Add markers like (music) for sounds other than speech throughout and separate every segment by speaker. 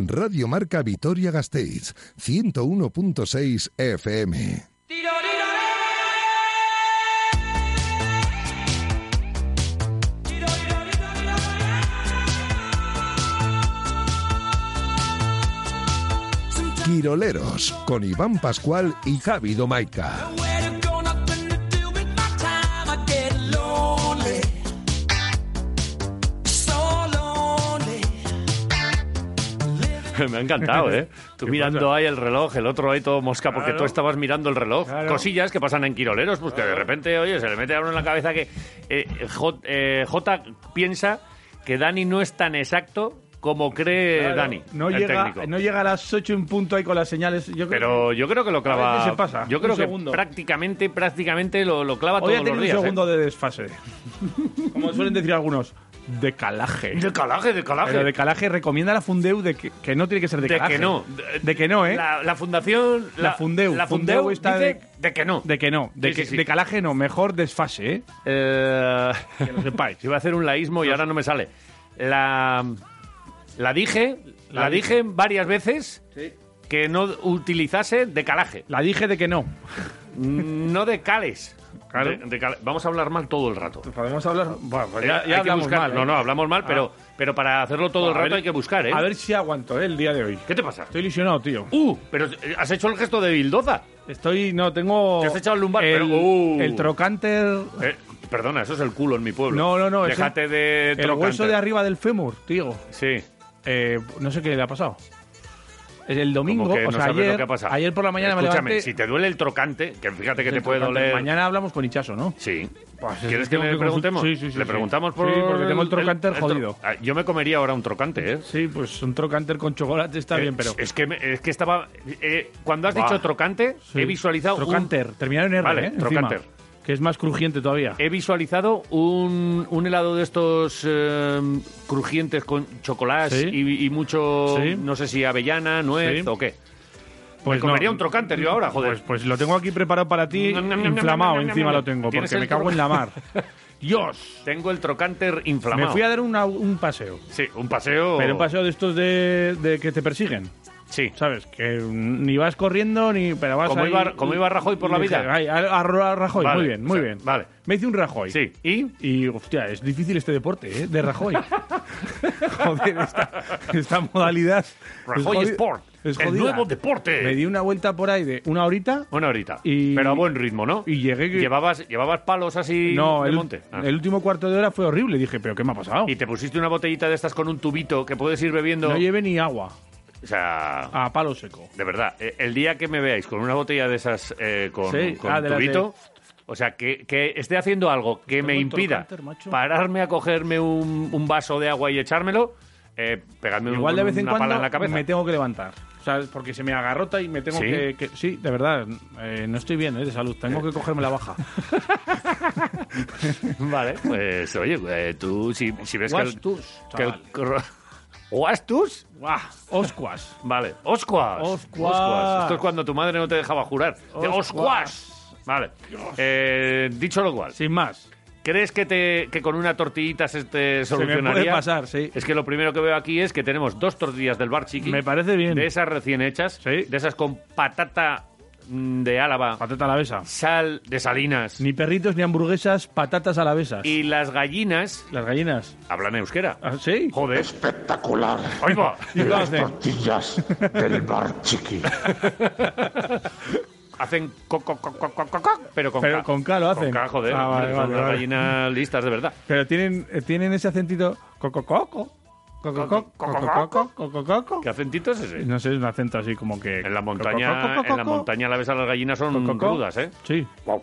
Speaker 1: Radio Marca Vitoria Gasteiz, 101.6 FM. Quiroleros, con Iván Pascual y Javi Domaica.
Speaker 2: (laughs) Me ha encantado,
Speaker 3: (laughs)
Speaker 2: ¿eh? Tú
Speaker 3: ¿Qué
Speaker 2: mirando
Speaker 3: pasa?
Speaker 2: ahí el reloj, el otro ahí todo mosca porque
Speaker 3: Claro.
Speaker 2: tú estabas mirando el reloj.
Speaker 3: Claro.
Speaker 2: Cosillas que pasan en Quiroleros, pues que de repente, oye, se le mete a uno en la cabeza que eh, J, eh, J piensa que Dani no es tan exacto como cree Eh, Dani,
Speaker 3: No
Speaker 2: el
Speaker 3: llega,
Speaker 2: técnico.
Speaker 3: no llega a las 8 en punto ahí con las señales. Yo creo
Speaker 2: Pero yo creo que lo clava.
Speaker 3: A veces se pasa,
Speaker 2: Yo
Speaker 3: un
Speaker 2: creo que
Speaker 3: segundo.
Speaker 2: prácticamente, prácticamente lo, lo clava
Speaker 3: que hoy ha
Speaker 2: todos los
Speaker 3: tenido
Speaker 2: días. ¿eh?
Speaker 3: un segundo de
Speaker 2: (laughs)
Speaker 3: desfase. Como suelen decir algunos, decalaje.
Speaker 2: ¿eh? De calaje, de calaje.
Speaker 3: Pero decalaje recomienda la Fundeu de que, que no tiene que ser
Speaker 2: De
Speaker 3: decalaje.
Speaker 2: que no.
Speaker 3: De, que no, ¿eh?
Speaker 2: La, la fundación.
Speaker 3: La Fundeu.
Speaker 2: La
Speaker 3: Fundeu
Speaker 2: Fundeu
Speaker 3: está
Speaker 2: dice
Speaker 3: de-
Speaker 2: de que no.
Speaker 3: De que no. De
Speaker 2: Sí,
Speaker 3: que,
Speaker 2: sí, sí.
Speaker 3: Decalaje no, mejor desfase, ¿eh?
Speaker 2: Eh,
Speaker 3: Que lo sepáis.
Speaker 2: Iba a hacer un laísmo y ahora no me sale. La, la dije, la, dije varias veces que no utilizase decalaje,
Speaker 3: La dije de que no.
Speaker 2: no decales.
Speaker 3: Claro.
Speaker 2: De- decala- Vamos a hablar mal todo el rato.
Speaker 3: Podemos hablar. Bueno, pues
Speaker 2: Eh,
Speaker 3: ya,
Speaker 2: hay
Speaker 3: ya
Speaker 2: que
Speaker 3: hablamos
Speaker 2: buscar-
Speaker 3: mal. ¿eh?
Speaker 2: No, no, hablamos mal, pero, pero para hacerlo todo el
Speaker 3: A
Speaker 2: rato
Speaker 3: ver-
Speaker 2: hay que buscar, ¿eh?
Speaker 3: A ver si aguanto, ¿eh? El día de hoy.
Speaker 2: ¿Qué te pasa?
Speaker 3: Estoy ilusionado, tío.
Speaker 2: ¡Uh! Pero eh, has hecho el gesto de Bildoza.
Speaker 3: Estoy. No, tengo.
Speaker 2: Te has echado el lumbar,
Speaker 3: el,
Speaker 2: pero- ¡Uh!
Speaker 3: el trocánter.
Speaker 2: Eh, perdona, eso es el culo en mi pueblo.
Speaker 3: No, no, no, es
Speaker 2: Déjate
Speaker 3: el-
Speaker 2: de.
Speaker 3: El
Speaker 2: trocánter.
Speaker 3: hueso de arriba del fémur, tío.
Speaker 2: Sí.
Speaker 3: Eh, no sé qué le ha pasado. El domingo,
Speaker 2: Como que
Speaker 3: o
Speaker 2: no
Speaker 3: sea,
Speaker 2: sabes
Speaker 3: ayer,
Speaker 2: lo que ha pasado.
Speaker 3: ayer por la mañana
Speaker 2: Escúchame,
Speaker 3: me levanté.
Speaker 2: si te duele el trocante, que fíjate que te
Speaker 3: El
Speaker 2: puede
Speaker 3: trocánter.
Speaker 2: doler.
Speaker 3: Mañana hablamos con Hichaso, ¿no?
Speaker 2: Sí.
Speaker 3: Pues,
Speaker 2: ¿Quieres que
Speaker 3: tengo
Speaker 2: le
Speaker 3: que consult-
Speaker 2: preguntemos?
Speaker 3: Sí, sí, sí,
Speaker 2: Le
Speaker 3: sí.
Speaker 2: preguntamos por.
Speaker 3: Sí, porque tengo el trocánter
Speaker 2: tro-
Speaker 3: jodido.
Speaker 2: Ah, Yo me comería ahora un trocante, ¿eh?
Speaker 3: Sí, pues un trocánter con chocolate está bien, pero.
Speaker 2: Es que, me- es que estaba. eh, cuando has
Speaker 3: Buah.
Speaker 2: dicho trocante,
Speaker 3: Sí.
Speaker 2: he visualizado. un-
Speaker 3: Trocánter, terminado en R,
Speaker 2: Vale,
Speaker 3: ¿eh? Encima,
Speaker 2: trocánter. Eh,
Speaker 3: que es más crujiente todavía.
Speaker 2: he visualizado un, un helado de estos eh, crujientes con chocolate
Speaker 3: Sí.
Speaker 2: y, y mucho.
Speaker 3: Sí.
Speaker 2: No sé si avellana, nuez
Speaker 3: Sí.
Speaker 2: o qué.
Speaker 3: Pues
Speaker 2: me comería
Speaker 3: no.
Speaker 2: un trocante yo ahora, joder.
Speaker 3: Pues, pues lo tengo aquí preparado para ti,
Speaker 2: Nom, nom, nom,
Speaker 3: inflamado
Speaker 2: nom, nom,
Speaker 3: encima
Speaker 2: nom,
Speaker 3: lo tengo,
Speaker 2: ¿Tienes
Speaker 3: porque
Speaker 2: el
Speaker 3: me cago
Speaker 2: tro-
Speaker 3: en la mar.
Speaker 2: (laughs)
Speaker 3: Dios.
Speaker 2: Tengo el trocánter inflamado.
Speaker 3: Me fui a dar una- un paseo.
Speaker 2: Sí, un paseo.
Speaker 3: Pero un paseo de estos de, de que te persiguen,
Speaker 2: Sí.
Speaker 3: ¿sabes? Que mm, ni vas corriendo ni. Pero vas
Speaker 2: Como
Speaker 3: ahí-
Speaker 2: iba- como iba Rajoy por la
Speaker 3: y
Speaker 2: vida.
Speaker 3: dije, "Ay, a, a- a Rajoy,
Speaker 2: Vale,
Speaker 3: muy bien, muy
Speaker 2: o sea,
Speaker 3: bien.
Speaker 2: vale.
Speaker 3: Me hice un Rajoy.
Speaker 2: Sí. ¿Y?
Speaker 3: Y, hostia, es difícil este deporte, ¿eh? De Rajoy.
Speaker 2: (laughs)
Speaker 3: Joder, esta, esta modalidad. es
Speaker 2: Rajoy
Speaker 3: jodi-
Speaker 2: Sport.
Speaker 3: es
Speaker 2: el
Speaker 3: jodida.
Speaker 2: nuevo deporte.
Speaker 3: Me di una vuelta por ahí de una horita.
Speaker 2: Una horita.
Speaker 3: Y-
Speaker 2: Pero a buen ritmo, ¿no?
Speaker 3: y llegué que-
Speaker 2: ¿Llevabas, llevabas palos así
Speaker 3: No,
Speaker 2: de
Speaker 3: el,
Speaker 2: monte? Ah.
Speaker 3: el último cuarto de hora fue horrible. Dije, ¿pero qué me ha pasado?
Speaker 2: Y te pusiste una botellita de estas con un tubito que puedes ir bebiendo.
Speaker 3: No lleve ni agua
Speaker 2: O sea,
Speaker 3: a palo seco.
Speaker 2: de verdad, eh, el día que me veáis con una botella de esas eh, con,
Speaker 3: Sí,
Speaker 2: con
Speaker 3: ah, de las
Speaker 2: tubito. O sea, que, que esté haciendo algo que me
Speaker 3: un
Speaker 2: impida
Speaker 3: trocánter, macho.
Speaker 2: pararme a cogerme un, un vaso de agua y echármelo, eh, pegadme un-
Speaker 3: Igual de vez en
Speaker 2: una
Speaker 3: cuando
Speaker 2: pala en la cabeza.
Speaker 3: me tengo que levantar. O sea, porque se me agarrota y me tengo
Speaker 2: ¿Sí?
Speaker 3: que, que- Sí, de verdad. eh, no estoy bien, eh, de salud. Tengo que cogerme la
Speaker 2: (laughs)
Speaker 3: baja.
Speaker 2: (laughs) Vale, pues oye, eh, tú si, si ves que el,
Speaker 3: Guastus,
Speaker 2: que el-
Speaker 3: chaval.
Speaker 2: (laughs) ¿Guastus?
Speaker 3: Guau, Oscuas.
Speaker 2: Vale, oscuas.
Speaker 3: Oscuas.
Speaker 2: Esto es cuando tu madre no te dejaba jurar. De
Speaker 3: Oscuas.
Speaker 2: Oscuas. Vale. Eh, dicho lo cual,
Speaker 3: Sin más.
Speaker 2: ¿crees que, te, que con una tortillita se te
Speaker 3: Se me
Speaker 2: solucionaría?
Speaker 3: puede pasar, sí.
Speaker 2: Es que lo primero que veo aquí es que tenemos dos tortillas del bar chiqui.
Speaker 3: Me parece bien.
Speaker 2: De esas recién hechas.
Speaker 3: Sí.
Speaker 2: De esas con patata mm, de Álava,
Speaker 3: Patata a la besa.
Speaker 2: sal de Salinas
Speaker 3: Ni perritos ni hamburguesas, patatas a la besa.
Speaker 2: y las gallinas
Speaker 3: Las gallinas.
Speaker 2: hablan euskera.
Speaker 3: ¿Ah, sí?
Speaker 2: Joder.
Speaker 4: espectacular.
Speaker 2: Ahí va.
Speaker 3: ¿Y qué
Speaker 4: Las
Speaker 3: hacen?
Speaker 4: tortillas del bar chiqui.
Speaker 2: (laughs) Hacen co, co, co, co, co, co, co, pero con
Speaker 3: Pero
Speaker 2: K.
Speaker 3: con K lo hacen.
Speaker 2: Con K, joder.
Speaker 3: Ah, vale,
Speaker 2: Son
Speaker 3: vale,
Speaker 2: unas
Speaker 3: vale.
Speaker 2: gallinas listas, de verdad.
Speaker 3: Pero tienen, eh, tienen ese acentito. Cocococo. Cocococo. Cocococo. Cocococo.
Speaker 2: ¿Qué acentito es ese?
Speaker 3: No sé, es un acento así como que.
Speaker 2: En la montaña, en la montaña la ves a las gallinas son
Speaker 3: Cocococo.
Speaker 2: rudas, ¿eh?
Speaker 3: Sí. Vale,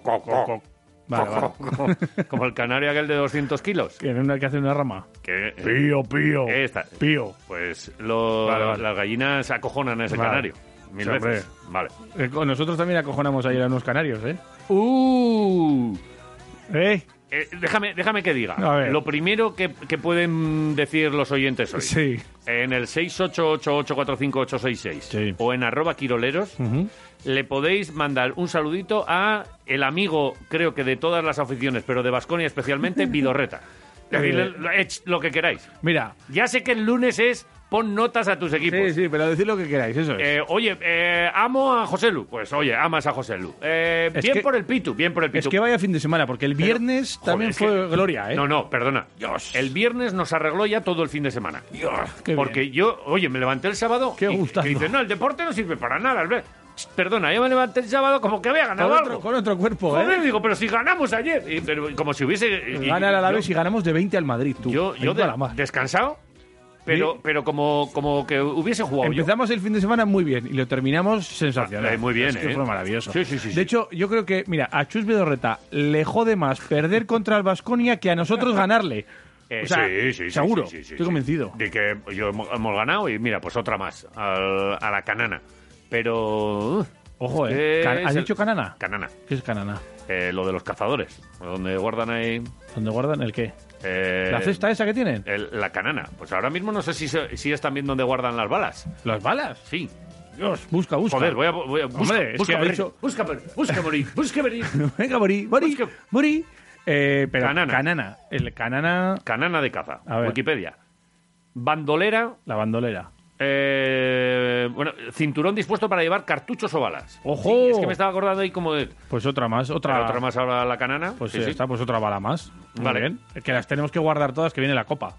Speaker 3: vale.
Speaker 2: Como, como el canario aquel de 200 kilos.
Speaker 3: Que, en una, que hace una rama.
Speaker 2: Que, eh,
Speaker 3: Pío, pío.
Speaker 2: Esta.
Speaker 3: Pío.
Speaker 2: pues lo-
Speaker 3: Vale, vale.
Speaker 2: las gallinas acojonan a ese
Speaker 3: Vale.
Speaker 2: canario. Mil
Speaker 3: Sí, hombre.
Speaker 2: veces. Vale.
Speaker 3: Eh, con nosotros también acojonamos ayer a unos canarios, ¿eh?
Speaker 2: Uh,
Speaker 3: ¿Eh?
Speaker 2: eh, déjame, déjame que diga.
Speaker 3: A ver.
Speaker 2: Lo primero que, que pueden decir los oyentes hoy.
Speaker 3: Sí.
Speaker 2: En el 688845866
Speaker 3: Sí.
Speaker 2: o en arroba quiroleros
Speaker 3: Ujú.
Speaker 2: le podéis mandar un saludito a el amigo, creo que de todas las aficiones, pero de Vasconia
Speaker 3: (laughs) Eh,
Speaker 2: especialmente, Vidorreta. Decirle lo- ech, lo que queráis.
Speaker 3: Mira,
Speaker 2: Ya sé que el lunes es pon notas a tus equipos.
Speaker 3: Sí, sí, pero decid lo que queráis, eso es.
Speaker 2: Eh, oye, eh, amo a José Lu. Pues oye, amas a José Lu. Eh,
Speaker 3: Es
Speaker 2: bien
Speaker 3: que-
Speaker 2: por el Pitu, bien por el
Speaker 3: es
Speaker 2: Pitu.
Speaker 3: que vaya fin de semana, porque el
Speaker 2: Pero,
Speaker 3: viernes
Speaker 2: joder,
Speaker 3: también
Speaker 2: es que-
Speaker 3: fue gloria, ¿eh?
Speaker 2: No, no, perdona. El viernes nos arregló ya todo el fin de semana.
Speaker 3: qué
Speaker 2: porque yo, oye, me levanté el sábado
Speaker 3: Qué
Speaker 2: y-
Speaker 3: gustando.
Speaker 2: y dice, no, el deporte no sirve para nada. Albert". Ch, Perdona, yo me levanté el sábado como que había
Speaker 3: con,
Speaker 2: ganado
Speaker 3: otro,
Speaker 2: algo.
Speaker 3: con otro cuerpo, ¿eh?
Speaker 2: Joder, digo, pero si ganamos ayer. Y- pero como si hubiese... y-
Speaker 3: Gana el
Speaker 2: yo-
Speaker 3: Alavés y ganamos de 20 al Madrid, tú.
Speaker 2: Yo, yo
Speaker 3: Ahí
Speaker 2: de-
Speaker 3: va la madre.
Speaker 2: descansado, pero,
Speaker 3: Sí.
Speaker 2: pero como, como que hubiese jugado yo.
Speaker 3: Empezamos el fin de semana muy bien y lo terminamos sensacional.
Speaker 2: Ah, eh, muy bien,
Speaker 3: Es que
Speaker 2: ¿eh?
Speaker 3: fue maravilloso.
Speaker 2: Sí, sí, sí, sí.
Speaker 3: De hecho, yo creo que, mira, a Chus Bedorreta le jode más perder contra el Vasconia que a nosotros ganarle.
Speaker 2: (laughs) Eh,
Speaker 3: o sea,
Speaker 2: sí, sí, sí,
Speaker 3: seguro,
Speaker 2: sí, sí, sí,
Speaker 3: estoy
Speaker 2: sí.
Speaker 3: convencido.
Speaker 2: De que yo hemos, hemos ganado y mira, pues otra más al- a la canana. Pero... uh,
Speaker 3: Ojo,
Speaker 2: es
Speaker 3: ¿eh?
Speaker 2: que
Speaker 3: Can-
Speaker 2: es
Speaker 3: ¿Has
Speaker 2: el-
Speaker 3: dicho Canana?
Speaker 2: Canana.
Speaker 3: ¿Qué es Canana?
Speaker 2: Eh, lo de los cazadores, donde guardan ahí...
Speaker 3: ¿Dónde guardan el qué?
Speaker 2: eh,
Speaker 3: ¿La cesta esa que tienen?
Speaker 2: el- la canana. Pues ahora mismo no sé si, se- si es también donde guardan las balas.
Speaker 3: ¿Las balas?
Speaker 2: Sí.
Speaker 3: Dios, busca, busca.
Speaker 2: Joder, voy a... voy a- busca,
Speaker 3: Hombre, es
Speaker 2: busca
Speaker 3: que ha
Speaker 2: morir,
Speaker 3: dicho-
Speaker 2: busca, morir, busca
Speaker 3: (laughs)
Speaker 2: morir, busca morir.
Speaker 3: Venga, Borí, Borí,
Speaker 2: Busca-
Speaker 3: Borí. Eh, pero
Speaker 2: Canana.
Speaker 3: Canana. El Canana,
Speaker 2: Canana de caza.
Speaker 3: A ver.
Speaker 2: Wikipedia. Bandolera
Speaker 3: la bandolera.
Speaker 2: Eh, bueno, cinturón dispuesto para llevar cartuchos o balas.
Speaker 3: ¡Ojo!
Speaker 2: Sí, es que me estaba acordando ahí como de.
Speaker 3: Pues otra más, otra,
Speaker 2: Otra más ahora la canana.
Speaker 3: Pues
Speaker 2: Sí,
Speaker 3: ya
Speaker 2: sí.
Speaker 3: está, pues otra bala más. Muy
Speaker 2: Vale.
Speaker 3: bien. Es Que las tenemos que guardar todas, que viene la copa.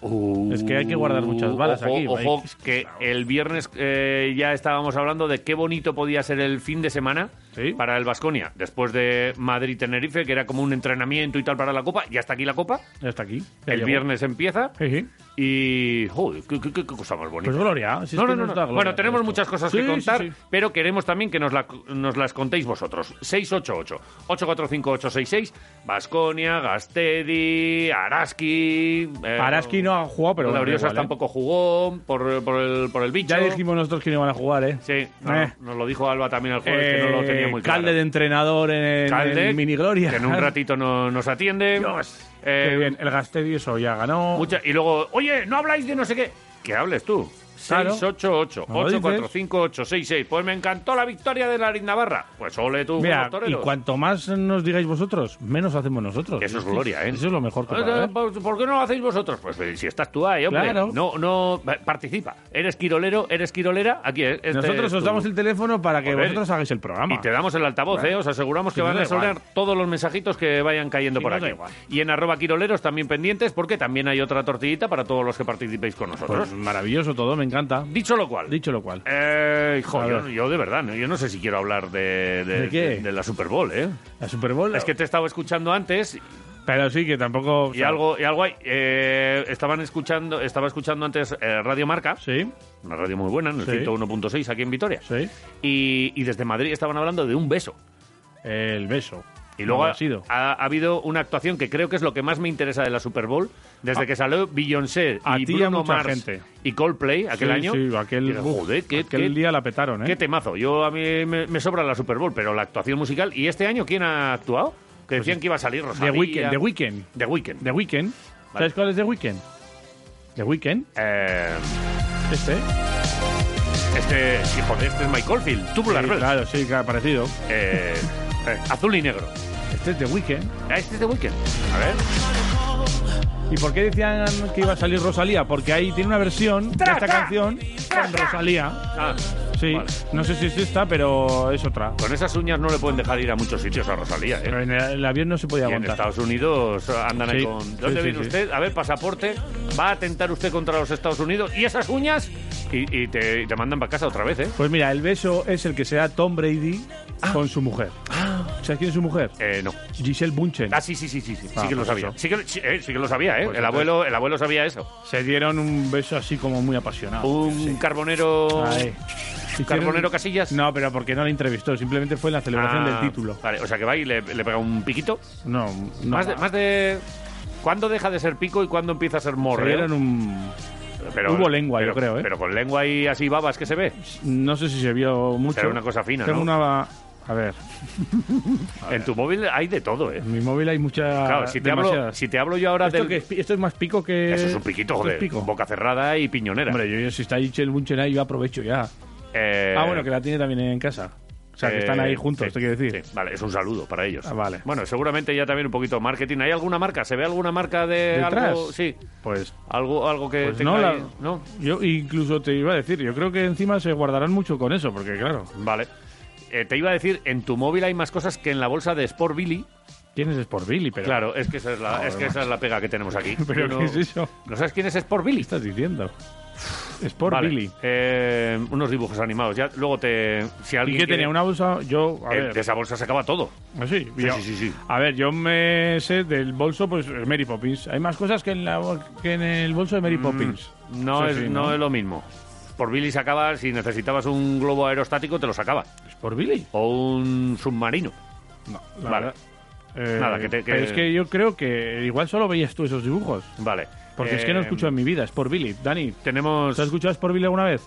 Speaker 2: Uh,
Speaker 3: Es que hay que guardar muchas balas
Speaker 2: ojo,
Speaker 3: aquí,
Speaker 2: Ojo,
Speaker 3: Mike.
Speaker 2: que el viernes eh, ya estábamos hablando de qué bonito podía ser el fin de semana
Speaker 3: Sí.
Speaker 2: para el Vasconia. Después de Madrid-Tenerife, que era como un entrenamiento y tal para la copa. Ya está aquí la copa.
Speaker 3: Ya está aquí. ya
Speaker 2: el
Speaker 3: llegó.
Speaker 2: viernes empieza.
Speaker 3: Sí, sí.
Speaker 2: Y. Joder, qué, qué- qué cosa más bonita.
Speaker 3: Pues gloria. si es
Speaker 2: No,
Speaker 3: que
Speaker 2: no, no, no.
Speaker 3: nos da gloria
Speaker 2: Bueno, tenemos
Speaker 3: esto.
Speaker 2: muchas cosas
Speaker 3: Sí,
Speaker 2: que
Speaker 3: sí,
Speaker 2: contar,
Speaker 3: sí.
Speaker 2: pero queremos también que nos, la- nos las contéis vosotros. 688-845-866, Basconia, Gastedi, Araski. eh,
Speaker 3: Paraski no ha jugado, pero bueno,
Speaker 2: Labriosas
Speaker 3: da igual, ¿eh?
Speaker 2: tampoco jugó por, por el, por el bicho.
Speaker 3: Ya dijimos nosotros que no iban a jugar, ¿eh?
Speaker 2: Sí, no, no,
Speaker 3: Eh.
Speaker 2: nos lo dijo Alba también al jueves, que no lo tenía
Speaker 3: Eh,
Speaker 2: muy claro.
Speaker 3: Calde de entrenador en,
Speaker 2: Calde,
Speaker 3: en Mini Gloria.
Speaker 2: que
Speaker 3: (laughs)
Speaker 2: en un ratito no- nos atiende.
Speaker 3: Dios.
Speaker 2: Eh,
Speaker 3: Qué bien. El Gastedi eso ya ganó.
Speaker 2: Mucha- y luego, oye, no habláis de no sé qué. Que hables tú.
Speaker 3: Claro.
Speaker 2: 688
Speaker 3: No lo dices.
Speaker 2: 845 866. Pues me encantó la victoria de la Navarra. Pues ole tú,
Speaker 3: Mira,
Speaker 2: buenos
Speaker 3: y
Speaker 2: toreros.
Speaker 3: cuanto más nos digáis vosotros, menos hacemos nosotros.
Speaker 2: Eso es gloria, ¿eh?
Speaker 3: Eso es lo mejor que
Speaker 2: Eh,
Speaker 3: puede haber.
Speaker 2: ¿Por por qué no lo hacéis vosotros? Pues eh, si estás tú ahí, hombre.
Speaker 3: Claro.
Speaker 2: No, no, eh, participa. Eres quirolero, eres quirolera. Aquí eh, este
Speaker 3: Nosotros
Speaker 2: es
Speaker 3: os
Speaker 2: tu-
Speaker 3: damos el teléfono para que
Speaker 2: Joder.
Speaker 3: vosotros hagáis el programa.
Speaker 2: Y te damos el altavoz, ¿eh? Os aseguramos que
Speaker 3: Sí,
Speaker 2: van
Speaker 3: no
Speaker 2: a
Speaker 3: da
Speaker 2: sonar todos los mensajitos que vayan cayendo
Speaker 3: Sí,
Speaker 2: por
Speaker 3: no da
Speaker 2: aquí.
Speaker 3: igual.
Speaker 2: Y en arroba quiroleros también pendientes, porque también hay otra tortillita para todos los que participéis con nosotros.
Speaker 3: Pues maravilloso todo, me encanta.
Speaker 2: Dicho lo cual,
Speaker 3: Dicho lo cual.
Speaker 2: Eh, hijo,
Speaker 3: A
Speaker 2: yo,
Speaker 3: ver.
Speaker 2: yo de verdad, ¿no? yo no sé si quiero hablar de, de-
Speaker 3: ¿De qué?
Speaker 2: de- de la Super Bowl, ¿eh?
Speaker 3: La Super Bowl.
Speaker 2: Es que te estaba escuchando antes
Speaker 3: Pero sí, que tampoco. o
Speaker 2: y
Speaker 3: sea,
Speaker 2: algo, y algo hay. Eh, estaban escuchando, estaba escuchando antes eh, Radio Marca,
Speaker 3: Sí,
Speaker 2: una radio muy buena, en el
Speaker 3: Sí.
Speaker 2: 101.6 aquí en Vitoria.
Speaker 3: sí.
Speaker 2: Y, y desde Madrid estaban hablando de un beso.
Speaker 3: El beso.
Speaker 2: Y luego
Speaker 3: ¿Cómo
Speaker 2: ha,
Speaker 3: ha sido.
Speaker 2: ha- ha habido una actuación que creo que es lo que más me interesa de la Super Bowl, desde que salió Beyoncé
Speaker 3: Ah. a
Speaker 2: y
Speaker 3: ti y a
Speaker 2: Bruno
Speaker 3: mucha
Speaker 2: Mars
Speaker 3: gente.
Speaker 2: y Coldplay aquel
Speaker 3: Sí,
Speaker 2: año.
Speaker 3: Sí, aquel,
Speaker 2: Y dije, joder, qué,
Speaker 3: aquel
Speaker 2: qué-
Speaker 3: día la petaron, ¿eh?
Speaker 2: Qué temazo. Yo a mí me, me sobra la Super Bowl, pero la actuación musical. ¿Y este año quién ha actuado? Que decían que iba a salir
Speaker 3: Pues The
Speaker 2: Rosalía.
Speaker 3: Weeknd, The Weeknd.
Speaker 2: The Weeknd.
Speaker 3: The Weeknd. ¿Sabes cuál es The Weeknd? The Weeknd,
Speaker 2: Eh,
Speaker 3: este.
Speaker 2: este, hijo de este es Michael Field. Tubular
Speaker 3: Sí,
Speaker 2: Bells.
Speaker 3: claro, sí, claro, parecido.
Speaker 2: Eh,
Speaker 3: (laughs)
Speaker 2: eh, azul y negro.
Speaker 3: Este es The Weeknd.
Speaker 2: Ah, Este es The Weeknd. A ver.
Speaker 3: ¿Y por qué decían que iba a salir Rosalía? Porque ahí tiene una versión de esta canción con Rosalía.
Speaker 2: Ah,
Speaker 3: Sí,
Speaker 2: vale.
Speaker 3: no sé si es esta, pero es otra.
Speaker 2: Con esas uñas no le pueden dejar ir a muchos sitios a Rosalía, ¿eh?
Speaker 3: Pero en el, el avión no se podía
Speaker 2: Y en
Speaker 3: aguantar.
Speaker 2: Estados Unidos ah, andan ahí
Speaker 3: Sí,
Speaker 2: con...
Speaker 3: sí,
Speaker 2: ¿Dónde
Speaker 3: sí,
Speaker 2: viene
Speaker 3: sí.
Speaker 2: usted? A ver, pasaporte. ¿Va a atentar usted contra los Estados Unidos? ¿Y esas uñas? Y, y te, y te mandan para casa otra vez, ¿eh?
Speaker 3: Pues mira, el beso es el que se da Tom Brady con su mujer. ¿Sabes quién es su mujer?
Speaker 2: Ah. Eh, no.
Speaker 3: Giselle Bunchen.
Speaker 2: Ah, sí, sí, sí, sí, sí,
Speaker 3: Ah,
Speaker 2: sí que lo
Speaker 3: pues
Speaker 2: sabía.
Speaker 3: eso.
Speaker 2: Sí que, sí, eh, sí que lo sabía, ¿eh?
Speaker 3: Pues
Speaker 2: el,
Speaker 3: entonces-
Speaker 2: abuelo, el abuelo sabía eso.
Speaker 3: Se dieron un beso así como muy apasionado.
Speaker 2: Un carbonero...
Speaker 3: Ah, Ahí.
Speaker 2: Uh. ¿Carbonero Casillas?
Speaker 3: No, pero porque no la entrevistó, simplemente fue en la celebración
Speaker 2: Ah,
Speaker 3: del título.
Speaker 2: Vale, o sea que va y le, le pega un piquito.
Speaker 3: No, no.
Speaker 2: más, de, más de... ¿Cuándo deja de ser pico y cuándo empieza a ser
Speaker 3: Se
Speaker 2: morreo?
Speaker 3: dieron un...
Speaker 2: Pero-
Speaker 3: hubo lengua,
Speaker 2: pero-
Speaker 3: yo creo, ¿eh?
Speaker 2: Pero con lengua y así babas que se ve.
Speaker 3: No sé si se vio mucho.
Speaker 2: Será una cosa fina,
Speaker 3: Tengo
Speaker 2: ¿no?
Speaker 3: una... A ver,
Speaker 2: En tu móvil hay de todo, ¿eh?
Speaker 3: en mi móvil hay mucha...
Speaker 2: Claro, si te, hablo,
Speaker 3: demasiadas.
Speaker 2: si te hablo yo ahora
Speaker 3: ¿Esto,
Speaker 2: del...
Speaker 3: qué es? ¿Esto es más pico que...?
Speaker 2: Eso es un piquito,
Speaker 3: ¿Esto es
Speaker 2: joder.
Speaker 3: pico?
Speaker 2: Boca cerrada y piñonera.
Speaker 3: Hombre, yo, yo si está Giselle Bunchen ahí, yo aprovecho ya.
Speaker 2: Eh,
Speaker 3: Ah, bueno, que la tiene también en casa. sea, que están ahí juntos,
Speaker 2: sí,
Speaker 3: te quiero decir.
Speaker 2: sí. Vale, es un saludo para ellos.
Speaker 3: Ah, vale.
Speaker 2: Bueno, seguramente ya también un poquito marketing. ¿Hay alguna marca? ¿Se ve alguna marca de
Speaker 3: ¿Detrás?
Speaker 2: algo? Sí.
Speaker 3: Pues,
Speaker 2: Algo, algo que
Speaker 3: pues
Speaker 2: tenga
Speaker 3: no, la-
Speaker 2: ahí- ¿no?
Speaker 3: Yo incluso te iba a decir, yo creo que encima se guardarán mucho con eso, porque claro,
Speaker 2: Vale. Eh, te iba a decir, en tu móvil hay más cosas que en la bolsa de Sport Billy.
Speaker 3: ¿quién es Sport Billy? Pero,
Speaker 2: Claro, es que esa es la, es que esa es la pega que tenemos aquí.
Speaker 3: (laughs) ¿Pero
Speaker 2: Yo no-
Speaker 3: qué es eso?
Speaker 2: ¿No sabes quién es Sport Billy?
Speaker 3: ¿Qué estás diciendo? Sport
Speaker 2: Vale.
Speaker 3: Billy.
Speaker 2: Eh, unos dibujos animados. Ya luego te. Si
Speaker 3: ¿Y
Speaker 2: alguien
Speaker 3: qué
Speaker 2: quiere-
Speaker 3: tenía? ¿Una bolsa? Yo, a
Speaker 2: Eh,
Speaker 3: ver.
Speaker 2: de esa bolsa se acaba todo.
Speaker 3: Ah, sí,
Speaker 2: Sí,
Speaker 3: yo-
Speaker 2: sí, sí, sí.
Speaker 3: A ver, yo me sé del bolso, pues es Mary Poppins. Hay más cosas que en, la, bol- que en el bolso de Mary Poppins.
Speaker 2: Mm, No,
Speaker 3: Sí,
Speaker 2: es,
Speaker 3: sí,
Speaker 2: no, es lo mismo. Por Billy sacaba, si necesitabas un globo aerostático, te lo sacaba.
Speaker 3: ¿Sport Billy?
Speaker 2: O un submarino.
Speaker 3: No, la
Speaker 2: Vale.
Speaker 3: (laughs) verdad. Eh,
Speaker 2: Nada, que te- que-
Speaker 3: pero es que yo creo que igual solo veías tú esos dibujos.
Speaker 2: Vale.
Speaker 3: Porque es que no
Speaker 2: Eh,
Speaker 3: escucho en mi vida, Sport Billy. Dani,
Speaker 2: Tenemos.
Speaker 3: ¿te has escuchado Sport Billy alguna
Speaker 2: (laughs)
Speaker 3: vez?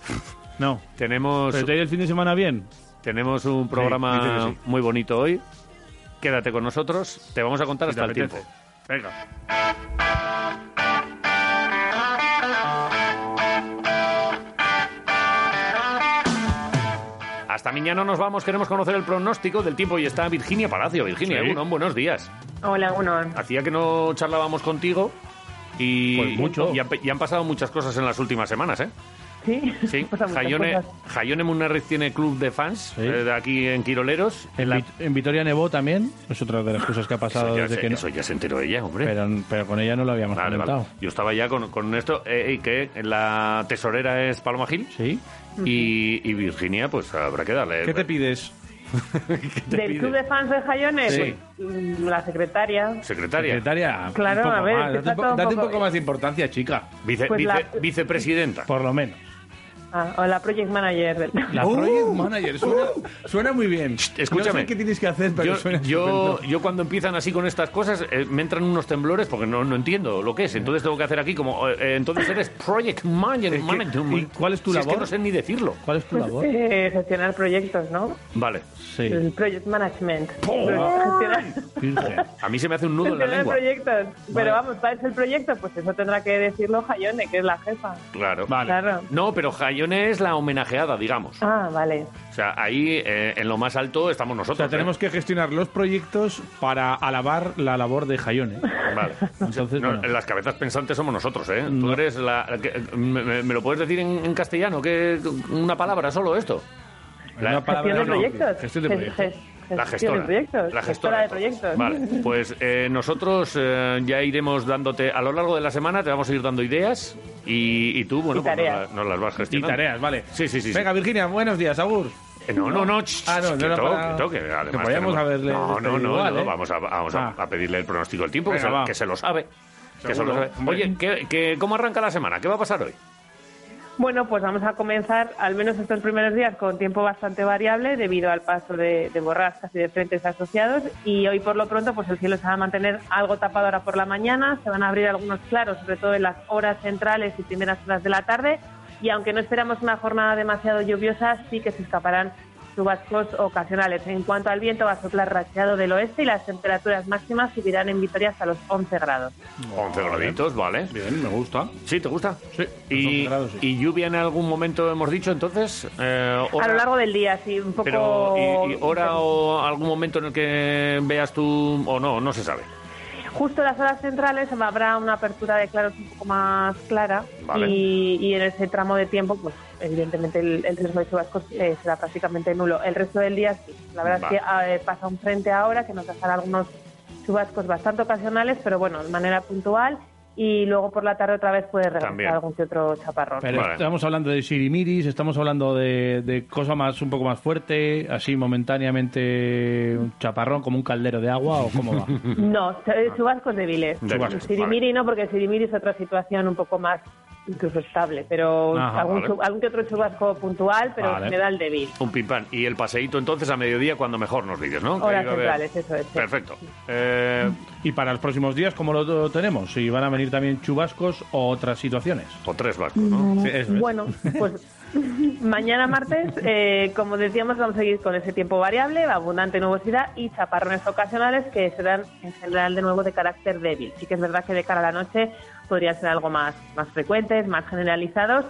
Speaker 3: No.
Speaker 2: Tenemos,
Speaker 3: ¿Pero te ha ido el fin de semana bien?
Speaker 2: tenemos un
Speaker 3: dice
Speaker 2: programa
Speaker 3: que sí.
Speaker 2: muy bonito hoy. Quédate con nosotros. Te vamos a contar
Speaker 3: Si te
Speaker 2: hasta el tiempo.
Speaker 3: apetece. Venga.
Speaker 2: Hasta mañana nos vamos. Queremos conocer el pronóstico del tiempo y está Virginia Palacio. Virginia,
Speaker 3: Sí.
Speaker 2: Egunon, buenos días.
Speaker 5: Hola, uno.
Speaker 2: Hacía que no charlábamos contigo y,
Speaker 3: Pues mucho.
Speaker 2: y, han, y han pasado muchas cosas en las últimas semanas, ¿eh?
Speaker 5: Sí, (laughs)
Speaker 2: Sí,
Speaker 5: Pasan muchas
Speaker 2: Jaione,
Speaker 5: cosas.
Speaker 2: Jaione Munarriz tiene club de fans
Speaker 3: Sí.
Speaker 2: eh, de aquí en Quiroleros.
Speaker 3: En,
Speaker 2: La-
Speaker 3: Vit- en Vitoria Nevó también. Es otra de las cosas que ha pasado
Speaker 2: eso, ya
Speaker 3: desde
Speaker 2: se,
Speaker 3: que no.
Speaker 2: eso ya se enteró ella, hombre.
Speaker 3: Pero, pero con ella no lo habíamos
Speaker 2: Vale, vale.
Speaker 3: comentado.
Speaker 2: Yo estaba ya con, con esto, eh, eh, que la tesorera es Paloma Gil
Speaker 3: ¿Sí?
Speaker 2: y, y Virginia, pues habrá que darle.
Speaker 3: ¿Qué
Speaker 2: (laughs)
Speaker 3: te pides?
Speaker 5: ¿Del club de fans de Jaione?
Speaker 3: Sí.
Speaker 5: Pues, mm, la secretaria.
Speaker 2: Secretaria,
Speaker 3: Secretaria.
Speaker 5: Claro,
Speaker 3: un poco
Speaker 5: a ver,
Speaker 3: más.
Speaker 5: es que
Speaker 3: Date, un
Speaker 5: está
Speaker 3: po-
Speaker 5: todo un
Speaker 3: date un
Speaker 5: poco-
Speaker 3: poco más de importancia, chica.
Speaker 2: vice-
Speaker 5: Pues
Speaker 2: vice-
Speaker 5: la-
Speaker 2: vicepresidenta.
Speaker 3: Por lo menos.
Speaker 5: Ah, o la project manager. del- (laughs) Uh.
Speaker 3: La Project Manager suena, suena muy bien.
Speaker 2: escúchame.
Speaker 3: No sé qué tienes que hacer, pero
Speaker 2: yo,
Speaker 3: suena
Speaker 2: yo,
Speaker 3: estupendo.
Speaker 2: yo cuando empiezan así con estas cosas eh, me entran unos temblores porque no, no entiendo lo que es. Entonces tengo que hacer aquí como... eh, eh, entonces eres Project Manager.
Speaker 3: Es que-
Speaker 2: management.
Speaker 3: ¿y cuál es tu
Speaker 2: Si Es que
Speaker 3: labor?
Speaker 2: no sé ni decirlo.
Speaker 3: ¿Cuál es tu labor?
Speaker 5: Eh, gestionar proyectos, ¿no?
Speaker 2: Vale.
Speaker 3: Sí. Ah,
Speaker 5: El project management. Pues, Gestionar,
Speaker 3: Virgen.
Speaker 2: A mí se me hace un nudo en la lengua.
Speaker 5: gestionar proyectos. Pero vamos, ¿cuál es el proyecto? Pues eso tendrá que decirlo Jaione, que es la jefa.
Speaker 2: Claro.
Speaker 3: Vale.
Speaker 5: Claro.
Speaker 2: No, pero Jaione es la homenajeada, digamos.
Speaker 5: Ah, vale.
Speaker 2: O sea, ahí eh, en lo más alto estamos
Speaker 3: O
Speaker 2: nosotros.
Speaker 3: sea,
Speaker 2: ¿eh?
Speaker 3: tenemos que gestionar los proyectos para alabar la labor de Jaione.
Speaker 2: Vale.
Speaker 3: Entonces,
Speaker 2: No,
Speaker 3: bueno.
Speaker 2: Las cabezas pensantes somos nosotros, ¿eh? Tú
Speaker 3: No.
Speaker 2: eres la... la que- me, me- me lo puedes decir en, en castellano? que ¿Una palabra solo esto? La-
Speaker 3: Una palabra
Speaker 5: Gestión de
Speaker 3: no,
Speaker 5: proyectos.
Speaker 3: Gestión de
Speaker 5: Ges-
Speaker 3: proyectos.
Speaker 5: ges-
Speaker 2: La
Speaker 5: gestión
Speaker 2: gestora.
Speaker 5: de proyectos.
Speaker 2: La
Speaker 5: Gestora
Speaker 2: gestora
Speaker 5: de proyectos.
Speaker 2: Vale,
Speaker 5: (laughs)
Speaker 2: pues eh, nosotros eh, ya iremos dándote, a lo largo de la semana te vamos a ir dando ideas y, y tú, bueno,
Speaker 5: Y
Speaker 2: pues nos,
Speaker 5: tareas.
Speaker 2: la- nos las vas
Speaker 3: Y
Speaker 2: gestionando.
Speaker 3: tareas, vale.
Speaker 2: Sí, sí, sí, sí.
Speaker 3: Venga, Virginia, buenos días, Agur.
Speaker 2: Eh, No, no, no. ch-
Speaker 3: Ah, no,
Speaker 2: ch-
Speaker 3: no
Speaker 2: que
Speaker 3: era
Speaker 2: toque,
Speaker 3: para-
Speaker 2: que toque, además
Speaker 3: que podíamos
Speaker 2: tenemos-
Speaker 3: haberle
Speaker 2: No, no,
Speaker 3: despedido
Speaker 2: no,
Speaker 3: igual,
Speaker 2: no,
Speaker 3: ¿eh?
Speaker 2: vamos, a, vamos a-
Speaker 3: Ah.
Speaker 2: a pedirle el pronóstico del tiempo, que,
Speaker 3: Venga,
Speaker 2: se,
Speaker 3: va.
Speaker 2: que se lo sabe. Que se lo
Speaker 3: Seguro,
Speaker 2: sabe.
Speaker 3: hombre.
Speaker 2: Oye, ¿qué, qué, cómo arranca la semana? ¿Qué va a pasar hoy?
Speaker 5: Bueno, pues vamos a comenzar, al menos estos primeros días, con tiempo bastante variable debido al paso de, de borrascas y de frentes asociados. Y hoy, por lo pronto, pues el cielo se va a mantener algo tapado ahora por la mañana. Se van a abrir algunos claros, sobre todo en las horas centrales y primeras horas de la tarde. Y aunque no esperamos una jornada demasiado lluviosa, sí que se escaparán chubascos ocasionales. En cuanto al viento, va a soplar racheado del oeste y las temperaturas máximas subirán en Vitoria hasta los 11 grados.
Speaker 2: 11 graditos, ¿vale?
Speaker 3: Bien, me gusta.
Speaker 2: ¿Sí? ¿Te gusta?
Speaker 3: Sí,
Speaker 2: Y,
Speaker 3: 11 grados, sí.
Speaker 2: y lluvia en algún momento, hemos dicho, entonces. Eh,
Speaker 5: A
Speaker 2: hora-
Speaker 5: lo largo del día, sí, un poco...
Speaker 2: Pero, ¿y, y hora o algún momento en el que veas tú o no? No se sabe.
Speaker 5: Justo en las horas centrales habrá una apertura de claros un poco más clara
Speaker 2: Vale.
Speaker 5: y, y en ese tramo de tiempo, pues evidentemente el, el riesgo de chubascos eh, será prácticamente nulo. El resto del día sí. La verdad
Speaker 2: Vale.
Speaker 5: es que ah, eh, pasa un frente ahora que nos dejará algunos chubascos bastante ocasionales, pero bueno, de manera puntual y luego por la tarde otra vez puede regresar
Speaker 2: También.
Speaker 5: algún que otro chaparrón.
Speaker 3: Ah, Pero
Speaker 2: Vale.
Speaker 3: estamos hablando de sirimiris, estamos hablando de, de cosa más un poco más fuerte, así momentáneamente un chaparrón como un caldero de agua o cómo va.
Speaker 2: (laughs)
Speaker 5: (laughs) No, eh, chubascos débiles.
Speaker 2: Débiles,
Speaker 5: Sirimiri no, porque Sirimiri es otra situación un poco más incluso estable, pero
Speaker 3: Ajá,
Speaker 5: algún,
Speaker 2: vale.
Speaker 5: chu- algún que otro chubasco puntual, pero
Speaker 3: Vale.
Speaker 5: en general débil.
Speaker 2: Un pim pam. Y el paseíto entonces a mediodía, cuando mejor nos dices, ¿no? Que
Speaker 5: Horas
Speaker 2: ahí va a haber-
Speaker 5: centrales, eso es. sí.
Speaker 2: Perfecto. Eh,
Speaker 3: y para los próximos días, ¿cómo lo lo tenemos? Si van a venir también chubascos o otras situaciones.
Speaker 2: o tres vascos, ¿no?
Speaker 3: eso es.
Speaker 5: Bueno, pues (laughs) mañana martes, eh, como decíamos, vamos a seguir con ese tiempo variable, abundante nubosidad y chaparrones ocasionales que serán en general de nuevo de carácter débil. Sí que es verdad que de cara a la noche podrían ser algo más, más frecuentes, más generalizados.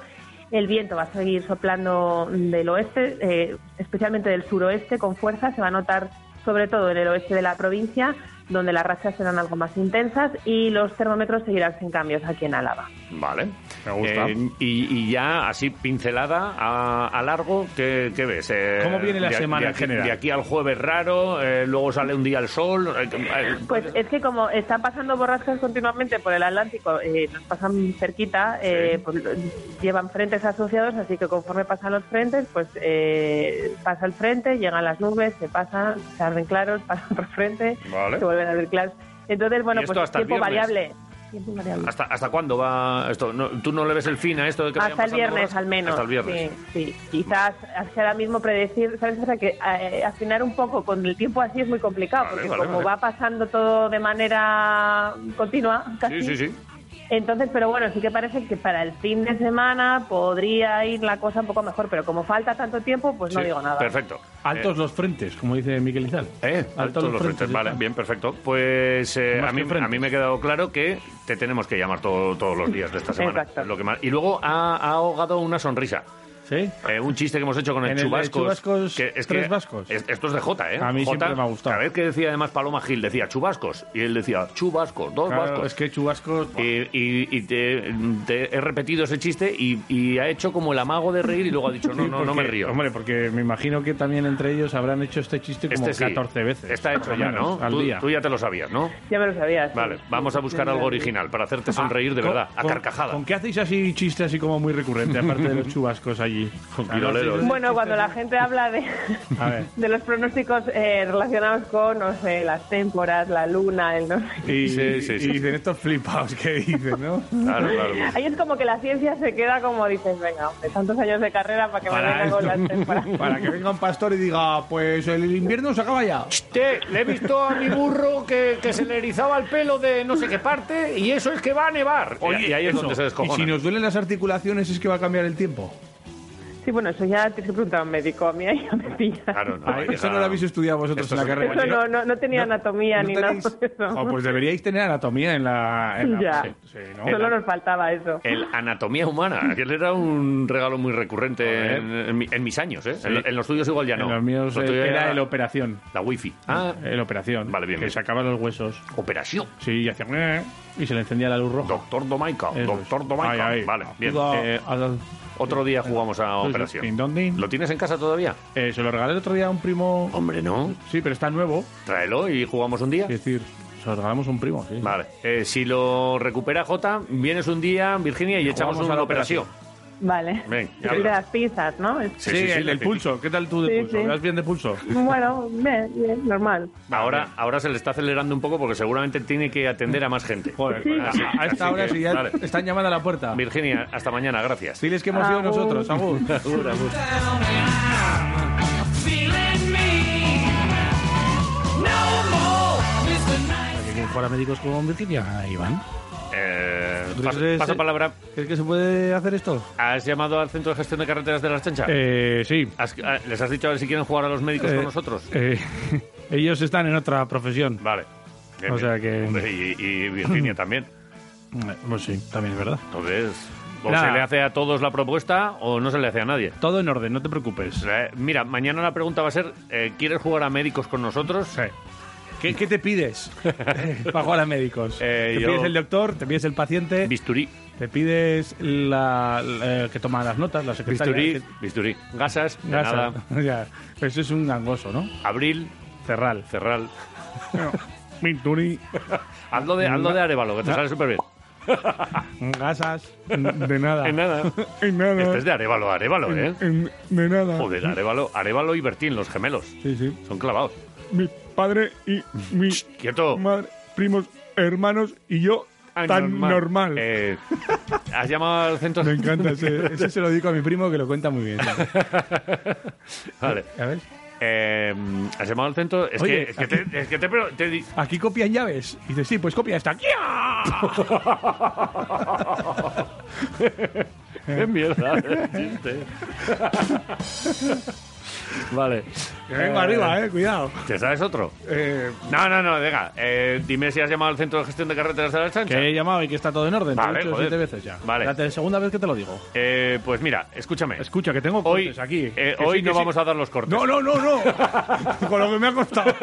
Speaker 5: El viento va a seguir soplando del oeste, eh, especialmente del suroeste con fuerza. Se va a notar sobre todo en el oeste de la provincia, donde las rachas serán algo más intensas y los termómetros seguirán sin cambios aquí en Álava.
Speaker 2: Vale.
Speaker 3: Me gusta.
Speaker 2: Eh, y, y ya así pincelada a, a largo, ¿qué, qué ves? Eh,
Speaker 3: ¿Cómo viene la
Speaker 2: de a-
Speaker 3: semana
Speaker 2: de
Speaker 3: en
Speaker 2: aquí-
Speaker 3: general?
Speaker 2: De aquí al jueves raro, eh, luego sale un día el sol. eh, eh,
Speaker 5: Pues es que como están pasando borrascas continuamente por el Atlántico, eh, nos pasan cerquita, eh, pues, lo- llevan frentes asociados, así que conforme pasan los frentes, pues eh, pasa el frente, llegan las nubes, se pasan, se abren claros, (laughs) pasan por frente,
Speaker 2: Vale.
Speaker 5: se vuelven a abrir claros. Entonces, bueno,
Speaker 2: ¿Y esto
Speaker 5: pues
Speaker 2: hasta el
Speaker 5: tiempo
Speaker 2: viernes?
Speaker 5: variable. Tiempo variable.
Speaker 2: eh, ¿Hasta, ¿Hasta cuándo va esto? No, ¿Tú no le ves el fin a esto de que vayan
Speaker 5: Hasta el
Speaker 2: pasando
Speaker 5: viernes,
Speaker 2: borras?
Speaker 5: al menos.
Speaker 2: Hasta el viernes.
Speaker 5: Sí, sí. Quizás hacia ahora mismo predecir, ¿sabes? O sea, que eh, afinar un poco con el tiempo así es muy complicado,
Speaker 2: Vale,
Speaker 5: porque
Speaker 2: vale,
Speaker 5: como
Speaker 2: vale.
Speaker 5: va pasando todo de manera continua, casi.
Speaker 2: Sí, sí, sí.
Speaker 5: Entonces, pero bueno, sí que parece que para el fin de semana podría ir la cosa un poco mejor, pero como falta tanto tiempo, pues no
Speaker 2: Sí,
Speaker 5: digo nada.
Speaker 2: Perfecto.
Speaker 3: Altos los frentes, como dice Miquel Izal.
Speaker 2: Eh, altos los frentes. Vale,
Speaker 3: está.
Speaker 2: bien, perfecto. Pues eh,
Speaker 3: Más
Speaker 2: a, mí,
Speaker 3: que frentes.
Speaker 2: a mí me ha quedado claro que te tenemos que llamar todo- todos los días de esta semana.
Speaker 5: Exacto.
Speaker 2: Es Lo que más- Y luego ha, ha ahogado una sonrisa.
Speaker 3: ¿Sí?
Speaker 2: Eh, un chiste que hemos hecho con el,
Speaker 3: En el de
Speaker 2: chubascos.
Speaker 3: chubascos, tres vascos.
Speaker 2: es- esto es de Jota, ¿eh?
Speaker 3: A mí
Speaker 2: Jota,
Speaker 3: siempre me ha gustado.
Speaker 2: Cada vez que decía además Paloma Gil, decía chubascos. Y él decía chubascos, dos
Speaker 3: Claro,
Speaker 2: vascos.
Speaker 3: es que chubascos...
Speaker 2: Y, y- y te, te he repetido ese chiste y, y ha hecho como el amago de reír y luego ha dicho, no,
Speaker 3: Sí,
Speaker 2: no, no me
Speaker 3: porque-
Speaker 2: río.
Speaker 3: Hombre, porque me imagino que también entre ellos habrán hecho este chiste como
Speaker 2: Este sí.
Speaker 3: 14 veces.
Speaker 2: Está
Speaker 3: por
Speaker 2: hecho
Speaker 3: lo
Speaker 2: ya,
Speaker 3: menos,
Speaker 2: ¿no?
Speaker 3: Al
Speaker 2: Tú,
Speaker 3: día.
Speaker 2: tú ya te lo sabías, ¿no?
Speaker 5: Ya me lo sabía. sí.
Speaker 2: Vale, vamos a buscar algo original para
Speaker 3: Ah,
Speaker 2: hacerte sonreír de
Speaker 3: Con-
Speaker 2: verdad, a
Speaker 3: con-
Speaker 2: carcajada.
Speaker 3: ¿Con qué hacéis así chistes así como muy recurrente, aparte
Speaker 2: (laughs)
Speaker 3: de los chubascos allí?
Speaker 2: Con piroleros.
Speaker 5: Bueno, cuando la gente habla de, (laughs)
Speaker 3: A ver.
Speaker 5: de los pronósticos eh, relacionados con, no sé, las témporas, la luna, el no sé
Speaker 3: Y,
Speaker 2: Sí, sí, sí.
Speaker 3: y dicen estos flipados que dicen, ¿no?
Speaker 2: Claro, claro.
Speaker 5: Ahí es como que la ciencia se queda como dices, venga, hombre, tantos años de carrera para que me
Speaker 3: Para
Speaker 5: venga con las
Speaker 3: esto.
Speaker 5: temporadas.
Speaker 3: Para que venga un pastor y diga, pues el invierno se acaba ya.
Speaker 2: Te, le he visto a mi burro que, que se le erizaba el pelo de no sé qué parte y eso es que va a nevar.
Speaker 3: Oh.
Speaker 2: y, y ahí es
Speaker 3: eso.
Speaker 2: donde se descojona.
Speaker 3: Y si nos duelen las articulaciones es que va a cambiar el tiempo.
Speaker 5: Sí, bueno, eso ya tienes que preguntar a un médico, a mí ahí ya me pilla.
Speaker 2: Claro, no,
Speaker 3: Ah,
Speaker 2: ahí
Speaker 3: eso
Speaker 2: era-
Speaker 3: no lo habéis estudiado vosotros
Speaker 2: Esto
Speaker 3: en la
Speaker 2: es-
Speaker 3: carrera.
Speaker 5: Eso no, no, no tenía anatomía
Speaker 3: ¿No
Speaker 5: ni
Speaker 3: tenéis-
Speaker 5: nada de eso.
Speaker 3: Oh, pues deberíais tener anatomía en la... en la-
Speaker 5: Ya.
Speaker 3: sí, sí, ¿no? Eh,
Speaker 5: Solo nos faltaba eso.
Speaker 2: El Anatomía Humana, aquel era un regalo muy recurrente en, en mi- en mis años, ¿eh? En, en los tuyos igual ya no.
Speaker 3: En los míos
Speaker 2: Los tuyos
Speaker 3: eh, era el operación.
Speaker 2: la wifi. Ah,
Speaker 3: El operación.
Speaker 2: Vale, bien,
Speaker 3: Que
Speaker 2: bien.
Speaker 3: sacaba los huesos.
Speaker 2: operación.
Speaker 3: Sí, y hacía... "meh", ¿eh? Y se le encendía la luz roja.
Speaker 2: Doctor Domaica,
Speaker 3: Eso
Speaker 2: doctor
Speaker 3: es.
Speaker 2: Domaica.
Speaker 3: Ahí, ahí.
Speaker 2: Vale, bien.
Speaker 3: Ayuda
Speaker 2: Eh,
Speaker 3: a la-
Speaker 2: otro día jugamos a
Speaker 3: Entonces,
Speaker 2: Operación.
Speaker 3: ding, dong, ding.
Speaker 2: ¿Lo tienes en casa todavía?
Speaker 3: Eh, se lo regalé el otro día a un primo...
Speaker 2: Hombre, no.
Speaker 3: Sí, pero está nuevo.
Speaker 2: Tráelo y jugamos un día.
Speaker 3: Es decir, se lo regalamos a un primo, sí.
Speaker 2: Vale. Eh, si lo recupera Jota, vienes un día, Virginia, y echamos
Speaker 3: Jugamos
Speaker 2: una
Speaker 3: a la
Speaker 2: operación.
Speaker 5: Vale.
Speaker 2: Ven, ya
Speaker 5: El de
Speaker 2: hablas.
Speaker 5: (laughs) las pinzas, ¿no?
Speaker 2: Sí,
Speaker 3: Sí,
Speaker 2: sí, sí,
Speaker 3: el del
Speaker 2: sí.
Speaker 3: pulso. ¿Qué tal tú de
Speaker 5: Sí,
Speaker 3: pulso?
Speaker 5: sí.
Speaker 3: ¿Vas bien de pulso?
Speaker 5: Bueno, bien, bien, normal.
Speaker 2: Ahora, ahora se le está acelerando un poco porque seguramente tiene que atender a más gente.
Speaker 3: Joder,
Speaker 5: Sí.
Speaker 3: a- a, esta
Speaker 2: Así
Speaker 3: hora
Speaker 2: que,
Speaker 3: si ya
Speaker 2: vale.
Speaker 3: están llamando a la puerta.
Speaker 2: Virginia, hasta mañana, gracias.
Speaker 3: Diles que hemos ido
Speaker 5: Agur.
Speaker 2: (laughs)
Speaker 3: nosotros, Agur. ¿Quieren jugar a médicos con Virginia, Ah, Iván?
Speaker 2: Eh,
Speaker 3: ¿Tú
Speaker 2: paso,
Speaker 3: crees-
Speaker 2: paso palabra.
Speaker 3: ¿Crees que se
Speaker 5: Eh,
Speaker 3: puede hacer esto?
Speaker 2: ¿Has llamado al Centro de Gestión de Carreteras de la Chancha?
Speaker 3: Eh, sí.
Speaker 2: ¿Les has dicho a ver si quieren jugar a los médicos
Speaker 3: Eh,
Speaker 2: con nosotros?
Speaker 3: eh, (laughs) ellos están en otra profesión.
Speaker 2: Vale. Bien,
Speaker 3: o
Speaker 2: bien.
Speaker 3: sea que-
Speaker 2: Hombre, Y, y Virginia también.
Speaker 3: Eh, Pues sí, también es verdad.
Speaker 2: Entonces, o
Speaker 3: Nada.
Speaker 2: se le hace a todos la propuesta o no se le hace a nadie.
Speaker 3: Todo en orden, no te preocupes.
Speaker 2: Eh, Mira, mañana la pregunta va a ser, eh, ¿quieres jugar a médicos con nosotros?
Speaker 3: Sí. ¿Qué, qué
Speaker 2: (laughs)
Speaker 3: te pides para jugar a médicos?
Speaker 2: Eh,
Speaker 3: ¿Te
Speaker 2: yo-
Speaker 3: pides el doctor? ¿Te pides el paciente?
Speaker 2: Bisturí,
Speaker 3: ¿Te pides la, la- eh, que toma las notas, la secretaria?
Speaker 2: bisturí,
Speaker 3: que-
Speaker 2: bisturí. Gasas, de
Speaker 3: Gasa. (laughs)
Speaker 2: nada.
Speaker 3: Ya. Pero eso es un gangoso, ¿no?
Speaker 2: Abril,
Speaker 3: Cerral.
Speaker 2: Cerral.
Speaker 3: Minturi.
Speaker 2: Hazlo de, hazlo de Arevalo, que te sale súper bien.
Speaker 3: Gasas. De nada.
Speaker 2: (laughs) En nada.
Speaker 3: En nada.
Speaker 2: Este es de Arevalo, Arevalo, ¿eh?
Speaker 3: En- de nada.
Speaker 2: Joder, Arevalo, Arevalo y Bertín, los gemelos.
Speaker 3: Sí, sí.
Speaker 2: Son clavados.
Speaker 3: Mi padre y mi
Speaker 2: Quieto.
Speaker 3: madre, primos, hermanos y yo tan normal.
Speaker 2: Ah, Eh, ¿Has llamado al centro?
Speaker 3: (laughs) Me encanta ese, ese se lo digo a mi primo que lo cuenta muy bien.
Speaker 2: (laughs) Vale.
Speaker 3: A ver.
Speaker 2: Eh, ¿Has llamado al centro? Es
Speaker 3: Oye,
Speaker 2: que, es que, te, es que te, pero te di-
Speaker 3: Aquí copian llaves. Y dice, sí, pues copia esta. ¡Ya!
Speaker 2: ¡Qué mierda! de ¿eh? chiste. Vale.
Speaker 5: Que vengo arriba, eh, cuidado.
Speaker 2: ¿Te sabes otro?
Speaker 5: Eh,
Speaker 2: No, no, no, venga. Eh, dime si has llamado al centro de gestión de carreteras de la Chancha.
Speaker 3: Que he llamado y que está todo en orden.
Speaker 2: Vale,
Speaker 3: te lo he dicho
Speaker 2: joder.
Speaker 3: siete veces ya.
Speaker 2: Vale.
Speaker 3: La te- segunda vez que te lo digo.
Speaker 2: Eh, pues mira, escúchame.
Speaker 3: Escucha, que tengo
Speaker 2: hoy
Speaker 3: cortes aquí.
Speaker 2: eh,
Speaker 3: Que
Speaker 2: hoy
Speaker 3: sí, que
Speaker 2: no
Speaker 3: sí.
Speaker 2: vamos a dar los cortes.
Speaker 5: no,
Speaker 3: (laughs)
Speaker 5: no, no, no. Con lo que me ha costado.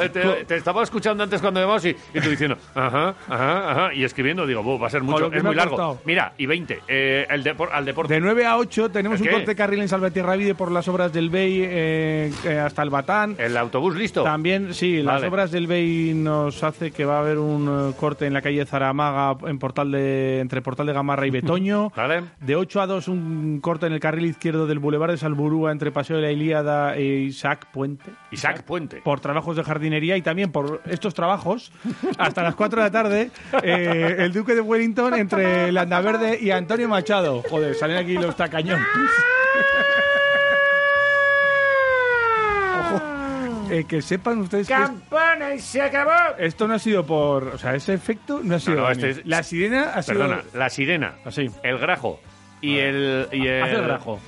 Speaker 2: Eh, te, te estaba escuchando antes cuando llamabas y, y tú diciendo, ajá, ajá, ajá, y escribiendo, digo, "Buh, va a ser
Speaker 5: Con
Speaker 2: mucho,
Speaker 5: lo que
Speaker 2: es
Speaker 5: me
Speaker 2: muy
Speaker 5: ha
Speaker 2: largo.
Speaker 5: costado.
Speaker 2: Mira, y 20, eh, el depor- al deporte.
Speaker 5: De 9 a 8 tenemos un
Speaker 2: ¿Qué?
Speaker 5: corte de carril en Salvatierravide por las obras del BEI eh, eh, hasta el Batán.
Speaker 2: El autobús listo.
Speaker 5: También, sí,
Speaker 2: Vale.
Speaker 5: las obras del BEI nos hace que va a haber un eh, corte en la calle Zaramaga en portal de, entre Portal
Speaker 2: (laughs)
Speaker 5: de Gamarra y Betoño.
Speaker 2: Vale.
Speaker 5: De 8 a 2 un corte en el carril izquierdo del Boulevard de Salburúa entre Paseo de la Ilíada e Isaac Puente.
Speaker 2: Isaac Puente.
Speaker 5: Por trabajos de jardinería y también por
Speaker 2: (laughs)
Speaker 5: estos trabajos, hasta las 4 de la tarde, eh, el Duque de Wellington entre Landaverde y Antonio Machado. Joder, salen aquí los tacañones. Ojo. Eh, que sepan ustedes que es-
Speaker 2: ¡Campana y se acabó!
Speaker 5: esto no ha sido por. O sea, ese efecto no ha sido.
Speaker 2: no,
Speaker 5: daño.
Speaker 2: este es-
Speaker 5: La sirena ha sido.
Speaker 2: Perdona, la sirena,
Speaker 3: Así.
Speaker 2: el grajo y el, y el,
Speaker 3: Haz el grajo.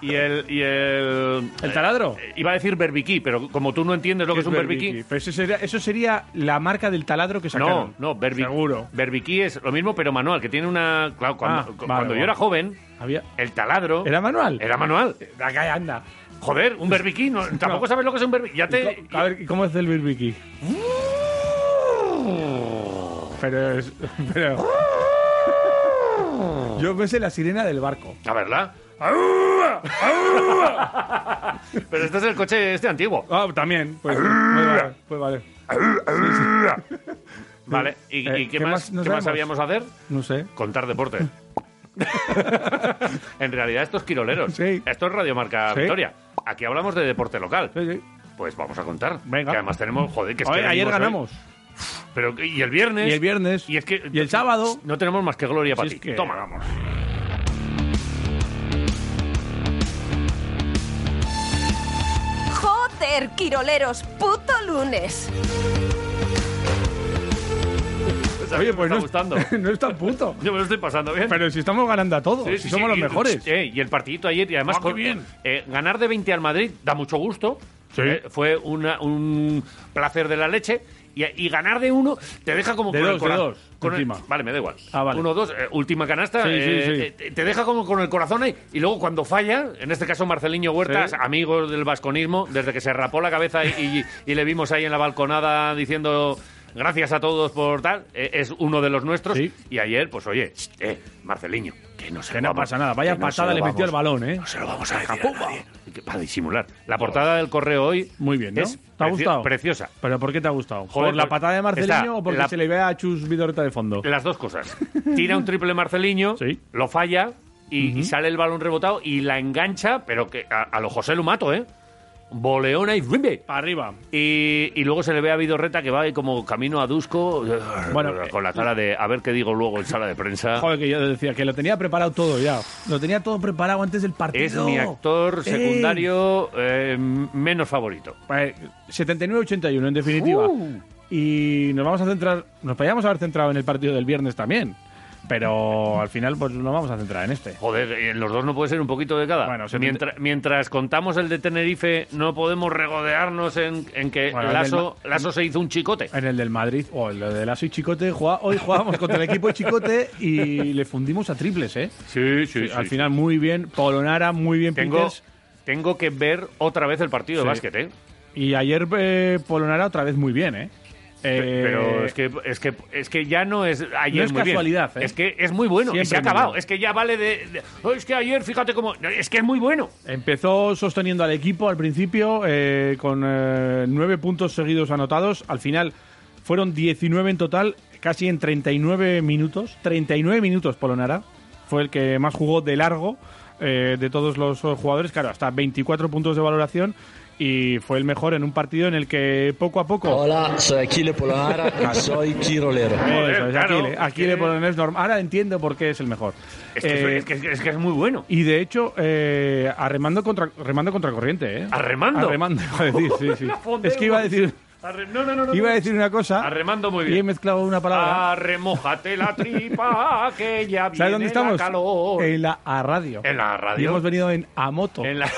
Speaker 2: Y el, y el...
Speaker 3: ¿El taladro?
Speaker 2: eh, Iba a decir berbiquí, pero como tú no entiendes lo que es un berbiquí...
Speaker 5: Pero eso sería, eso sería la marca del taladro que sacaron.
Speaker 2: No, no, berbiquí.
Speaker 5: Seguro.
Speaker 2: Berbiquí es lo mismo, pero manual, que tiene una... Claro, cuando,
Speaker 5: Ah,
Speaker 2: cu-
Speaker 5: vale,
Speaker 2: cuando
Speaker 5: vale.
Speaker 2: yo era joven,
Speaker 5: Había-
Speaker 2: el taladro...
Speaker 5: ¿Era manual?
Speaker 2: Era manual.
Speaker 5: Acá anda.
Speaker 2: Joder, un berbiquí.
Speaker 5: (laughs)
Speaker 2: no- tampoco sabes lo que es un berbiquí. Ya te...
Speaker 5: A ver, ¿y ¿cómo es el birbiki?
Speaker 2: ¡Oh!
Speaker 5: Pero es. (laughs) Pero... Yo me sé la sirena del barco.
Speaker 2: ¡Oh! A verla. Pero este es el coche este antiguo. Ah.
Speaker 5: Ah, también. Pues, pues vale. Pues vale.
Speaker 2: Vale. ¿Y,
Speaker 5: Eh,
Speaker 2: y qué,
Speaker 5: ¿qué
Speaker 2: más,
Speaker 5: más nos
Speaker 2: qué más
Speaker 5: damos?
Speaker 2: sabíamos hacer?
Speaker 5: No sé.
Speaker 2: Contar deporte. en realidad esto es Quiroleros.
Speaker 5: Sí.
Speaker 2: Esto es Radio Marca
Speaker 5: Sí.
Speaker 2: Victoria. Aquí hablamos de deporte local.
Speaker 5: Sí, sí.
Speaker 2: Pues vamos a contar.
Speaker 5: Venga.
Speaker 2: Que además tenemos, joder, que es
Speaker 5: Oye,
Speaker 2: que
Speaker 5: ayer
Speaker 2: venimos
Speaker 5: ganamos.
Speaker 2: hoy. Pero, y el viernes.
Speaker 5: Y el viernes.
Speaker 2: Y, es que,
Speaker 5: Y el sábado.
Speaker 2: No tenemos más que gloria para
Speaker 5: Si
Speaker 2: ti.
Speaker 5: es que-
Speaker 2: Toma, vamos.
Speaker 6: Joder, Quiroleros, puto lunes.
Speaker 5: Oye, pues
Speaker 2: me está
Speaker 5: no,
Speaker 2: gustando.
Speaker 5: (laughs) no es tan puto.
Speaker 2: Yo me lo estoy pasando bien.
Speaker 5: Pero si estamos ganando a todos,
Speaker 2: Sí,
Speaker 5: si
Speaker 2: sí,
Speaker 5: somos
Speaker 2: sí,
Speaker 5: los
Speaker 2: y-
Speaker 5: mejores.
Speaker 2: eh, y el partidito ayer, y además,
Speaker 5: Ah, qué
Speaker 2: con-
Speaker 5: bien.
Speaker 2: eh, ganar de 20 al Madrid da mucho gusto. Eh, fue una- un placer de la leche. Y, y ganar de uno te deja como
Speaker 3: De
Speaker 2: con el
Speaker 3: dos, de
Speaker 2: corazón.
Speaker 3: dos, encima.
Speaker 2: vale, me da igual.
Speaker 3: Ah, vale.
Speaker 2: Uno, dos, eh, última canasta.
Speaker 3: Sí, sí,
Speaker 2: eh,
Speaker 3: sí.
Speaker 2: eh, te deja como con el corazón ahí. Y luego cuando falla, en este caso Marceliño Huertas,
Speaker 3: Sí.
Speaker 2: amigos del vasconismo, desde que se rapó la cabeza y, y- y le vimos ahí en la balconada diciendo. Gracias a todos por tal. eh, Es uno de los nuestros.
Speaker 3: Sí.
Speaker 2: Y ayer, pues oye, eh, Marceliño, que no se
Speaker 3: Que no
Speaker 2: Vamos,
Speaker 3: pasa nada. Vaya
Speaker 2: que no
Speaker 3: patada
Speaker 2: se lo
Speaker 3: le metió el
Speaker 2: vamos-
Speaker 3: balón, ¿eh?
Speaker 2: No se lo vamos a decir a nadie. Que- Para disimular. La portada del correo hoy
Speaker 3: Muy bien, ¿no?
Speaker 2: es
Speaker 3: ¿Te ha
Speaker 2: preci-
Speaker 3: gustado?
Speaker 2: preciosa.
Speaker 3: ¿Pero por qué te ha gustado?
Speaker 2: Joder,
Speaker 3: ¿Por la
Speaker 2: por-
Speaker 3: patada de
Speaker 2: está
Speaker 3: Marcelino o porque
Speaker 2: la-
Speaker 3: se le ve a Chus Vidoreta de fondo?
Speaker 2: Las dos cosas. Tira un triple Marceliño,
Speaker 3: Sí.
Speaker 2: lo falla y, y sale el balón rebotado y la engancha, pero que a, a lo José Lumato, ¿eh? Boleona y rimbe.
Speaker 3: Para arriba.
Speaker 2: Y, y luego se le ve a Vidorreta que va ahí como camino a Dusco
Speaker 3: Bueno,
Speaker 2: con la cara de a ver qué digo luego en sala de prensa.
Speaker 3: Joder, que yo decía que lo tenía preparado todo ya. Lo tenía todo preparado antes del partido.
Speaker 2: es mi actor secundario eh, menos favorito.
Speaker 3: Eh, 79-81, en definitiva.
Speaker 2: Uh.
Speaker 3: Y nos vamos a centrar. Nos podíamos haber centrado en el partido del viernes también. Pero al final, pues nos vamos a centrar en este.
Speaker 2: Joder, en los dos no puede ser un poquito de cada.
Speaker 3: Bueno, se-
Speaker 2: mientras, mientras contamos el de Tenerife, no podemos regodearnos en, en que
Speaker 3: Bueno, el
Speaker 2: Lasso, Lasso se hizo un chicote.
Speaker 3: En el del Madrid, o el del Aso y Chicote, juega- hoy jugábamos contra el equipo de Chicote y le fundimos a triples, ¿eh?
Speaker 2: Sí, sí,
Speaker 3: al final, muy bien. Polonara, muy bien
Speaker 2: Tengo,
Speaker 3: Peters.
Speaker 2: tengo que ver otra vez el partido
Speaker 3: Sí.
Speaker 2: de básquet, ¿eh?
Speaker 3: Y ayer eh, Polonara otra vez muy bien, ¿eh? Eh,
Speaker 2: Pe- Pero es que, es, que, es que ya no es ayer
Speaker 3: No es
Speaker 2: muy bien.
Speaker 3: casualidad, ¿eh?
Speaker 2: Es que es muy bueno y
Speaker 3: Siempre
Speaker 2: se ha
Speaker 3: muy
Speaker 2: acabado.
Speaker 3: bueno.
Speaker 2: Es que ya vale de, de- "Oh, Es que ayer, fíjate cómo... Es que es muy bueno.
Speaker 3: Empezó sosteniendo al equipo al principio eh, con eh, nueve puntos seguidos anotados. Al final fueron 19 en total, casi en 39 minutos. 39 minutos Polonara fue el que más jugó de largo eh, de todos los jugadores. Claro, hasta 24 puntos de valoración y fue el mejor en un partido en el que poco a poco...
Speaker 7: Hola, soy Aquile
Speaker 3: (laughs)
Speaker 7: Polonara y soy quirolero.
Speaker 3: Eso,
Speaker 2: Joder,
Speaker 3: es
Speaker 2: claro,
Speaker 3: Aquile.
Speaker 2: es
Speaker 3: Aquile
Speaker 2: que-
Speaker 3: Polonara es normal. Ahora entiendo por qué es el mejor.
Speaker 2: Es que,
Speaker 3: Eh,
Speaker 2: es, que, es que- es que es muy bueno.
Speaker 3: Y de hecho, eh, arremando contra remando contra corriente, ¿eh?
Speaker 2: ¿Arremando? (laughs)
Speaker 3: Arremando, iba a decir, sí, sí.
Speaker 2: Fondeo.
Speaker 3: es que iba a decir
Speaker 2: Arre- No, no, no, no.
Speaker 3: (laughs) Iba a decir una cosa
Speaker 2: Arremando muy
Speaker 3: y he
Speaker 2: bien.
Speaker 3: mezclado una palabra.
Speaker 2: Arremójate
Speaker 3: (laughs)
Speaker 2: la tripa, que ya viene
Speaker 3: ¿Sabes dónde
Speaker 2: la
Speaker 3: estamos?
Speaker 2: calor.
Speaker 3: En la A radio.
Speaker 2: En la
Speaker 3: Y
Speaker 2: radio.
Speaker 3: hemos venido en A moto.
Speaker 2: En la- (laughs)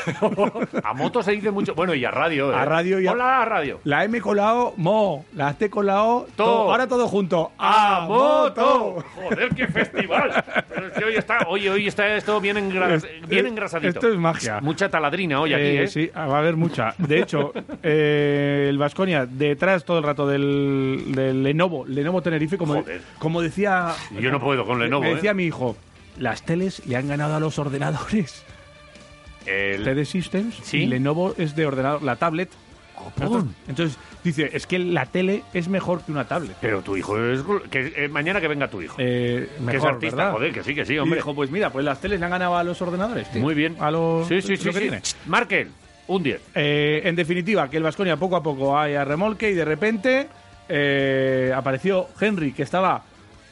Speaker 2: a moto se dice mucho. Bueno, y a radio. ¿eh?
Speaker 3: A radio y a-
Speaker 2: Hola, a radio.
Speaker 3: La M colado, mo. La T colado,
Speaker 2: To.
Speaker 3: to. Ahora todo junto.
Speaker 2: ¡A moto! ¡Joder, qué festival! Pero es que hoy está, hoy, hoy está esto bien, engra- bien engrasadito.
Speaker 3: eh, Esto es magia.
Speaker 2: Mucha taladrina hoy aquí,
Speaker 3: Eh,
Speaker 2: ¿eh?
Speaker 3: Sí, ah, va a haber mucha.
Speaker 2: (laughs)
Speaker 3: De hecho, eh, el Vasconia detrás todo el rato del, del Lenovo, Lenovo Tenerife, como,
Speaker 2: Joder.
Speaker 3: como decía.
Speaker 2: Yo no puedo con Lenovo,
Speaker 3: me
Speaker 2: ¿eh?
Speaker 3: decía mi hijo, las teles le han ganado a los ordenadores.
Speaker 2: El-
Speaker 3: TD Systems
Speaker 2: Sí.
Speaker 3: y Lenovo es de ordenador, la tablet. Entonces dice, es que la tele es mejor que una tablet.
Speaker 2: Pero tu hijo es... Que, eh, mañana que venga tu hijo.
Speaker 3: Eh,
Speaker 2: que es
Speaker 3: mejor,
Speaker 2: artista,
Speaker 3: ¿verdad?
Speaker 2: joder, que sí, que sí,
Speaker 3: Y
Speaker 2: hombre.
Speaker 3: dijo, pues mira, pues las teles le han ganado a los ordenadores. tío.
Speaker 2: Muy bien.
Speaker 3: Este, A los,
Speaker 2: sí, sí, sí.
Speaker 3: lo que
Speaker 2: sí.
Speaker 3: tiene.
Speaker 2: Markel, un 10.
Speaker 3: Eh, en definitiva, que el Vasconia poco a poco hay a remolque y de repente eh, apareció Henry, que estaba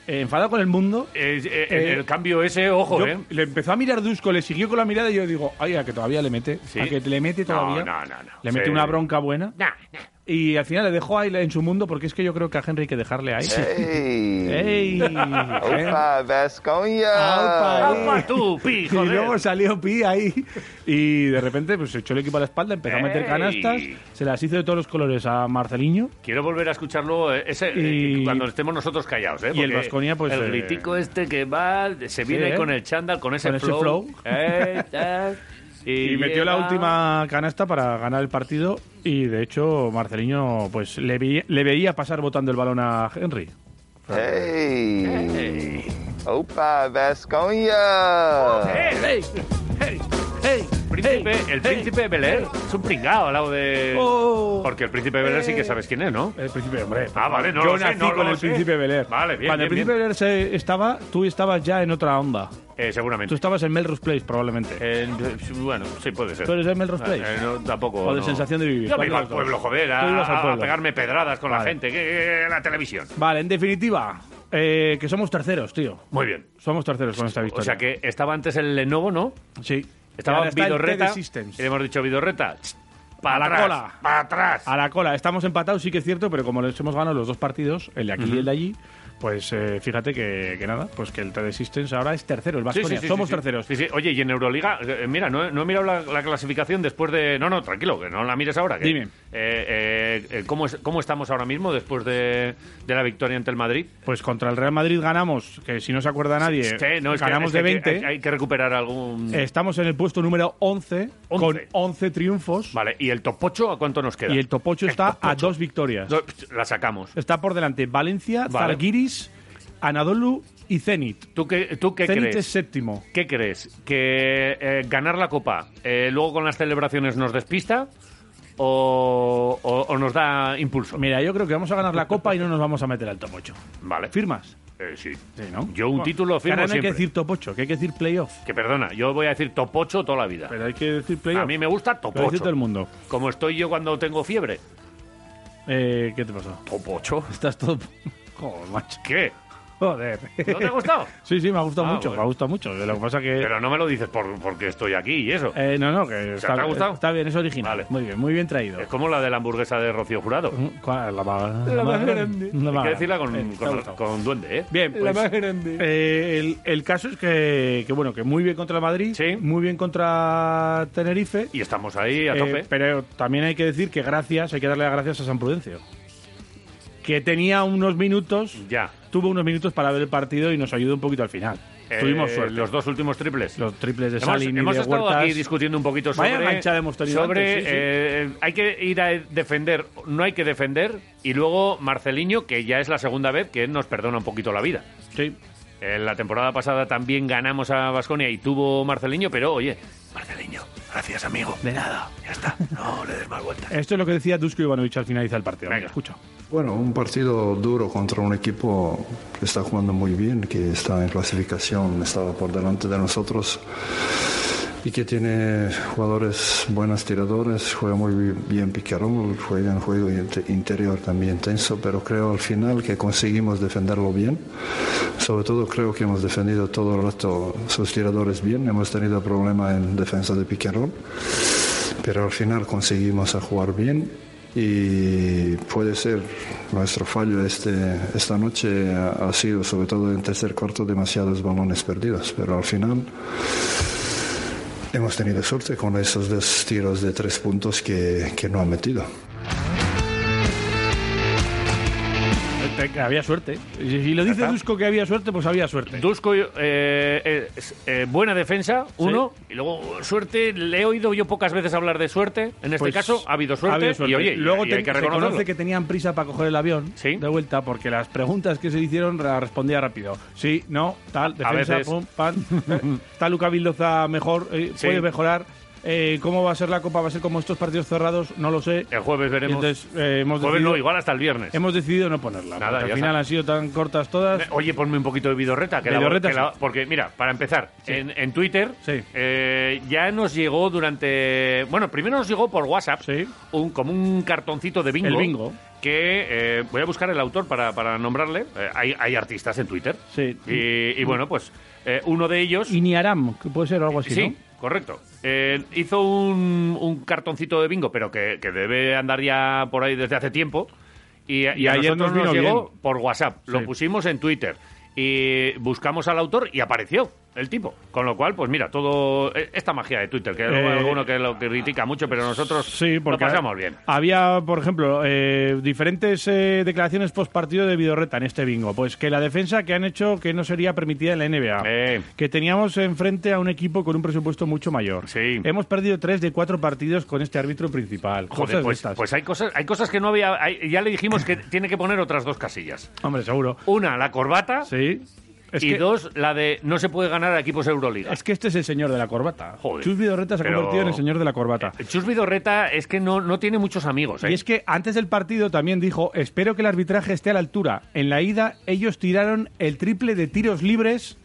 Speaker 3: eh, enfadado con el mundo.
Speaker 2: Eh, eh,
Speaker 3: Eh,
Speaker 2: el cambio ese, ojo,
Speaker 3: Yo-
Speaker 2: ¿eh?
Speaker 3: Le empezó a mirar Dusko, le siguió con la mirada y yo digo, ay, a que todavía le mete,
Speaker 2: Sí.
Speaker 3: a que le mete
Speaker 2: No,
Speaker 3: todavía.
Speaker 2: no, no, no.
Speaker 3: Le mete
Speaker 2: Sí.
Speaker 3: una bronca buena.
Speaker 2: Nah, nah.
Speaker 3: Y al final le dejó ahí en su mundo porque es que yo creo que a Henry hay que dejarle ahí. (laughs) ¡Ey!
Speaker 8: ¡Opa,
Speaker 3: Aupa,
Speaker 8: Vasconia!
Speaker 3: eh.
Speaker 2: ¡Opa
Speaker 3: (laughs)
Speaker 2: tú, pi,
Speaker 3: Y
Speaker 2: joder!
Speaker 3: luego salió Pi ahí y de repente pues se echó el equipo a la espalda, empezó a meter
Speaker 2: ¡Ey!
Speaker 3: canastas, se las hizo de todos los colores a Marceliño.
Speaker 2: Quiero volver a escucharlo eh, ese, eh,
Speaker 3: Y-
Speaker 2: cuando estemos nosotros callados, ¿eh?
Speaker 3: y el
Speaker 2: Porque
Speaker 3: Baskonia, pues,
Speaker 2: El
Speaker 3: eh,
Speaker 2: gritico este que va, se
Speaker 3: sí,
Speaker 2: viene ahí
Speaker 3: ¿eh?
Speaker 2: con el chándal, con ese
Speaker 3: Con ese
Speaker 2: flow.
Speaker 3: flow.
Speaker 2: (laughs) eh, tal,
Speaker 3: Y,
Speaker 2: lleva-
Speaker 3: metió la última canasta para ganar el partido y de hecho Marceliño pues le, vi- le veía pasar botando el balón a Henry.
Speaker 8: ¡Hey!
Speaker 2: ¡Ey!
Speaker 8: ¡Opa, Vasconia!
Speaker 2: ¡Ey! ¡Ey! ¡Ey! ¡Ey! Príncipe, el príncipe Bel Air es un pringado al lado de.
Speaker 3: Oh.
Speaker 2: Porque el príncipe Bel Air sí que sabes quién es, ¿no?
Speaker 3: El príncipe, hombre.
Speaker 2: Ah, vale, no
Speaker 3: Yo
Speaker 2: lo sé,
Speaker 3: nací
Speaker 2: no
Speaker 3: con
Speaker 2: lo
Speaker 3: el
Speaker 2: sé.
Speaker 3: príncipe Beler.
Speaker 2: Vale, bien,
Speaker 3: Cuando
Speaker 2: bien,
Speaker 3: el príncipe
Speaker 2: bien.
Speaker 3: Beler se estaba, tú estabas ya en otra onda.
Speaker 2: Eh, seguramente.
Speaker 3: Tú estabas en Melrose Place probablemente.
Speaker 2: Eh, bueno, sí puede ser.
Speaker 3: ¿Tú eres de Melrose Place?
Speaker 2: Eh, no, tampoco.
Speaker 3: O de
Speaker 2: no.
Speaker 3: Sensación de Vivir,
Speaker 2: Yo me
Speaker 3: ¿cuál
Speaker 2: iba
Speaker 3: de
Speaker 2: al
Speaker 3: los dos?
Speaker 2: pueblo, joder,
Speaker 3: Tú
Speaker 2: a,
Speaker 3: ibas al
Speaker 2: a- a
Speaker 3: pueblo.
Speaker 2: pegarme pedradas con la
Speaker 3: Vale.
Speaker 2: gente, que eh, la televisión.
Speaker 3: Vale, en definitiva, eh, que somos terceros, tío.
Speaker 2: Muy bien.
Speaker 3: Somos terceros con esta victoria.
Speaker 2: O sea que estaba antes el Lenovo, ¿no?
Speaker 3: Sí. Y
Speaker 2: Estaba
Speaker 3: ahora está el
Speaker 2: Vidorreta.
Speaker 3: TD Systems.
Speaker 2: Y le hemos dicho Vidorreta. Para
Speaker 3: A la
Speaker 2: atrás,
Speaker 3: cola.
Speaker 2: Para atrás.
Speaker 3: A la cola, estamos empatados, sí que es cierto, pero como les hemos ganado los dos partidos, el de aquí y el de allí, pues eh, fíjate que, que nada, pues que el TD Systems ahora es tercero, el
Speaker 2: Sí, sí,
Speaker 3: Vasconia.
Speaker 2: sí, sí,
Speaker 3: Somos
Speaker 2: sí.
Speaker 3: terceros.
Speaker 2: Sí, sí. Oye, y en Euroliga, eh, mira, no, he- no he mirado la, la clasificación después de. No, no, tranquilo, que no la mires ahora. que-
Speaker 3: Dime.
Speaker 2: Eh, eh, eh, ¿cómo, es- ¿Cómo estamos ahora mismo después de, de la victoria ante el Madrid?
Speaker 3: Pues contra el Real Madrid ganamos, que si no se acuerda nadie,
Speaker 2: Sí, no, es que-
Speaker 3: ganamos
Speaker 2: es que
Speaker 3: de 20.
Speaker 2: Hay, hay que recuperar algún.
Speaker 3: Estamos en el puesto número 11, con
Speaker 2: 11.
Speaker 3: 11 triunfos
Speaker 2: Vale, ¿y el top 8 a cuánto nos queda?
Speaker 3: y el Topocho está
Speaker 2: top
Speaker 3: a
Speaker 2: ocho.
Speaker 3: dos victorias.
Speaker 2: Do- pf, La sacamos.
Speaker 3: Está por delante Valencia,
Speaker 2: Vale.
Speaker 3: Zalgiris, Anadolu y Zenit.
Speaker 2: ¿Tú qué, tú qué
Speaker 3: Zenit es
Speaker 2: crees?
Speaker 3: séptimo.
Speaker 2: ¿Qué crees? ¿Que eh, ganar la copa eh, luego con las celebraciones nos despista o, o- o nos da impulso?
Speaker 3: Mira, yo creo que vamos a ganar la copa y no nos vamos a meter al top 8.
Speaker 2: Vale.
Speaker 3: ¿Firmas?
Speaker 2: (laughs) Eh, sí.
Speaker 3: Sí, ¿no?
Speaker 2: Yo un
Speaker 3: Bueno,
Speaker 2: título
Speaker 3: que ahora
Speaker 2: firmo
Speaker 3: no hay que
Speaker 2: siempre.
Speaker 3: decir top 8, que hay que decir playoff.
Speaker 2: Que perdona, yo voy a decir top 8 toda la vida.
Speaker 3: Pero hay que decir playoff.
Speaker 2: A mí me gusta top
Speaker 3: Lo dice todo el
Speaker 2: 8.
Speaker 3: mundo.
Speaker 2: Como estoy yo cuando tengo fiebre.
Speaker 3: Eh, ¿Qué te pasó?
Speaker 2: ¿Top 8?
Speaker 3: Estás todo...
Speaker 2: (laughs)
Speaker 3: Joder, macho.
Speaker 2: ¿Qué?
Speaker 3: Joder.
Speaker 2: ¿No te ha gustado?
Speaker 3: (laughs) sí, sí, me ha gustado
Speaker 2: Ah,
Speaker 3: mucho,
Speaker 2: bueno.
Speaker 3: me ha gustado mucho. Lo que pasa que...
Speaker 2: Pero no me lo dices por, porque estoy aquí y eso.
Speaker 3: Eh, no, no, que está,
Speaker 2: te ha gustado?
Speaker 3: está bien, es original.
Speaker 2: Vale.
Speaker 3: Muy bien, muy bien traído. Mm,
Speaker 2: Es como la de la hamburguesa de Rocío Jurado.
Speaker 3: ¿Cuál es la más,
Speaker 2: La más
Speaker 3: grande? La
Speaker 2: Hay
Speaker 3: más
Speaker 2: que decirla
Speaker 3: grande.
Speaker 2: con,
Speaker 3: Eh, te ha
Speaker 2: con,
Speaker 3: gustado.
Speaker 2: con duende, ¿eh?
Speaker 3: Bien, pues, eh, el, el caso es que, que, bueno, que muy bien contra Madrid,
Speaker 2: Sí.
Speaker 3: muy bien contra Tenerife,
Speaker 2: Y estamos ahí a
Speaker 3: eh,
Speaker 2: tope.
Speaker 3: pero también hay que decir que gracias, hay que darle las gracias a San Prudencio, que tenía unos minutos,
Speaker 2: ya.
Speaker 3: tuvo unos minutos para ver el partido y nos ayudó un poquito al final.
Speaker 2: Eh,
Speaker 3: Tuvimos suerte.
Speaker 2: Los dos últimos triples.
Speaker 3: Los triples de
Speaker 2: Hemos-
Speaker 3: Salin y
Speaker 2: hemos
Speaker 3: de
Speaker 2: estado
Speaker 3: Huertas.
Speaker 2: aquí discutiendo un poquito sobre.
Speaker 3: Vaya enganchada hemos tenido
Speaker 2: sobre,
Speaker 3: antes, sí, sí.
Speaker 2: eh, hay que ir a defender, no hay que defender. Y luego Marceliño, que ya es la segunda vez que nos perdona un poquito la vida.
Speaker 3: Sí.
Speaker 2: En la temporada pasada también ganamos a Vasconia y tuvo Marceliño, pero oye, Marceliño, gracias amigo. De nada. Ya está. No le des más vueltas.
Speaker 3: Esto es lo que decía Dusko Ivanovic al finalizar el partido.
Speaker 2: Venga.
Speaker 3: Escucha.
Speaker 9: Bueno, un partido duro contra un equipo que está jugando muy bien, que está en clasificación, estaba por delante de nosotros y que tiene jugadores buenos tiradores, juega muy bien picarón, juega un juego inte- interior también tenso, pero creo al final que conseguimos defenderlo bien. Sobre todo creo que hemos defendido todo el rato sus tiradores bien, hemos tenido problemas en defensa de picarón pero al final conseguimos a jugar bien y puede ser nuestro fallo este, esta noche ha ha sido sobre todo en tercer cuarto demasiados balones perdidos pero al final hemos tenido suerte con esos dos tiros de tres puntos que, que no han metido
Speaker 3: Eh, que Había suerte. Y si lo dice
Speaker 2: está.
Speaker 3: Dusko que había suerte, pues había suerte.
Speaker 2: Dusko, eh, eh, es- eh, buena defensa, uno. Y luego, suerte, le he oído yo pocas veces hablar de suerte. En este
Speaker 3: Pues,
Speaker 2: caso, ha habido suerte. Y oye, y-
Speaker 3: luego
Speaker 2: y
Speaker 3: te-
Speaker 2: hay que
Speaker 3: se
Speaker 2: reconocerlo.
Speaker 3: conoce que tenían prisa para coger el avión
Speaker 2: Sí.
Speaker 3: de vuelta porque las preguntas que se le hicieron las respondía rápido. Sí, no, tal, defensa,
Speaker 2: veces.
Speaker 3: pum, pan. (laughs) Está Luca Vildoza mejor, eh,
Speaker 2: Sí.
Speaker 3: puede mejorar. Eh, ¿Cómo va a ser la Copa? ¿Va a ser como estos partidos cerrados? No lo sé.
Speaker 2: El jueves
Speaker 3: Y
Speaker 2: veremos.
Speaker 3: Entonces, eh, hemos,
Speaker 2: jueves
Speaker 3: decidido,
Speaker 2: no, igual hasta el viernes.
Speaker 3: hemos decidido no ponerla.
Speaker 2: Nada,
Speaker 3: porque
Speaker 2: ya
Speaker 3: al final
Speaker 2: está.
Speaker 3: han sido tan cortas todas.
Speaker 2: Eh, Oye, ponme un poquito de vidorreta. Que la-
Speaker 3: Vidorreta,
Speaker 2: que la-
Speaker 3: sí.
Speaker 2: porque, mira, para empezar, en, en Twitter
Speaker 3: Sí.
Speaker 2: eh, ya nos llegó durante... Bueno, primero nos llegó por WhatsApp
Speaker 3: Sí.
Speaker 2: un, como un cartoncito de bingo.
Speaker 3: El bingo.
Speaker 2: Que eh, voy a buscar el autor para, para nombrarle. Eh, hay, hay artistas en Twitter.
Speaker 3: Sí.
Speaker 2: Y, y bueno, pues eh, uno de ellos...
Speaker 3: Iniaram, que puede ser algo así,
Speaker 2: Sí,
Speaker 3: ¿no?
Speaker 2: correcto. Eh, hizo un, un cartoncito de bingo, pero que, que debe andar ya por ahí desde hace tiempo. Y, y a
Speaker 3: ayer
Speaker 2: nosotros
Speaker 3: nos
Speaker 2: nos
Speaker 3: vino
Speaker 2: llegó
Speaker 3: bien.
Speaker 2: por WhatsApp. Lo
Speaker 3: Sí.
Speaker 2: pusimos en Twitter. Y buscamos al autor y apareció el tipo. Con lo cual, pues mira, todo eh, esta magia de Twitter, que hay
Speaker 3: Eh,
Speaker 2: alguno que lo critica mucho, pero nosotros
Speaker 3: Sí, porque
Speaker 2: lo pasamos bien.
Speaker 3: Había, por ejemplo, eh, diferentes eh, declaraciones post partido de Vidorreta en este bingo. Pues que la defensa que han hecho que no sería permitida en la NBA.
Speaker 2: Eh.
Speaker 3: Que teníamos enfrente a un equipo con un presupuesto mucho mayor.
Speaker 2: Sí.
Speaker 3: Hemos perdido tres de cuatro partidos con este árbitro principal.
Speaker 2: Joder,
Speaker 3: Cosas de
Speaker 2: pues,
Speaker 3: estas.
Speaker 2: pues hay cosas, hay cosas que no había. hay- ya le dijimos que tiene que poner otras dos casillas.
Speaker 3: Hombre, seguro.
Speaker 2: Una, la corbata.
Speaker 3: Sí. Es
Speaker 2: y
Speaker 3: que,
Speaker 2: dos, la de no se puede ganar a equipos Euroliga.
Speaker 3: es que este es el señor de la corbata.
Speaker 2: Joder.
Speaker 3: Chus Vidorreta se ha
Speaker 2: Pero- Eh,
Speaker 3: convertido en el señor de la corbata.
Speaker 2: Chus Vidorreta es que no, no tiene muchos amigos, ¿eh?
Speaker 3: Y es que antes del partido también dijo, espero que el arbitraje esté a la altura. En la ida ellos tiraron el triple de tiros libres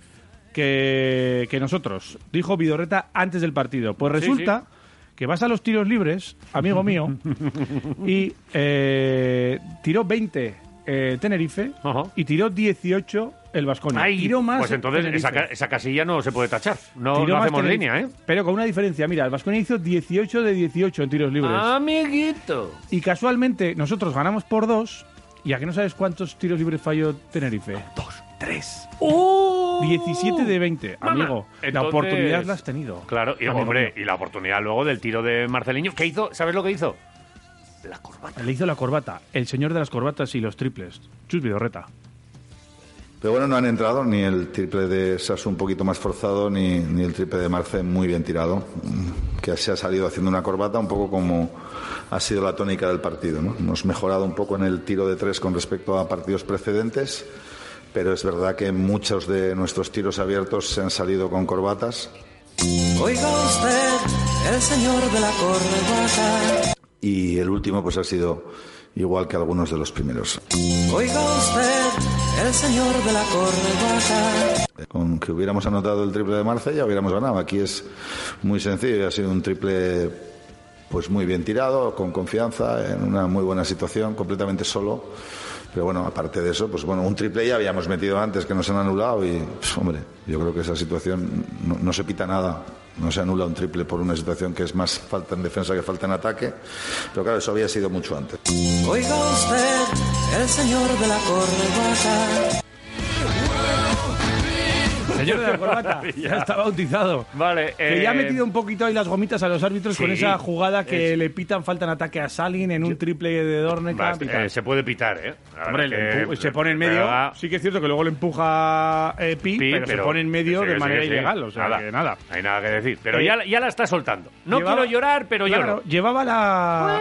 Speaker 3: que, que nosotros, dijo Vidorreta antes del partido. Pues
Speaker 2: Sí,
Speaker 3: resulta que vas a los tiros libres,
Speaker 2: (laughs)
Speaker 3: amigo mío, y eh, tiró 20 eh, Tenerife
Speaker 2: Ajá.
Speaker 3: y tiró 18 el Vasconia.
Speaker 2: Ay,
Speaker 3: Tiró más
Speaker 2: pues entonces
Speaker 3: Tenerife.
Speaker 2: esa, ca- esa casilla no se puede tachar. No,
Speaker 3: Tiró
Speaker 2: no
Speaker 3: más
Speaker 2: hacemos
Speaker 3: Tenerife.
Speaker 2: línea, ¿eh?
Speaker 3: Pero con una diferencia, mira, el Vasconia hizo 18 de 18 en tiros libres.
Speaker 2: Ah, Amiguito.
Speaker 3: Y casualmente nosotros ganamos por dos. ¿Y a que no sabes cuántos tiros libres falló Tenerife? Dos, tres. 17 de 20,
Speaker 2: Mamá.
Speaker 3: amigo. La
Speaker 2: Entonces-
Speaker 3: oportunidad la has tenido.
Speaker 2: Claro, y
Speaker 3: amigo
Speaker 2: hombre,
Speaker 3: mío.
Speaker 2: y la oportunidad luego del tiro de Marceliño. ¿Qué hizo? ¿Sabes lo que hizo? La corbata.
Speaker 3: Le hizo la corbata, el señor de las corbatas y los triples. Chus Vidorreta.
Speaker 10: Pero bueno, no han entrado ni el triple de Sasu un poquito más forzado, ni, ni el triple de Marce muy bien tirado, mm, que se ha salido haciendo una corbata un poco como ha sido la tónica del partido. ¿no? Hemos mejorado un poco en el tiro de tres con respecto a partidos precedentes, pero es verdad que muchos de nuestros tiros abiertos se han salido con corbatas. Y el último pues ha sido igual que algunos de los primeros. Con que hubiéramos anotado el triple de Marce ya hubiéramos ganado. Aquí es muy sencillo, ha sido un triple pues muy bien tirado, con confianza, en una muy buena situación, completamente solo. Pero bueno, aparte de eso, pues bueno, un triple ya habíamos metido antes que nos han anulado y, pues, hombre, yo creo que esa situación no, no se pita nada. No se anula un triple por una situación que es más falta en defensa que falta en ataque. Pero claro, eso había sido mucho antes.
Speaker 3: Señor de la
Speaker 2: (laughs)
Speaker 3: corbata, ya está bautizado.
Speaker 2: Vale,
Speaker 3: Que ya ha
Speaker 2: eh,
Speaker 3: metido un poquito ahí las gomitas a los árbitros con
Speaker 2: sí,
Speaker 3: esa jugada que
Speaker 2: es-
Speaker 3: le pitan falta en ataque a Salin en un triple de Dornekamp.
Speaker 2: Basta,
Speaker 3: y tal.
Speaker 2: eh, se puede pitar, ¿eh? La
Speaker 3: Hombre,
Speaker 2: verdad
Speaker 3: le
Speaker 2: que-
Speaker 3: empu- se pone en
Speaker 2: pero
Speaker 3: medio.
Speaker 2: va-
Speaker 3: Sí que es cierto que luego le empuja eh, Pi,
Speaker 2: Sí,
Speaker 3: pero, se pone en medio
Speaker 2: sí,
Speaker 3: de
Speaker 2: sí,
Speaker 3: manera
Speaker 2: sí, sí.
Speaker 3: ilegal. O sea, que nada.
Speaker 2: Hay nada que decir. Pero
Speaker 3: Eh,
Speaker 2: ya, ya la está soltando. No
Speaker 3: Llevaba-
Speaker 2: quiero llorar, pero
Speaker 3: Claro,
Speaker 2: lloro.
Speaker 3: Llevaba la.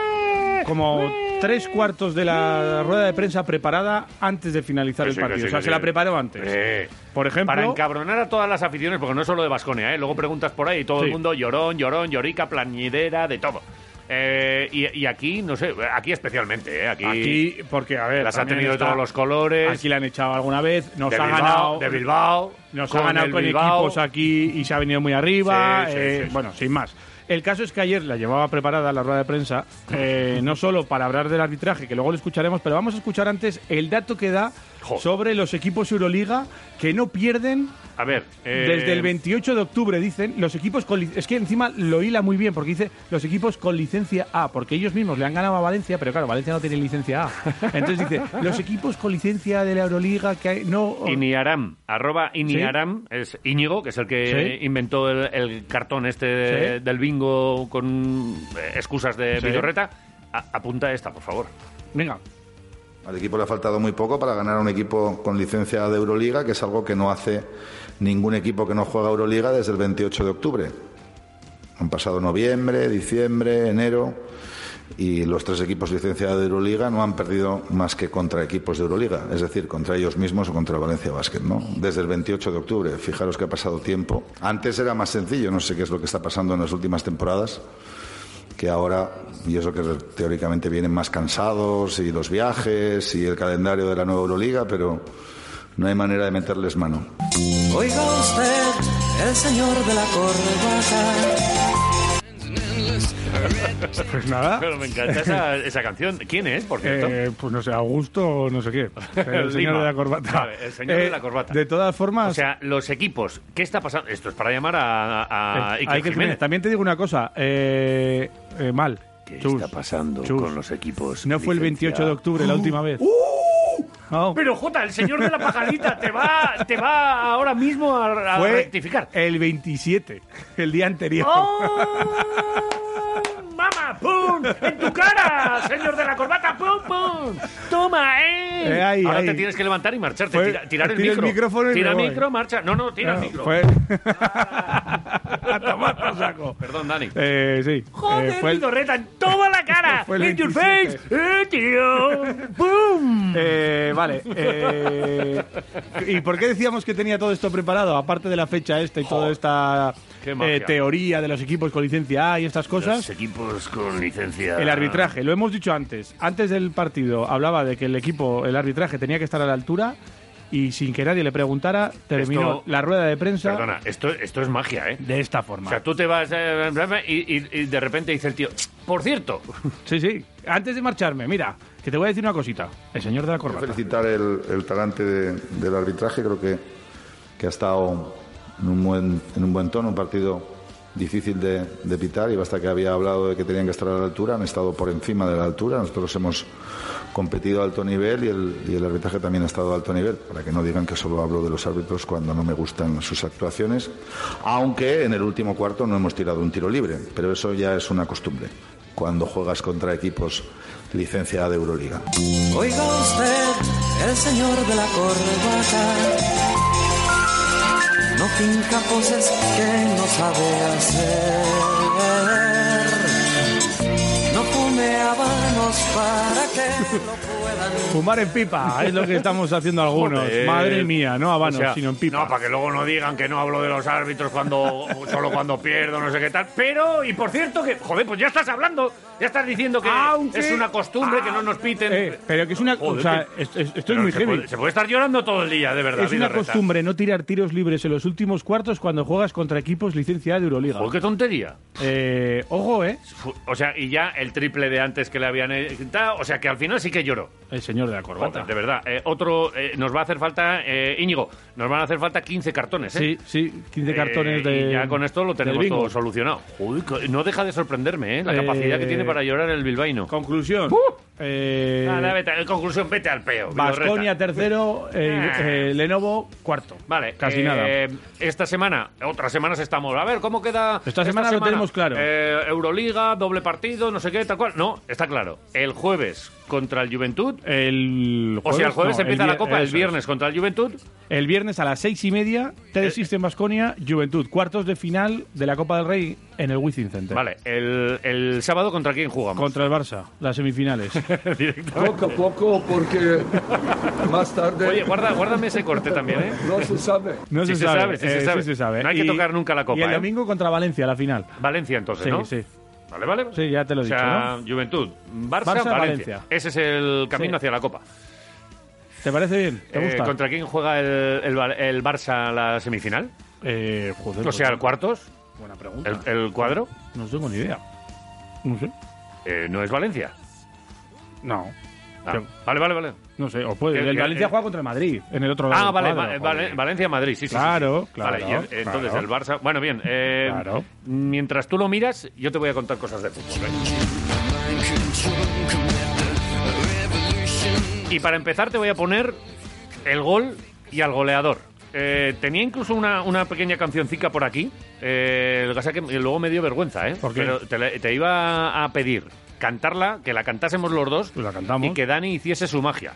Speaker 3: Como tres cuartos de la rueda de prensa preparada antes de finalizar
Speaker 2: Que
Speaker 3: el
Speaker 2: sí,
Speaker 3: partido.
Speaker 2: que sí,
Speaker 3: o sea,
Speaker 2: que sí.
Speaker 3: se la preparó antes.
Speaker 2: Eh.
Speaker 3: Por ejemplo.
Speaker 2: Para encabronar a todas las aficiones, porque no es solo de Vasconia, ¿eh? luego preguntas por ahí y todo el
Speaker 3: Sí.
Speaker 2: mundo llorón, llorón, llorica, plañidera, de todo. Eh, y, y aquí, no sé, aquí especialmente, ¿eh? aquí,
Speaker 3: Aquí, porque a ver.
Speaker 2: las ha
Speaker 3: también
Speaker 2: tenido de
Speaker 3: está-
Speaker 2: todos los colores.
Speaker 3: Aquí la han echado alguna vez. Nos
Speaker 2: de
Speaker 3: ha
Speaker 2: Bilbao,
Speaker 3: ganado.
Speaker 2: De Bilbao.
Speaker 3: Nos
Speaker 2: con
Speaker 3: ha ganado
Speaker 2: el
Speaker 3: con
Speaker 2: Bilbao.
Speaker 3: equipos aquí y se ha venido muy arriba.
Speaker 2: Sí, sí,
Speaker 3: eh,
Speaker 2: sí, sí.
Speaker 3: Bueno, sin más. El caso es que ayer la llevaba preparada la rueda de prensa,
Speaker 2: (laughs)
Speaker 3: eh, no solo para hablar del arbitraje, que luego lo escucharemos, pero vamos a escuchar antes el dato que da sobre los equipos Euroliga que no pierden
Speaker 2: A ver. eh,
Speaker 3: desde el 28 de octubre, dicen, los equipos con lic- Es que encima lo hila muy bien, porque dice los equipos con licencia A, porque ellos mismos le han ganado a Valencia, pero claro, Valencia no tiene
Speaker 2: (laughs)
Speaker 3: licencia A. Entonces dice, los equipos con licencia de la Euroliga que hay- no...
Speaker 2: Iniaram, arroba Iniaram, es Íñigo, que es el que
Speaker 3: Sí.
Speaker 2: inventó el, el cartón este de-
Speaker 3: Sí.
Speaker 2: del bingo con eh, excusas de
Speaker 3: Sí.
Speaker 2: Vidorreta. A- apunta esta, por favor.
Speaker 3: Venga. (laughs)
Speaker 10: Al equipo le ha faltado muy poco para ganar a un equipo con licencia de Euroliga, que es algo que no hace ningún equipo que no juega Euroliga desde el 28 de octubre. Han pasado noviembre, diciembre, enero y los tres equipos licenciados de Euroliga no han perdido más que contra equipos de Euroliga, es decir, contra ellos mismos o contra el Valencia Basket, ¿no? Desde el 28 de octubre, fijaros que ha pasado tiempo. Antes era más sencillo, no sé qué es lo que está pasando en las últimas temporadas, que ahora, y eso que teóricamente vienen más cansados, y los viajes, y el calendario de la nueva Euroliga, pero no hay manera de meterles mano.
Speaker 11: Oiga usted, el señor de la corbata.
Speaker 3: Pues
Speaker 2: (laughs)
Speaker 3: nada.
Speaker 2: Pero me encanta esa, esa canción. ¿Quién es, por cierto?
Speaker 3: Eh, pues no sé, Augusto o no
Speaker 2: (laughs)
Speaker 3: sé qué. El señor
Speaker 2: Lima.
Speaker 3: de la corbata.
Speaker 2: Vale, el señor de
Speaker 3: Eh,
Speaker 2: la corbata.
Speaker 3: De todas formas...
Speaker 2: O sea, los equipos. ¿Qué está pasando? Esto es para llamar a, a, a
Speaker 3: eh,
Speaker 2: Iker
Speaker 3: hay que-
Speaker 2: Ah, Jiménez.
Speaker 3: También te digo una cosa, eh, eh, mal. ¿Qué
Speaker 2: está pasando con los equipos? ¡Uh!
Speaker 3: No fue el 28 de octubre la última vez. No.
Speaker 2: Pero Jota, el señor de la pajarita te va, te va ahora mismo a, a
Speaker 3: Fue
Speaker 2: rectificar. Oh.
Speaker 3: El 27, el día anterior.
Speaker 2: ¡Mama! ¡Pum! ¡En tu cara, señor de la corbata! ¡Pum, pum! ¡Toma, eh!
Speaker 3: Eh, ahí,
Speaker 2: ahora
Speaker 3: ahí.
Speaker 2: te tienes que levantar y marcharte.
Speaker 3: Fue-
Speaker 2: tira- tirar el
Speaker 3: tira el
Speaker 2: micro.
Speaker 3: micrófono y
Speaker 2: tira
Speaker 3: me voy.
Speaker 2: micro,
Speaker 3: (laughs)
Speaker 2: marcha. No, no, tira
Speaker 3: Claro,
Speaker 2: el micro.
Speaker 3: (laughs) fue-
Speaker 2: A tomar por saco. Perdón, Dani.
Speaker 3: Eh, sí.
Speaker 2: ¡Joder,
Speaker 3: Eh, fue el-
Speaker 2: Vidorreta, en toda la cara!
Speaker 3: (laughs) Fue el
Speaker 2: ¡In your
Speaker 3: 27.
Speaker 2: face! ¡Eh,
Speaker 3: (laughs)
Speaker 2: tío! ¡Bum!
Speaker 3: Eh, vale. eh, ¿Y por qué decíamos que tenía todo esto preparado? Aparte de la fecha esta y toda esta
Speaker 2: Qué magia.
Speaker 3: eh, teoría de los equipos con licencia A y estas
Speaker 2: Los
Speaker 3: cosas.
Speaker 2: equipos con licencia.
Speaker 3: El arbitraje, lo hemos dicho antes. Antes del partido hablaba de que el equipo, el arbitraje tenía que estar a la altura y sin que nadie le preguntara, terminó
Speaker 2: Esto-
Speaker 3: la rueda de prensa
Speaker 2: Perdona, esto, esto es magia, ¿eh?
Speaker 3: de esta
Speaker 2: O
Speaker 3: forma.
Speaker 2: sea, tú te vas eh, y, y- y de repente dice el tío, "Ch, por cierto,
Speaker 3: sí, sí. Antes de marcharme, mira, que te voy a decir una cosita. El señor de la
Speaker 10: Quiero
Speaker 3: corbata.
Speaker 10: felicitar el, el talante de- del arbitraje, creo que, que ha estado en un, buen, en un buen tono, un partido difícil de, de pitar y basta que había hablado de que tenían que estar a la altura, han estado por encima de la altura, nosotros hemos competido a alto nivel y el, y el arbitraje también ha estado a alto nivel, para que no digan que solo hablo de los árbitros cuando no me gustan sus actuaciones, aunque en el último cuarto no hemos tirado un tiro libre, pero eso ya es una costumbre cuando juegas contra equipos licencia A de Euroliga.
Speaker 11: Oiga usted, el señor de la corbata. No finca poses que no sabe hacer. No fume habanos para que lo puedan
Speaker 3: Fumar en pipa es lo que estamos haciendo algunos.
Speaker 2: Joder.
Speaker 3: Madre mía, no habanos,
Speaker 2: O sea,
Speaker 3: sino en pipa.
Speaker 2: No, para que luego no digan que no hablo de los árbitros cuando (laughs) solo cuando pierdo, no sé qué tal. Pero, y por cierto, que, joder, pues ya estás hablando, ya estás diciendo que
Speaker 3: Aunque-
Speaker 2: es una costumbre que no nos piten.
Speaker 3: Eh, pero que es una.
Speaker 2: Joder,
Speaker 3: o sea,
Speaker 2: que-
Speaker 3: es- es- esto es
Speaker 2: Pero
Speaker 3: muy
Speaker 2: se
Speaker 3: heavy.
Speaker 2: Puede, se puede estar llorando todo el día, de verdad.
Speaker 3: Es una
Speaker 2: Vidorreta.
Speaker 3: costumbre no tirar tiros libres en los últimos cuartos cuando juegas contra equipos licencia A de Euroliga.
Speaker 2: Joder, qué tontería.
Speaker 3: Eh, ojo, ¿eh?
Speaker 2: Fu- O sea, y ya el triple de antes que le habían eh, quitado, O sea, que al final sí que lloró.
Speaker 3: El señor de la
Speaker 2: Joder,
Speaker 3: corbata.
Speaker 2: de verdad. Eh, otro, eh, nos va a hacer falta, eh, Íñigo, nos van a hacer falta 15 cartones, ¿eh?
Speaker 3: Sí, sí, 15 cartones
Speaker 2: Eh,
Speaker 3: de.
Speaker 2: y ya con esto lo
Speaker 3: del
Speaker 2: tenemos
Speaker 3: bingo.
Speaker 2: todo solucionado. Joder, co- no deja de sorprenderme, ¿eh? La
Speaker 3: Eh,
Speaker 2: capacidad que tiene para llorar el bilbaíno.
Speaker 3: Conclusión. Eh,
Speaker 2: Nada, vete, en conclusión, vete al peo.
Speaker 3: Baskonia
Speaker 2: Vidorreta.
Speaker 3: tercero, eh, eh, Lenovo cuarto.
Speaker 2: Vale,
Speaker 3: Casi
Speaker 2: eh,
Speaker 3: nada.
Speaker 2: Esta semana, otras semanas estamos. A ver, ¿cómo queda?
Speaker 3: Esta semana lo tenemos claro.
Speaker 2: Eh, Euroliga, doble partido, no sé qué, tal cual. No, está claro. El jueves contra el Juventud.
Speaker 3: El
Speaker 2: o sea, el jueves
Speaker 3: no,
Speaker 2: empieza la
Speaker 3: vier-
Speaker 2: Copa, el
Speaker 3: eso es.
Speaker 2: viernes contra el Juventud.
Speaker 3: El viernes a las seis y media, Tele
Speaker 2: Eh,
Speaker 3: System Basconia, Juventud, cuartos de final de la Copa del Rey en el Wizzing Center.
Speaker 2: Vale, el, el sábado contra quién jugamos.
Speaker 3: Contra el Barça, las semifinales.
Speaker 2: (laughs)
Speaker 3: (laughs)
Speaker 2: Directamente.
Speaker 12: Poco a poco,
Speaker 2: (laughs)
Speaker 12: porque más tarde
Speaker 2: Oye, guarda, guárdame ese corte también, ¿eh?
Speaker 12: no se sabe.
Speaker 3: No
Speaker 2: Sí
Speaker 3: se,
Speaker 2: se
Speaker 3: sabe,
Speaker 2: sabe, sí se
Speaker 3: eh,
Speaker 2: sabe.
Speaker 3: sí se sabe.
Speaker 2: No hay que
Speaker 3: Y-
Speaker 2: tocar nunca la copa,
Speaker 3: Y el
Speaker 2: ¿eh?
Speaker 3: domingo contra Valencia, la final.
Speaker 2: Valencia, entonces,
Speaker 3: Sí,
Speaker 2: ¿no?
Speaker 3: sí.
Speaker 2: Vale, vale.
Speaker 3: Sí, ya te lo he
Speaker 2: o
Speaker 3: dicho,
Speaker 2: sea, Juventud, Barça, Valencia.
Speaker 3: Barça, Valencia.
Speaker 2: Ese es el camino
Speaker 3: Sí.
Speaker 2: hacia la Copa.
Speaker 3: ¿Te parece bien? ¿Te
Speaker 2: Eh,
Speaker 3: gusta?
Speaker 2: ¿Contra quién juega el, el, Bar- el Barça la semifinal?
Speaker 3: joder,
Speaker 2: o sea,
Speaker 3: pues-
Speaker 2: el cuartos.
Speaker 3: Buena pregunta.
Speaker 2: ¿El, el cuadro?
Speaker 3: No tengo ni idea. No sé.
Speaker 2: Eh, ¿No es Valencia?
Speaker 3: No.
Speaker 2: Ah,
Speaker 3: Pero-
Speaker 2: Vale, vale, vale.
Speaker 3: No sé, o puede.
Speaker 2: Que-
Speaker 3: El
Speaker 2: que-
Speaker 3: Valencia
Speaker 2: eh,
Speaker 3: juega contra el Madrid, en el otro lado.
Speaker 2: Ah,
Speaker 3: del
Speaker 2: vale,
Speaker 3: cuadro,
Speaker 2: va-
Speaker 3: joder.
Speaker 2: vale, Valencia-Madrid, sí, sí, sí.
Speaker 3: Claro,
Speaker 2: sí.
Speaker 3: claro,
Speaker 2: Vale, y el- entonces
Speaker 3: claro.
Speaker 2: el Barça. Bueno, bien. eh,
Speaker 3: Claro.
Speaker 2: Mientras tú lo miras, yo te voy a contar cosas de fútbol. ¿eh? Y para empezar, te voy a poner el gol y al goleador. Eh, tenía incluso una, una pequeña cancioncica por aquí. eh, lo que pasa que luego me dio vergüenza, ¿eh?
Speaker 3: ¿Por qué?
Speaker 2: Pero te, la- te iba a pedir cantarla, que la cantásemos los dos
Speaker 3: Pues la cantamos.
Speaker 2: y que Dani hiciese su magia.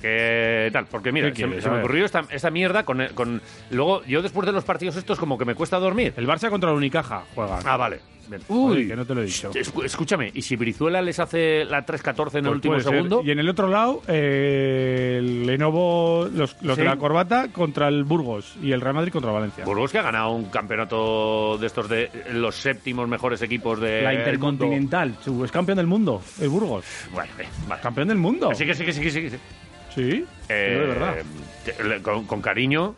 Speaker 2: Que tal, porque mira,
Speaker 3: ¿Qué
Speaker 2: se, me-
Speaker 3: quieres?
Speaker 2: se
Speaker 3: A
Speaker 2: me
Speaker 3: ver.
Speaker 2: ocurrió esta, esta mierda con, con- Luego, yo después de los partidos estos como que me cuesta dormir.
Speaker 3: El Barça contra el Unicaja juega.
Speaker 2: Ah, vale. Bien.
Speaker 3: Joder,
Speaker 2: Uy,
Speaker 3: que no te lo he dicho.
Speaker 2: escu- escúchame, ¿y si Brizuela les hace la 3-14 en el
Speaker 3: Pues
Speaker 2: último
Speaker 3: puede ser.
Speaker 2: segundo?
Speaker 3: Y en el otro lado, eh, el Lenovo, los, los
Speaker 2: Sí.
Speaker 3: de la corbata contra el Burgos y el Real Madrid contra Valencia.
Speaker 2: Burgos que ha ganado un campeonato de estos de los séptimos mejores equipos de...
Speaker 3: la Intercontinental, chu, es campeón del mundo, el Burgos.
Speaker 2: Bueno, eh, vale.
Speaker 3: Campeón del mundo.
Speaker 2: Sí, que sí, que sí, que sí. que sí.
Speaker 3: Sí,
Speaker 2: Eh,
Speaker 3: pero de verdad.
Speaker 2: te- le- con, con cariño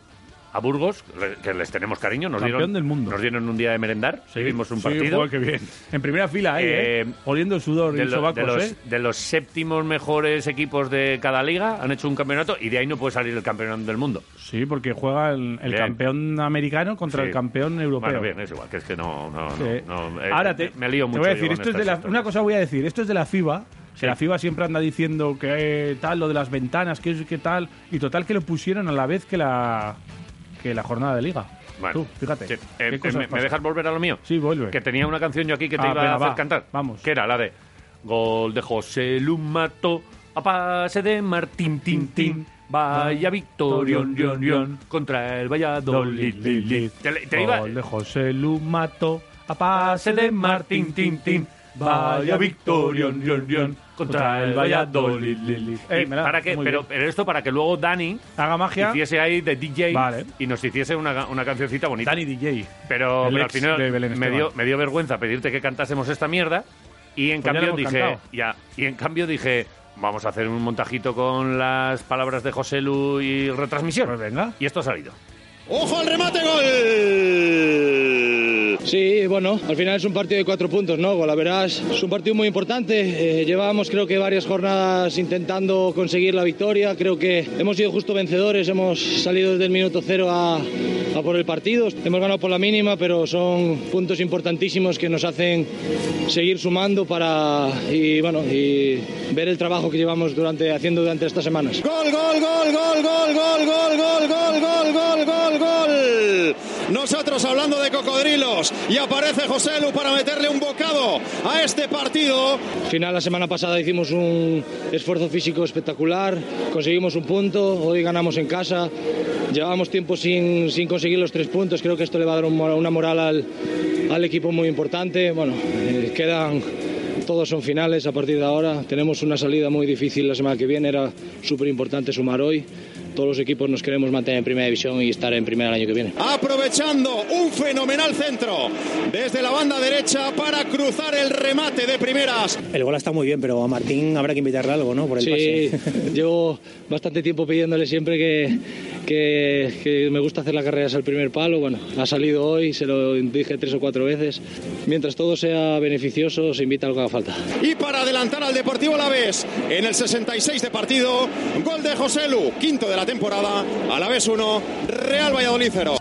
Speaker 2: a Burgos, le- que les tenemos cariño. Nos
Speaker 3: Campeón
Speaker 2: dieron,
Speaker 3: del mundo.
Speaker 2: Nos dieron un día de merendar, vimos un partido.
Speaker 3: joder, qué bien. En primera fila, ahí, eh,
Speaker 2: Eh,
Speaker 3: oliendo el sudor
Speaker 2: de,
Speaker 3: y
Speaker 2: lo-
Speaker 3: sobacos,
Speaker 2: de los,
Speaker 3: ¿eh?
Speaker 2: de los séptimos mejores equipos de cada liga han hecho un campeonato y de ahí no puede salir el campeón del mundo.
Speaker 3: Sí, porque juega el, el
Speaker 2: Bien.
Speaker 3: campeón americano contra
Speaker 2: Sí.
Speaker 3: el campeón europeo.
Speaker 2: Bueno, bien, es igual, que es que no. no, no,
Speaker 3: Sí.
Speaker 2: no, eh,
Speaker 3: Ahora te,
Speaker 2: me lío
Speaker 3: te
Speaker 2: mucho.
Speaker 3: voy a
Speaker 2: yo
Speaker 3: decir,
Speaker 2: con
Speaker 3: esto es
Speaker 2: estas
Speaker 3: de la,
Speaker 2: historias.
Speaker 3: una cosa voy a decir, esto es de la FIBA.
Speaker 2: Sí.
Speaker 3: Que la FIBA siempre anda diciendo que eh, tal, lo de las ventanas, que es que tal, y total que lo pusieron a la vez que la que la jornada de liga.
Speaker 2: Bueno,
Speaker 3: Tú, fíjate.
Speaker 2: sí. Eh,
Speaker 3: qué
Speaker 2: eh,
Speaker 3: cosas
Speaker 2: ¿me, me
Speaker 3: pasan.
Speaker 2: dejas volver a lo mío?
Speaker 3: Sí, vuelve.
Speaker 2: Que tenía una canción yo aquí que te
Speaker 3: Ah,
Speaker 2: iba
Speaker 3: venga,
Speaker 2: a hacer
Speaker 3: va.
Speaker 2: cantar.
Speaker 3: Vamos.
Speaker 2: Que era la de Gol de José Lumato a pase de Martín Tin Tin. Vaya victorión, rion, rion, contra el Valladolid. li, li. Te, le- te iba,
Speaker 3: Gol de José Lumato a pase de Martín Tintín. Vaya victorión, rion, rion, contra el Valladolid. li, li.
Speaker 2: Y
Speaker 3: Eh, me la-
Speaker 2: para que,
Speaker 3: muy
Speaker 2: pero,
Speaker 3: bien.
Speaker 2: pero esto para que luego Dani
Speaker 3: haga magia.
Speaker 2: hiciese ahí de DJ
Speaker 3: Vale.
Speaker 2: y nos hiciese una, una cancioncita bonita.
Speaker 3: Dani DJ.
Speaker 2: Pero,
Speaker 3: El
Speaker 2: pero al
Speaker 3: ex de
Speaker 2: final
Speaker 3: Belén
Speaker 2: me
Speaker 3: Esteban.
Speaker 2: dio, me dio vergüenza pedirte que cantásemos esta mierda y en
Speaker 3: Pues ya la
Speaker 2: cambio
Speaker 3: hemos
Speaker 2: dije
Speaker 3: cantado.
Speaker 2: ya y en cambio dije vamos a hacer un montajito con las palabras de José Lu y retransmisión.
Speaker 3: Pues venga.
Speaker 2: Y esto ha salido.
Speaker 13: ¡Ojo al remate, gol! Sí, bueno, al final es un partido de cuatro puntos, ¿no? Pues La verás, es un partido muy importante. Eh, llevábamos creo que varias jornadas intentando conseguir la victoria. Creo que hemos sido justo vencedores, hemos salido desde el minuto cero a, a por el partido. Hemos ganado por la mínima, pero son puntos importantísimos que nos hacen seguir sumando para y bueno y ver el trabajo que llevamos durante haciendo durante estas semanas.
Speaker 14: Gol, gol, gol, gol, gol, gol, gol, gol, gol, gol, gol, gol, gol. Nosotros hablando de cocodrilos y aparece José Lu para meterle un bocado a este partido.
Speaker 13: Al final, la semana pasada hicimos un esfuerzo físico espectacular, conseguimos un punto, hoy ganamos en casa, llevábamos tiempo sin, sin conseguir los tres puntos, creo que esto le va a dar un mora- una moral al, al equipo muy importante. Bueno, eh, quedan, todos son finales a partir de ahora, tenemos una salida muy difícil la semana que viene, era súper importante sumar hoy, todos los equipos nos queremos mantener en primera división y estar en primera el año que viene.
Speaker 14: Aprovechando un fenomenal centro desde la banda derecha para cruzar el remate de primeras.
Speaker 15: El gol está muy bien, pero a Martín habrá que invitarle algo, ¿no? Por el
Speaker 13: sí,
Speaker 15: pase.
Speaker 13: (laughs) llevo bastante tiempo pidiéndole siempre que, que- que me gusta hacer las carreras al primer palo. Bueno, ha salido hoy, se lo dije tres o cuatro veces. Mientras todo sea beneficioso, se invita a lo que haga falta.
Speaker 14: Y para adelantar al Deportivo Alavés en el 66 de partido, gol de José Lu, quinto de la temporada, Alavés 1, Real Valladolid 0.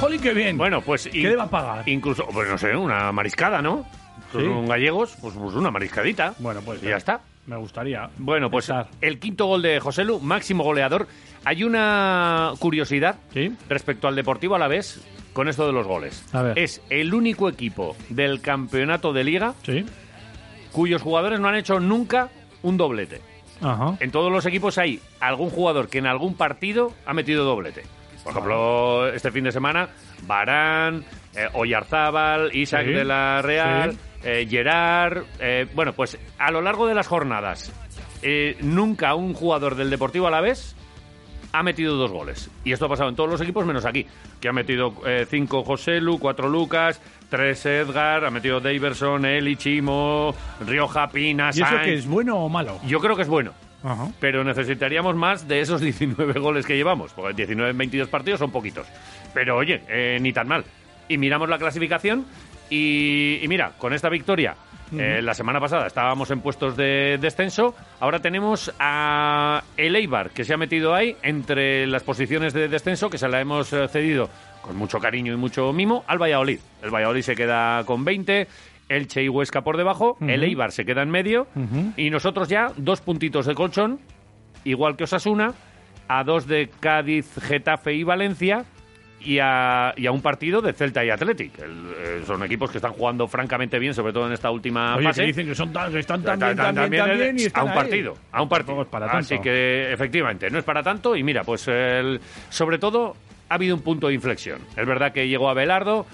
Speaker 3: Jolín, qué bien.
Speaker 2: Bueno, pues
Speaker 3: ¿Qué le va a pagar?
Speaker 2: incluso pues no sé, una mariscada, ¿no? Con
Speaker 3: Sí.
Speaker 2: un gallegos, pues, pues una mariscadita.
Speaker 3: Bueno, pues
Speaker 2: y ya está.
Speaker 3: Me gustaría.
Speaker 2: Bueno, pues
Speaker 3: Estar.
Speaker 2: el quinto gol de José Lu, máximo goleador. Hay una curiosidad respecto al Deportivo Alavés con esto de los goles.
Speaker 3: A ver.
Speaker 2: Es el único equipo del campeonato de liga cuyos jugadores no han hecho nunca un doblete.
Speaker 3: Ajá.
Speaker 2: En todos los equipos hay algún jugador que en algún partido ha metido doblete. Por ejemplo, este fin de semana, Barán, eh, Oyarzábal, Isaac
Speaker 3: Sí,
Speaker 2: de la Real,
Speaker 3: sí.
Speaker 2: eh, Gerard. eh, bueno, pues a lo largo de las jornadas, eh, nunca un jugador del Deportivo Alavés ha metido dos goles. Y esto ha pasado en todos los equipos, menos aquí, que ha metido eh, cinco José Lu, cuatro Lucas, tres Edgar, ha metido Daverson, Eli, Chimo, Rioja, Pina,
Speaker 3: ¿Y eso
Speaker 2: Sainz.
Speaker 3: que es bueno o malo?
Speaker 2: Yo creo que es bueno.
Speaker 3: Ajá.
Speaker 2: Pero necesitaríamos más de esos (laughs) 19 goles que llevamos, porque 19 en 22 partidos son poquitos. Pero oye, eh, ni tan mal. Y miramos la clasificación y, y mira, con esta victoria, eh,
Speaker 3: Ujú.
Speaker 2: la semana pasada estábamos en puestos de descenso, ahora tenemos a el Eibar, que se ha metido ahí entre las posiciones de descenso, que se la hemos eh, cedido con mucho cariño y mucho mimo, al Valladolid. El Valladolid se queda con 20, Elche y Huesca por debajo, el
Speaker 3: Ujú.
Speaker 2: Eibar se queda en medio,
Speaker 3: Ujú.
Speaker 2: y nosotros ya dos puntitos de colchón, igual que Osasuna, a dos de Cádiz, Getafe y Valencia. Y a, y a un partido de Celta y Athletic. El- eh, son equipos que están jugando francamente bien, sobre todo en esta última
Speaker 3: Oye,
Speaker 2: fase.
Speaker 3: que dicen que son tan, que están tan, bien,
Speaker 2: Ah, Tan-
Speaker 3: tan,
Speaker 2: tan-
Speaker 3: bien, tan
Speaker 2: también eh,
Speaker 3: bien y
Speaker 2: a
Speaker 3: están
Speaker 2: un
Speaker 3: ahí.
Speaker 2: partido, a un partido.
Speaker 3: para tanto.
Speaker 2: Así que efectivamente, no es para tanto y mira, pues el- sobre todo ha habido un punto de inflexión. Es verdad que llegó Abelardo,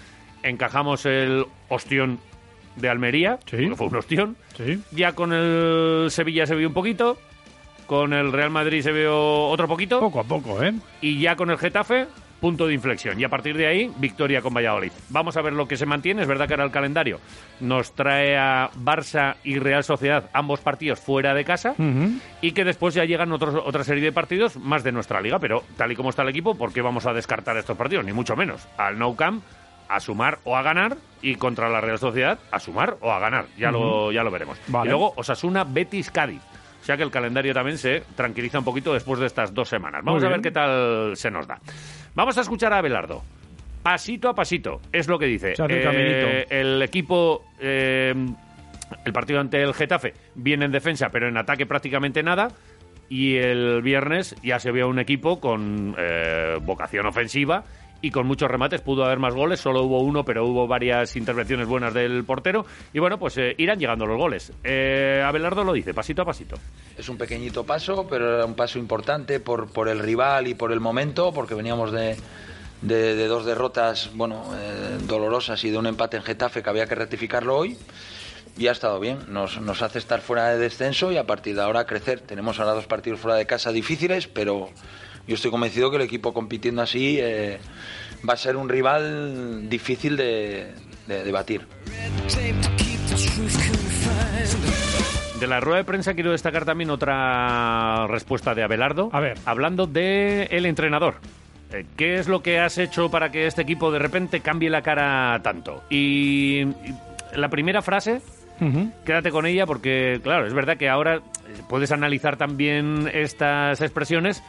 Speaker 2: encajamos el hostión de Almería, porque fue un hostión. Ya con el Sevilla se vio un poquito, con el Real Madrid se vio otro poquito. Poco
Speaker 3: a poco, ¿eh?
Speaker 2: Y ya con el Getafe, punto de inflexión. Y a partir de ahí, victoria con Valladolid. Vamos a ver lo que se mantiene. Es verdad que ahora el calendario nos trae a Barça y Real Sociedad, ambos partidos fuera de casa. Y que después ya llegan otros, otra serie de partidos más de nuestra liga. Pero tal y como está el equipo, ¿por qué vamos a descartar estos partidos? Ni mucho menos. Al No Camp a sumar o a ganar y contra la Real Sociedad a sumar o a ganar. Ya, lo,
Speaker 3: Ujú.
Speaker 2: ya lo veremos.
Speaker 3: Vale.
Speaker 2: Y luego Osasuna, Betis, Cádiz. O sea que el calendario también se tranquiliza un poquito después de estas dos semanas. Vamos
Speaker 3: Muy
Speaker 2: a ver
Speaker 3: bien.
Speaker 2: qué tal se nos da. Vamos a escuchar a Abelardo. Pasito a pasito, es lo que dice. eh,
Speaker 3: Se hace el caminito.
Speaker 2: el equipo eh, el partido ante el Getafe viene en defensa, pero en ataque prácticamente nada. Y el viernes ya se vio un equipo con eh, vocación ofensiva y con muchos remates. Pudo haber más goles, solo hubo uno, pero hubo varias intervenciones buenas del portero. Y bueno, pues eh, irán llegando los goles. Eh, Abelardo lo dice, pasito a pasito.
Speaker 16: Es un pequeñito paso, pero era un paso importante por, por el rival y por el momento, porque veníamos de, de- de dos derrotas bueno, eh, dolorosas y de un empate en Getafe que había que rectificarlo hoy. Y ha estado bien, nos, nos hace estar fuera de descenso y a partir de ahora crecer. Tenemos ahora dos partidos fuera de casa difíciles, pero yo estoy convencido que el equipo compitiendo así eh, va a ser un rival difícil de- de- de batir.
Speaker 2: De la rueda de prensa quiero destacar también otra respuesta de Abelardo. A ver. Hablando de el entrenador. Eh, ¿Qué es lo que has hecho para que este equipo de repente cambie la cara tanto? Y, y la primera frase, quédate con ella porque, claro, es verdad que ahora eh, puedes analizar también estas expresiones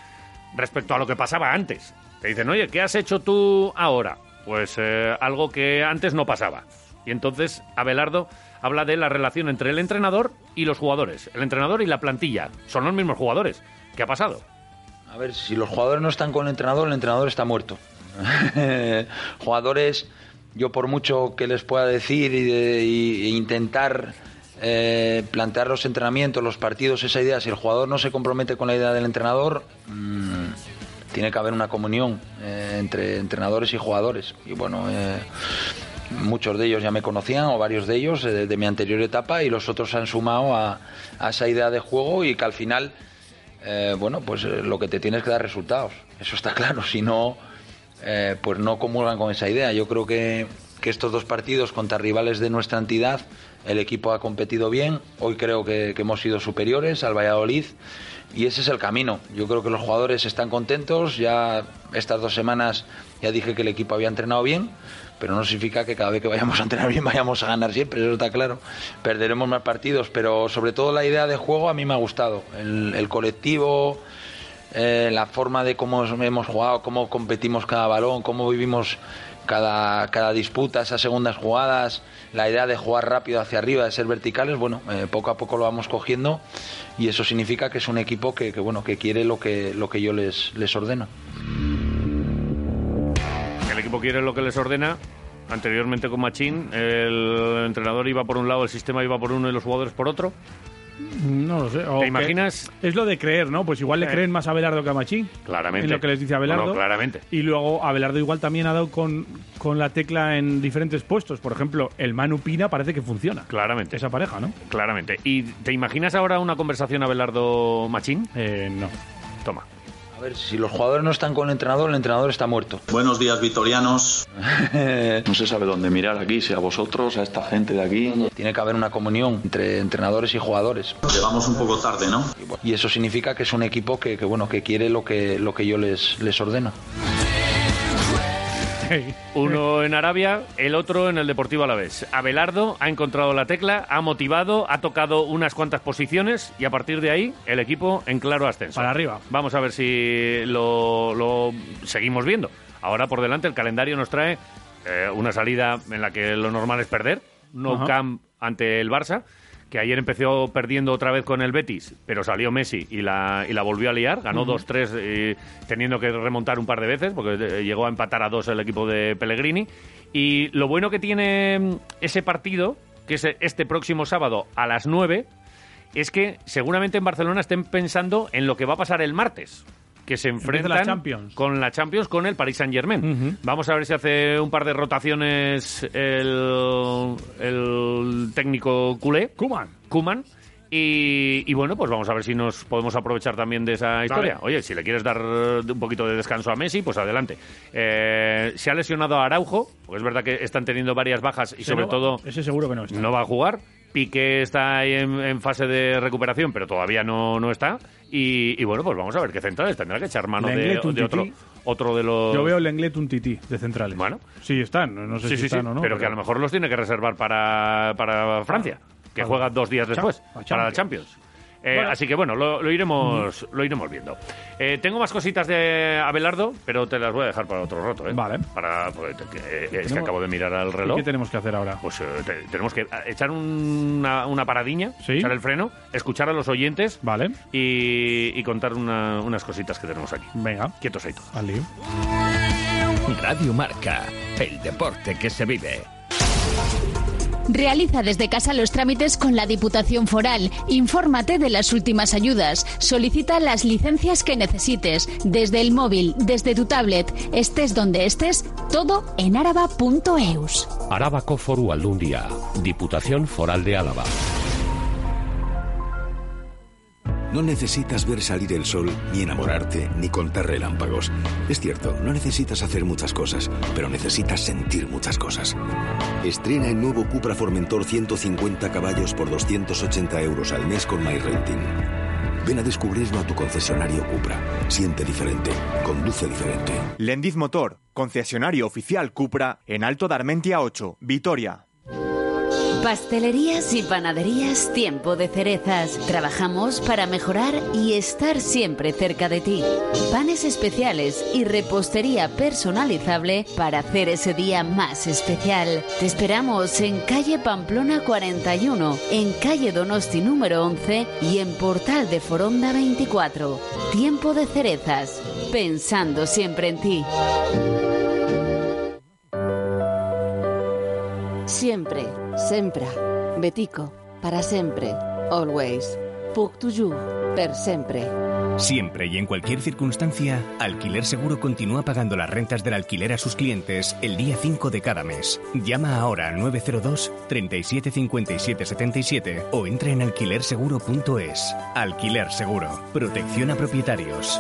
Speaker 2: respecto a lo que pasaba antes. Te dicen, oye, ¿qué has hecho tú ahora? Pues eh, algo que antes no pasaba. Y entonces Abelardo habla de la relación entre el entrenador y los jugadores. El entrenador y la plantilla. Son los mismos jugadores. ¿Qué ha pasado?
Speaker 16: A ver, si los jugadores no están con el entrenador, el entrenador está muerto. (laughs) jugadores, yo por mucho que les pueda decir y, de- y- e intentar eh, plantear los entrenamientos, los partidos, esa idea, si el jugador no se compromete con la idea del entrenador, mm, tiene que haber una comunión eh, entre entrenadores y jugadores. Y bueno, eh, muchos de ellos ya me conocían, o varios de ellos, eh, de, de mi anterior etapa, y los otros se han sumado a, a esa idea de juego y que al final, eh, bueno, pues eh, lo que te tienes que dar resultados. Eso está (laughs) claro, si no, eh, pues no comulgan con esa idea. Yo creo que, que estos dos partidos contra rivales de nuestra entidad, el equipo ha competido bien, hoy creo que, que hemos sido superiores al Valladolid y ese es el camino. Yo creo que los jugadores están contentos, ya estas dos semanas ya dije que el equipo había entrenado bien, pero no significa que cada vez que vayamos a entrenar bien vayamos a ganar siempre, eso está claro. Perderemos más partidos, pero sobre todo la idea de juego a mí me ha gustado, el, el colectivo, eh, la forma de cómo hemos jugado, cómo competimos cada balón, cómo vivimos cada, cada disputa, esas segundas jugadas, la idea de jugar rápido hacia arriba, de ser verticales, bueno, eh, poco a poco lo vamos cogiendo y eso significa que es un equipo que, que, bueno, que quiere lo que, lo que yo les, les ordeno.
Speaker 2: El equipo quiere lo que les ordena. Anteriormente con Machín, el entrenador iba por un lado, el sistema iba por uno y los jugadores por otro.
Speaker 3: No lo sé. o
Speaker 2: ¿Te
Speaker 3: que-
Speaker 2: imaginas?
Speaker 3: Es lo de creer, ¿no? Pues igual le
Speaker 2: Eh.
Speaker 3: creen más a Abelardo que a Machín.
Speaker 2: Claramente.
Speaker 3: Es lo que les dice
Speaker 2: No, no,
Speaker 3: Abelardo.
Speaker 2: claramente.
Speaker 3: Y luego Abelardo igual también ha dado con, con la tecla en diferentes puestos. Por ejemplo, el Manu Pina parece que funciona.
Speaker 2: Claramente.
Speaker 3: Esa pareja, ¿no? (laughs)
Speaker 2: Claramente. ¿Y te imaginas ahora una conversación Abelardo-Machín?
Speaker 3: no.
Speaker 2: Toma.
Speaker 17: A ver, si los jugadores no están con el entrenador, el entrenador está muerto.
Speaker 16: (laughs) Buenos días, vitorianos.
Speaker 17: no se sabe dónde mirar aquí, si a vosotros, a esta gente de aquí. Tiene que haber una comunión entre entrenadores y jugadores.
Speaker 16: Llegamos un poco tarde, ¿no?
Speaker 17: Y, bueno, y eso significa que es un equipo que, que, bueno, que quiere lo que, lo que yo les, les ordeno.
Speaker 2: Uno en Arabia, el otro en el Deportivo Alavés. Abelardo ha encontrado la tecla, ha motivado, ha tocado unas cuantas posiciones y a partir de ahí el equipo en claro ascenso.
Speaker 3: Para arriba.
Speaker 2: Vamos a ver si lo, lo seguimos viendo. Ahora por delante el calendario nos trae eh, una salida en la que lo normal es perder. No
Speaker 3: Ajá.
Speaker 2: camp ante el Barça que ayer empezó perdiendo otra vez con el Betis, pero salió Messi y la, y la volvió a liar, ganó
Speaker 3: Ujú.
Speaker 2: 2-3 eh, teniendo que remontar un par de veces, porque eh, llegó a empatar a dos el equipo de Pellegrini. Y lo bueno que tiene mm, ese partido, que es este próximo sábado a las 9, es que seguramente en Barcelona estén pensando en lo que va a pasar el martes, que se
Speaker 3: Empieza
Speaker 2: enfrentan
Speaker 3: la Champions.
Speaker 2: con la Champions con el Paris Saint Germain. Vamos a ver si hace un par de rotaciones el, el técnico culé. Kuman. Y, y bueno, pues vamos a ver si nos podemos aprovechar también de esa historia. Oye, si le quieres dar eh, un poquito de descanso a Messi, pues adelante. Eh, se ha lesionado a Araujo, porque es verdad que están teniendo varias bajas y
Speaker 3: Ese
Speaker 2: sobre
Speaker 3: no-
Speaker 2: todo
Speaker 3: Ese seguro que no está.
Speaker 2: no va a jugar. Piqué está ahí en, en fase de recuperación, pero todavía no, no está. Y, y bueno, pues vamos a ver qué centrales tendrá que echar mano de,
Speaker 3: Lenglet, un
Speaker 2: de otro,
Speaker 3: tití.
Speaker 2: otro de los.
Speaker 3: Yo veo el Lenglet un tití de centrales. Bueno. Sí, están. No no
Speaker 2: sí,
Speaker 3: sé si
Speaker 2: sí, sí,
Speaker 3: están o no.
Speaker 2: pero, que a lo mejor los tiene que reservar para, para Francia, que
Speaker 3: Para-
Speaker 2: juega dos días
Speaker 3: Cha-
Speaker 2: después,
Speaker 3: a Champions.
Speaker 2: para la Champions. Eh,
Speaker 3: Bueno. Mm.
Speaker 2: Así que bueno, lo, lo iremos, lo iremos viendo. Eh, tengo más cositas de Abelardo, pero te las voy a dejar para otro rato. ¿eh?
Speaker 3: Vale.
Speaker 2: Para, porque te- que- eh, es que
Speaker 3: Tenemos-
Speaker 2: acabo de mirar al
Speaker 3: ¿Y
Speaker 2: reloj.
Speaker 3: qué tenemos que hacer ahora?
Speaker 2: Pues eh, te- tenemos que echar una, una paradiña, echar el freno, escuchar a los oyentes
Speaker 3: Vale.
Speaker 2: y, y contar una- unas cositas que tenemos aquí.
Speaker 3: Venga.
Speaker 2: Quietos ahí todos.
Speaker 3: Al lío.
Speaker 18: Radio Marca, el deporte que se vive.
Speaker 19: Realiza desde casa los trámites con la Diputación Foral. Infórmate de las últimas ayudas. Solicita las licencias que necesites. Desde el móvil, desde tu tablet, estés donde estés, todo en araba.eus.
Speaker 20: Arábaco Foru Aldundia, Diputación Foral de Álava.
Speaker 21: No necesitas ver salir el sol, ni enamorarte, ni contar relámpagos. Es cierto, no necesitas hacer muchas cosas, pero necesitas sentir muchas cosas. Estrena el nuevo Cupra Formentor 150 caballos por 280 euros al mes con MyRenting. Ven a descubrirlo a tu concesionario Cupra. Siente diferente, conduce diferente.
Speaker 22: Lendiz Motor, concesionario oficial Cupra en Alto Darmentia 8, Vitoria.
Speaker 23: Pastelerías y panaderías Tiempo de Cerezas. Trabajamos para mejorar y estar siempre cerca de ti. Panes especiales y repostería personalizable para hacer ese día más especial. Te esperamos en calle Pamplona 41, en calle Donosti número 11 y en Portal de Foronda 24. Tiempo de Cerezas. Pensando siempre en ti.
Speaker 24: Siempre, sempre, betico, para sempre, always. Puc to you, per sempre.
Speaker 25: Siempre y en cualquier circunstancia, Alquiler Seguro continúa pagando las rentas del alquiler a sus clientes el día 5 de cada mes. Llama ahora al 902 37 57 77 o entra en alquilerseguro.es. Alquiler Seguro. Protección a propietarios.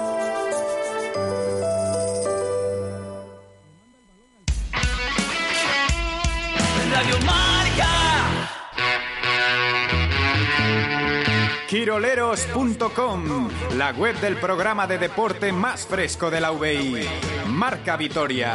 Speaker 11: Radio Marca.
Speaker 22: Quiroleros.com, la web del programa de deporte más fresco de la UBI. Marca Vitoria.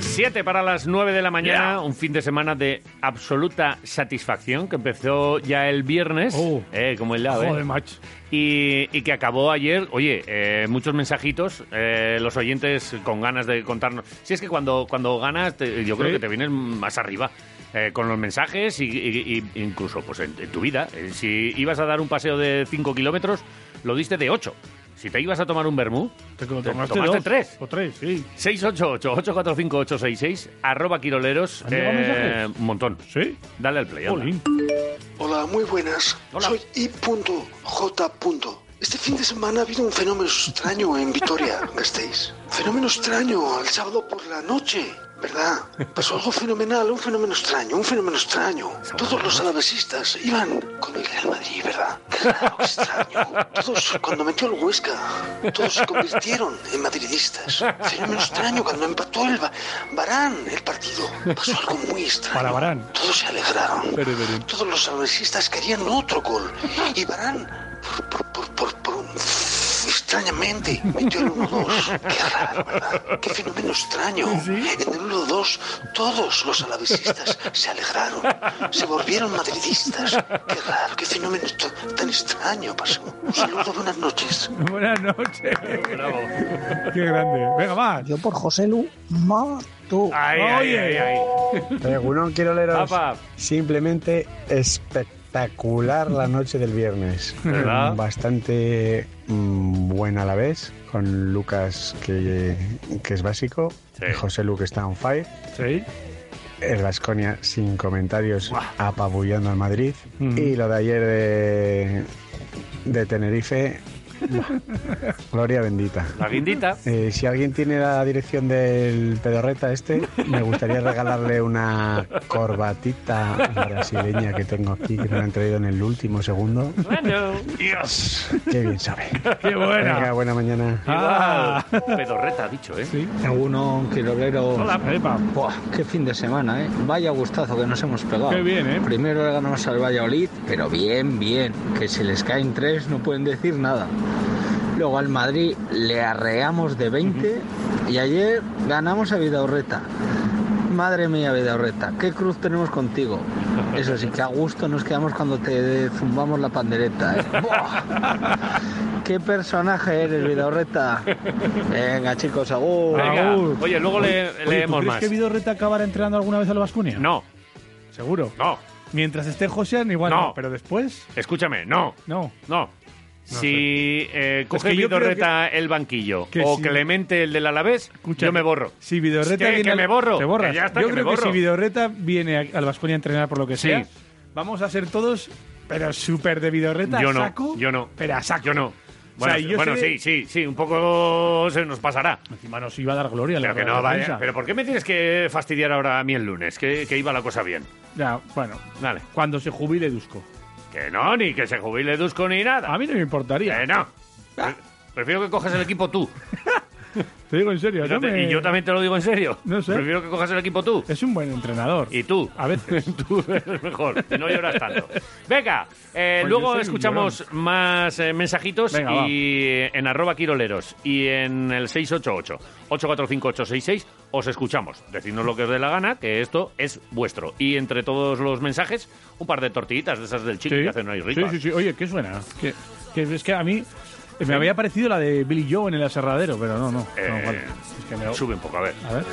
Speaker 2: Siete para las nueve de la mañana, un fin de semana de absoluta satisfacción que empezó ya el viernes, eh, como el lado, eh.
Speaker 3: Oh. Joder, macho.
Speaker 2: Y, y que acabó ayer, oye, eh, muchos mensajitos, eh, los oyentes con ganas de contarnos. Si es que cuando, cuando ganas, te- yo creo
Speaker 3: Sí.
Speaker 2: que te vienes más arriba. eh, con los mensajes y, y- y incluso pues en, en tu vida. Eh, si ibas a dar un paseo de 5 kilómetros, lo diste de 8. Si te ibas a tomar un vermú, te
Speaker 3: tomaste dos.
Speaker 2: tres.
Speaker 3: O tres, sí.
Speaker 2: 688-845-866, arroba quiroleros. eh,
Speaker 3: ¿Han llegado mensajes?
Speaker 2: un montón.
Speaker 3: Sí.
Speaker 2: Dale al play. anda.
Speaker 26: Hola, muy buenas. Soy I.J. Este fin de semana ha habido un fenómeno extraño en Vitoria, Gasteiz. Fenómeno extraño el sábado por la noche. ¿verdad? Pasó algo fenomenal, un fenómeno extraño, un fenómeno extraño. Todos los alavesistas iban con el Real Madrid, ¿verdad? Era algo extraño. Todos, cuando metió el Huesca, todos se convirtieron en madridistas. Fenómeno extraño, cuando empató el Ba- Barán el partido, pasó algo muy extraño.
Speaker 3: Para Barán.
Speaker 26: Todos se alegraron.
Speaker 3: Pere, pere.
Speaker 26: Todos los alavesistas querían otro gol. Y Barán, por, por, por, por, por un- extrañamente, metió el 1-2. Qué raro, ¿verdad? Qué fenómeno extraño. En el 1-2, todos los alavesistas se alegraron. Se volvieron madridistas. Qué raro, qué fenómeno t- tan extraño pasó. Un saludo, buenas noches.
Speaker 3: Buenas noches. Qué grande. Venga, va.
Speaker 1: Yo por José Lu, ma, tú.
Speaker 2: Ahí, ahí, ahí, ahí.
Speaker 1: Bueno, quiero leeros
Speaker 2: Papá.
Speaker 1: simplemente espectacular la noche del viernes.
Speaker 2: ¿Verdad?
Speaker 1: Bastante mm, buena a la vez, con Lucas que, que es básico, José Lu que está on fire.
Speaker 3: Sí.
Speaker 1: El Vasconia sin comentarios apabullando al Madrid.
Speaker 2: Mm.
Speaker 1: Y lo de ayer de, de Tenerife, gloria bendita.
Speaker 2: La guindita.
Speaker 1: Eh, si alguien tiene la dirección del pedorreta este, me gustaría regalarle una corbatita brasileña que tengo aquí, que me la han traído en el último segundo.
Speaker 2: Dios.
Speaker 1: Qué bien sabe.
Speaker 2: Qué buena.
Speaker 1: Venga, buena mañana.
Speaker 2: Ah. Pedorreta ha dicho, ¿eh? Sí.
Speaker 4: Uno quirolero.
Speaker 2: Hola,
Speaker 4: Buah, qué fin de semana, ¿eh? Vaya gustazo que nos hemos pegado.
Speaker 3: Qué bien, ¿eh?
Speaker 4: Primero le ganamos al Valladolid, pero bien, bien. Que si les caen tres no pueden decir nada. Luego al Madrid le arreamos de 20 y ayer ganamos a Vidaurreta. Madre mía, Vidaurreta, qué cruz tenemos contigo. Eso sí, que a gusto nos quedamos cuando te zumbamos la pandereta. ¿eh? Buah. ¡Qué personaje eres,
Speaker 27: (laughs)
Speaker 4: Vidaurreta! Venga, chicos, agur.
Speaker 2: Venga.
Speaker 4: Agur.
Speaker 2: Oye, luego le-
Speaker 3: Oye,
Speaker 2: leemos
Speaker 3: ¿tú crees
Speaker 2: más.
Speaker 3: que Vidorreta acabará entrenando alguna vez al Vasconia?
Speaker 2: No.
Speaker 3: ¿Seguro?
Speaker 2: No.
Speaker 3: Mientras esté Josean, igual
Speaker 2: No.
Speaker 3: no. Pero después,
Speaker 2: Escúchame, no.
Speaker 3: no.
Speaker 2: No. si eh, coge
Speaker 3: que yo creo
Speaker 2: Vidorreta el banquillo
Speaker 3: que
Speaker 2: o
Speaker 3: si-
Speaker 2: Clemente el del Alavés, yo me borro.
Speaker 3: Si Vidorreta
Speaker 2: Que-
Speaker 3: viene
Speaker 2: que
Speaker 3: al-
Speaker 2: me borro.
Speaker 3: Te borras.
Speaker 2: Que ya está,
Speaker 3: Yo
Speaker 2: que
Speaker 3: creo
Speaker 2: me borro.
Speaker 3: que si Vidorreta viene a- al Vasconia a entrenar por lo que
Speaker 2: Sí.
Speaker 3: sea, vamos a ser todos, pero súper de Vidorreta,
Speaker 2: yo no,
Speaker 3: saco.
Speaker 2: yo no.
Speaker 3: Pero a saco.
Speaker 2: Yo no.
Speaker 3: O sea,
Speaker 2: Bueno,
Speaker 3: yo
Speaker 2: bueno,
Speaker 3: sé-
Speaker 2: sí, sí, sí, un poco se nos pasará.
Speaker 3: Encima nos iba a dar gloria. la
Speaker 2: Pero que
Speaker 3: rueda
Speaker 2: no
Speaker 3: de
Speaker 2: vaya.
Speaker 3: prensa.
Speaker 2: Pero ¿por qué me tienes que fastidiar ahora a mí el lunes? Que, que iba la cosa bien.
Speaker 3: Ya, bueno.
Speaker 2: Dale.
Speaker 3: Cuando se jubile Dusko.
Speaker 2: Que no, ni que se jubile Dusko ni nada.
Speaker 3: A mí no me importaría. Ah.
Speaker 2: Que no. Prefiero que cojas el equipo tú.
Speaker 3: Te digo en serio. no
Speaker 2: Fíjate,
Speaker 3: me-
Speaker 2: Y yo también te lo digo en serio.
Speaker 3: No sé.
Speaker 2: Prefiero que cojas el equipo tú.
Speaker 3: Es un buen entrenador.
Speaker 2: Y tú.
Speaker 3: A veces.
Speaker 2: (laughs) tú eres mejor. No lloras tanto. Venga, eh,
Speaker 3: Pues yo
Speaker 2: luego
Speaker 3: soy un
Speaker 2: escuchamos más eh, mensajitos
Speaker 3: Venga, va.
Speaker 2: y eh, en arroba quiroleros y en el 688-845-866 os escuchamos. Decidnos lo que os dé la gana, que esto es vuestro. Y entre todos los mensajes, un par de tortillitas de esas del chico que hacen ahí
Speaker 3: sí,
Speaker 2: ricas.
Speaker 3: sí, sí. Oye, ¿qué suena? Que, que es que a mí eh, me había parecido la de Billy Joe en el aserradero, pero no, no.
Speaker 2: Eh,
Speaker 3: no, vale.
Speaker 2: Sube un poco, a ver.
Speaker 3: A ver.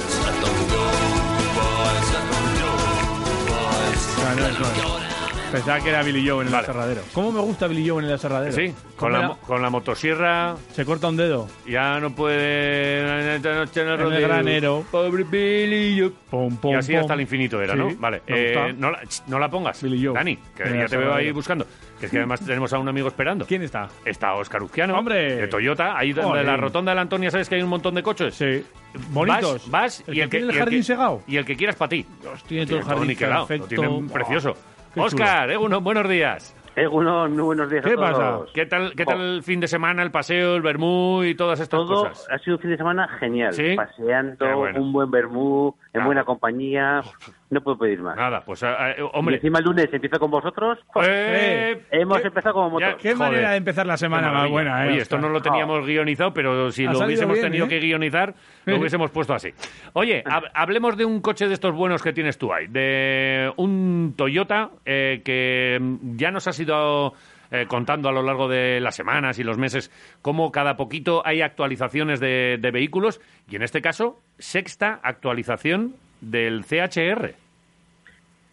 Speaker 3: No, no, es, no es. Pensaba que era Billy Joe en el
Speaker 2: Vale.
Speaker 3: aserradero. ¿Cómo me gusta Billy Joe en el aserradero?
Speaker 2: Sí, con la, mo- con la motosierra
Speaker 3: Se corta un dedo.
Speaker 2: ya no puede... Esta noche no
Speaker 3: En el
Speaker 2: rodeo.
Speaker 3: granero.
Speaker 2: Pobre Billy Joe.
Speaker 3: Pom, pom,
Speaker 2: y así
Speaker 3: pom.
Speaker 2: hasta el infinito era,
Speaker 3: Sí,
Speaker 2: ¿no? Vale.
Speaker 3: me
Speaker 2: eh,
Speaker 3: gusta.
Speaker 2: no, la, ch, no la pongas. Dani, que
Speaker 3: Venga,
Speaker 2: ya te veo ahí
Speaker 3: Salvador.
Speaker 2: buscando. Que es que además tenemos a un amigo esperando.
Speaker 3: ¿Quién está?
Speaker 2: Está Oscar Uzquiano.
Speaker 3: ¡Hombre!
Speaker 2: De Toyota. ah, Ahí donde
Speaker 3: Jolín.
Speaker 2: la rotonda de la Antonia, ¿sabes que hay un montón de coches?
Speaker 3: Sí. Bonitos.
Speaker 2: Vas, vas
Speaker 3: El
Speaker 2: y
Speaker 3: que
Speaker 2: el que.
Speaker 3: tiene el
Speaker 2: y
Speaker 3: jardín
Speaker 2: que-
Speaker 3: segado.
Speaker 2: Y el que quieras para ti.
Speaker 3: Dios, tiene todo el jardín
Speaker 2: niquelado, lo
Speaker 3: perfecto.
Speaker 2: tienen
Speaker 3: Oh,
Speaker 2: precioso.
Speaker 3: qué
Speaker 2: Oscar, Egunon, buenos días.
Speaker 27: Egunon, muy buenos días a
Speaker 2: ¿Qué pasa?
Speaker 27: todos.
Speaker 2: ¿Qué tal, qué tal el fin de semana, el paseo, el vermú y todas estas
Speaker 27: Todo
Speaker 2: cosas?
Speaker 27: ha sido un fin de semana genial.
Speaker 2: ¿Sí?
Speaker 27: Paseando,
Speaker 2: Qué bueno.
Speaker 27: un buen vermú, en
Speaker 2: Nada.
Speaker 27: buena compañía. No puedo pedir más.
Speaker 2: Nada, pues, ah, eh,
Speaker 27: Y
Speaker 2: hombre.
Speaker 27: encima el lunes empieza con vosotros. pues,
Speaker 2: Eh,
Speaker 27: Hemos
Speaker 2: qué-
Speaker 27: empezado como
Speaker 2: ya-
Speaker 27: motos.
Speaker 3: Qué
Speaker 2: Joder.
Speaker 3: manera de empezar la semana
Speaker 2: Qué
Speaker 3: más
Speaker 2: maravilla.
Speaker 3: buena, ¿eh?
Speaker 2: Oye, esto no lo teníamos guionizado, pero si
Speaker 3: Ha
Speaker 2: lo
Speaker 3: salido
Speaker 2: hubiésemos
Speaker 3: bien,
Speaker 2: tenido
Speaker 3: ¿eh?
Speaker 2: que guionizar, lo hubiésemos puesto así. Oye, hab- hablemos de un coche de estos buenos que tienes tú ahí, de un Toyota eh, que mm, ya nos has ido eh, contando a lo largo de las semanas y los meses cómo cada poquito hay actualizaciones de, de vehículos y en este caso, sexta actualización del CHR.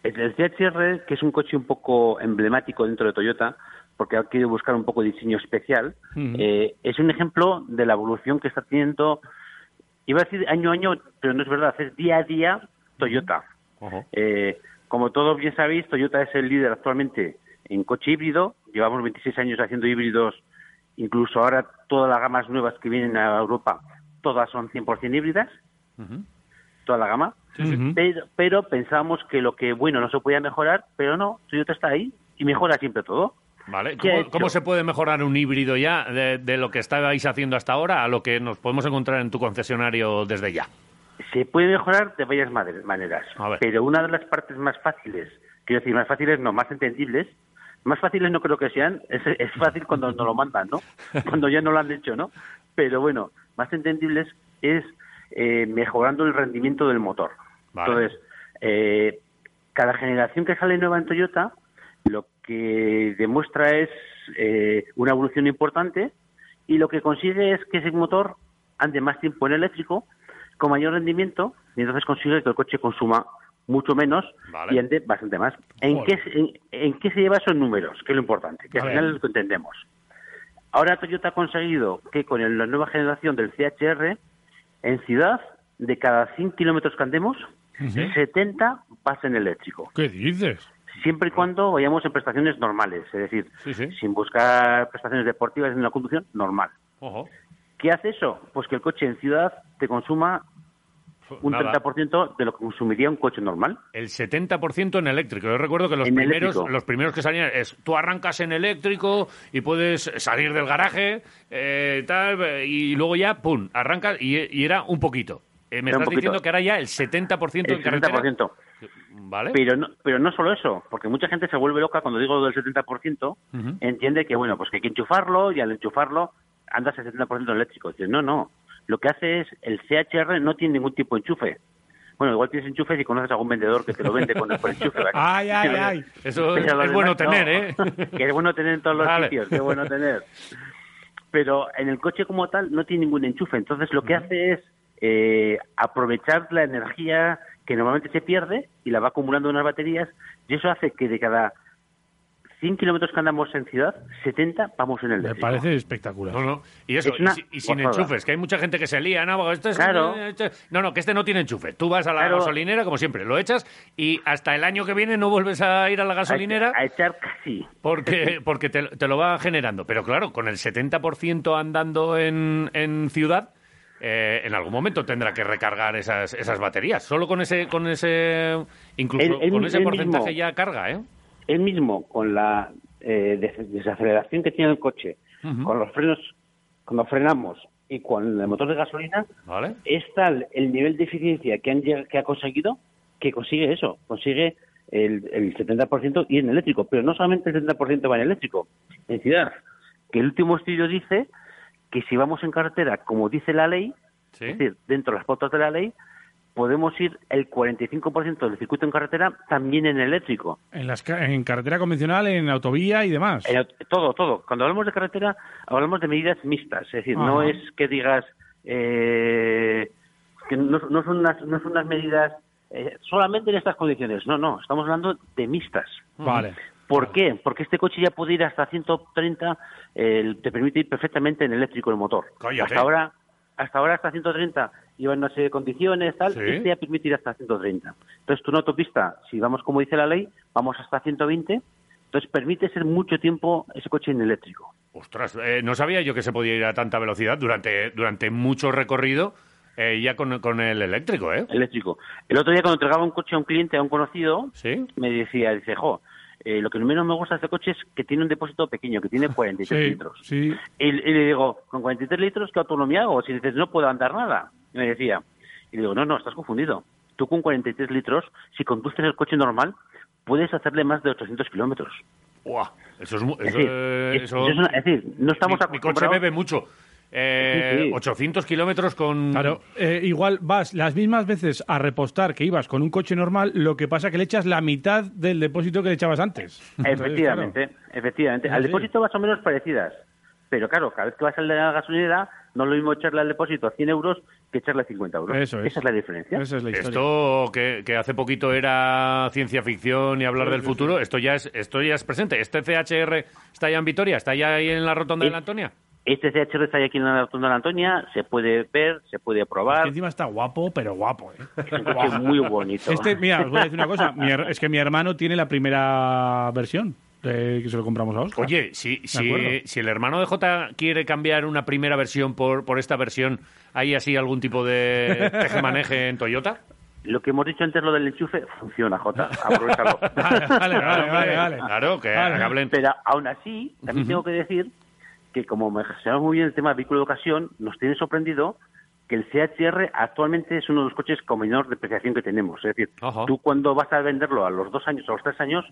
Speaker 27: El el CHR, que es un coche un poco emblemático dentro de Toyota, porque ha querido buscar un poco de diseño especial,
Speaker 5: Ujú.
Speaker 27: eh, es un ejemplo de la evolución que está teniendo, iba a decir año a año, pero no es verdad, es día a día Toyota. Eh, como todos bien sabéis, Toyota es el líder actualmente en coche híbrido. Llevamos 26 años haciendo híbridos. Incluso ahora todas las gamas nuevas que vienen a Europa, todas son 100% híbridas. toda la gama, pero, pero pensábamos que lo que, bueno, no se podía mejorar, pero no, Toyota está ahí y mejora siempre todo.
Speaker 2: Vale,
Speaker 27: ¿Qué ha
Speaker 2: ¿Cómo,
Speaker 27: hecho?
Speaker 2: cómo se puede mejorar un híbrido ya de, de lo que estabais haciendo hasta ahora a lo que nos podemos encontrar en tu concesionario desde ya?
Speaker 27: Se puede mejorar de varias made- maneras, pero una de las partes más fáciles, quiero decir, más fáciles no, más entendibles, más fáciles no creo que sean, es, es fácil cuando nos lo mandan, ¿no? Cuando ya no lo han hecho, ¿no? Pero bueno, más entendibles es eh, mejorando el rendimiento del motor.
Speaker 5: Vale.
Speaker 27: Entonces, eh, cada generación que sale nueva en Toyota, lo que demuestra es eh, una evolución importante y lo que consigue es que ese motor ande más tiempo en eléctrico con mayor rendimiento y entonces consigue que el coche consuma mucho menos y ande bastante más. ¿En qué,
Speaker 5: Joder.
Speaker 27: se- en, en qué se lleva esos números? Que es lo importante, que al
Speaker 5: Vale.
Speaker 27: final es lo que entendemos. Ahora Toyota ha conseguido que con el- la nueva generación del CHR, en ciudad, de cada 100 kilómetros que andemos, 70 pasen eléctrico.
Speaker 3: ¿Qué dices?
Speaker 27: Siempre y cuando vayamos en prestaciones normales, es decir, sin buscar prestaciones deportivas en la conducción normal.
Speaker 2: Ojo.
Speaker 27: ¿Qué hace eso? Pues que el coche en ciudad te consuma un
Speaker 2: Pues Nada.
Speaker 27: 30% de lo que consumiría un coche normal.
Speaker 2: El 70% en eléctrico. Yo recuerdo que los
Speaker 27: En
Speaker 2: primeros,
Speaker 27: eléctrico.
Speaker 2: los primeros que salían es tú arrancas en eléctrico y puedes salir del garaje eh, tal, eh, y luego ya, pum, arrancas y, y era un poquito. Eh, me
Speaker 27: Era un
Speaker 2: estás
Speaker 27: poquito.
Speaker 2: diciendo que ahora ya el 70% en
Speaker 27: El
Speaker 2: carretera.
Speaker 27: 70%.
Speaker 2: Vale.
Speaker 27: Pero no, pero no solo eso, porque mucha gente se vuelve loca cuando digo del 70%,
Speaker 2: Ujú.
Speaker 27: entiende que, bueno, pues que hay que enchufarlo y al enchufarlo andas el 70% eléctrico. Dice, no, no. Lo que hace es, el CHR no tiene ningún tipo de enchufe. Bueno, igual tienes enchufes y conoces a algún vendedor que te lo vende con el por enchufe.
Speaker 2: (laughs)
Speaker 27: ¿vale?
Speaker 3: Ay, ay,
Speaker 27: Pero-
Speaker 3: ay.
Speaker 2: Eso
Speaker 27: pero
Speaker 2: es
Speaker 27: lo demás
Speaker 2: bueno
Speaker 27: no.
Speaker 2: tener, ¿eh?
Speaker 27: Que es bueno tener en (laughs) todos los
Speaker 2: Vale.
Speaker 27: sitios, que es bueno tener. Pero en el coche como tal no tiene ningún enchufe. Entonces lo que hace es eh, aprovechar la energía que normalmente se pierde y la va acumulando en unas baterías. Y eso hace que de cada 100 kilómetros que andamos en ciudad, 70 vamos en el
Speaker 3: Me parece espectacular.
Speaker 2: No, no. Y eso,
Speaker 27: Es una
Speaker 2: y, si- y sin
Speaker 27: gozada.
Speaker 2: enchufes, que hay mucha gente que se lía, no, Porque esto es-
Speaker 27: Claro.
Speaker 2: este- no, no, que este no tiene enchufe. Tú vas a la
Speaker 27: Claro.
Speaker 2: gasolinera, como siempre, lo echas y hasta el año que viene no vuelves a ir a la gasolinera.
Speaker 27: A, echar casi. (laughs)
Speaker 2: Porque, porque te, te lo va generando. Pero claro, con el 70% andando en, en ciudad, eh, en algún momento tendrá que recargar esas, esas baterías. Solo con ese, con ese, incluso
Speaker 27: Él- él-
Speaker 2: con ese
Speaker 27: él
Speaker 2: porcentaje
Speaker 27: mismo.
Speaker 2: ya carga, ¿eh?
Speaker 27: Él mismo, con la eh, des- desaceleración que tiene el coche, con los frenos, cuando frenamos y con el motor de gasolina,
Speaker 2: ¿Vale?
Speaker 27: es tal el nivel de eficiencia que, han, lleg- que ha conseguido que consigue eso, consigue el, el 70% ir en eléctrico, pero no solamente el 70% va en eléctrico, en ciudad, que el último estudio dice que si vamos en carretera, como dice la ley,
Speaker 2: Sí.
Speaker 27: es decir, dentro de las pautas de la ley, podemos ir el 45% del circuito en carretera también en eléctrico.
Speaker 3: En, las, ca- en carretera convencional, en autovía y demás.
Speaker 27: En aut- todo, todo. Cuando hablamos de carretera, hablamos de medidas mixtas. Es decir, no
Speaker 3: Ajá.
Speaker 27: es que digas eh, que no, no son unas, no son unas medidas eh, solamente en estas condiciones. No, no. Estamos hablando de mixtas.
Speaker 3: Vale.
Speaker 27: ¿Por qué? Porque este coche ya puede ir hasta 130, eh, te permite ir perfectamente en eléctrico el motor.
Speaker 2: Cállate.
Speaker 27: Hasta ahora, hasta ahora hasta 130 iba en una serie de condiciones, tal,
Speaker 2: Sí.
Speaker 27: este ya permite ir hasta 130. Entonces tú en autopista, si vamos como dice la ley, vamos hasta 120, entonces permite ser mucho tiempo ese coche en eléctrico.
Speaker 2: Ostras, eh, no sabía yo que se podía ir a tanta velocidad durante, durante mucho recorrido eh, ya con, con el eléctrico, ¿eh?
Speaker 27: Eléctrico. El otro día cuando entregaba un coche a un cliente, a un conocido,
Speaker 2: ¿Sí?
Speaker 27: me decía, dice, jo, eh, lo que menos me gusta de este coche es que tiene un depósito pequeño, que tiene 43
Speaker 3: Sí,
Speaker 27: litros.
Speaker 3: sí.
Speaker 27: Y, y le digo, ¿con 43 litros qué autonomía hago? Si dices, no puedo andar nada. Y me decía. Y le digo, no, no, estás confundido. Tú con 43 litros, si conduces el coche normal, puedes hacerle más de 800 kilómetros.
Speaker 2: ¡Buah! Eso es... mu-
Speaker 27: Es
Speaker 2: Eso,
Speaker 27: decir,
Speaker 2: eh,
Speaker 27: es-
Speaker 2: eso-
Speaker 27: es una- es decir, no estamos
Speaker 2: mi, mi coche
Speaker 27: acostumbrados-
Speaker 2: bebe mucho. Eh,
Speaker 3: Sí, sí.
Speaker 2: 800 kilómetros con...
Speaker 3: Claro, eh, igual vas las mismas veces a repostar que ibas con un coche normal, lo que pasa que le echas la mitad del depósito que le echabas antes. (laughs) Entonces,
Speaker 27: Efectivamente, efectivamente.
Speaker 3: Es
Speaker 27: Al
Speaker 3: así.
Speaker 27: depósito más o menos parecidas. Pero claro, cada vez que vas a la gasolinera, no es lo mismo echarle al depósito a 100 euros que echarle a 50 euros.
Speaker 2: Eso es.
Speaker 27: Esa es la diferencia.
Speaker 3: Esa es la
Speaker 2: Esto que, que hace poquito era ciencia ficción y hablar
Speaker 27: Sí,
Speaker 2: del
Speaker 27: sí,
Speaker 2: futuro, esto ya es esto ya es presente. Este CHR está ya en Vitoria, está ya ahí en la rotonda de la Antonia.
Speaker 27: Este CHR está ahí aquí en la rotonda de la Antonia, se puede ver, se puede
Speaker 3: claro.
Speaker 27: probar.
Speaker 3: Que encima está guapo, pero guapo. ¿eh?
Speaker 27: Es un coche muy bonito.
Speaker 3: Este, mira, os voy a decir una cosa. mi her- es que mi hermano tiene la primera versión eh, que se lo compramos a Oscar.
Speaker 2: Oye, si,
Speaker 3: De
Speaker 2: si,
Speaker 3: acuerdo.
Speaker 2: si el hermano de J quiere cambiar una primera versión por, por esta versión, ¿hay así algún tipo de tejemaneje en Toyota?
Speaker 27: Lo que hemos dicho antes, lo del enchufe, funciona, Jota. Aprovechalo.
Speaker 2: (laughs) Vale, vale, vale, vale. Claro, que
Speaker 27: Vale.
Speaker 2: Eh, hablen.
Speaker 27: Pero aún así, también tengo que decir que como me gestionamos muy bien el tema de vehículo de ocasión, nos tiene sorprendido que el CHR actualmente es uno de los coches con menor depreciación que tenemos. Es decir, tú cuando vas a venderlo a los dos años o a los tres años,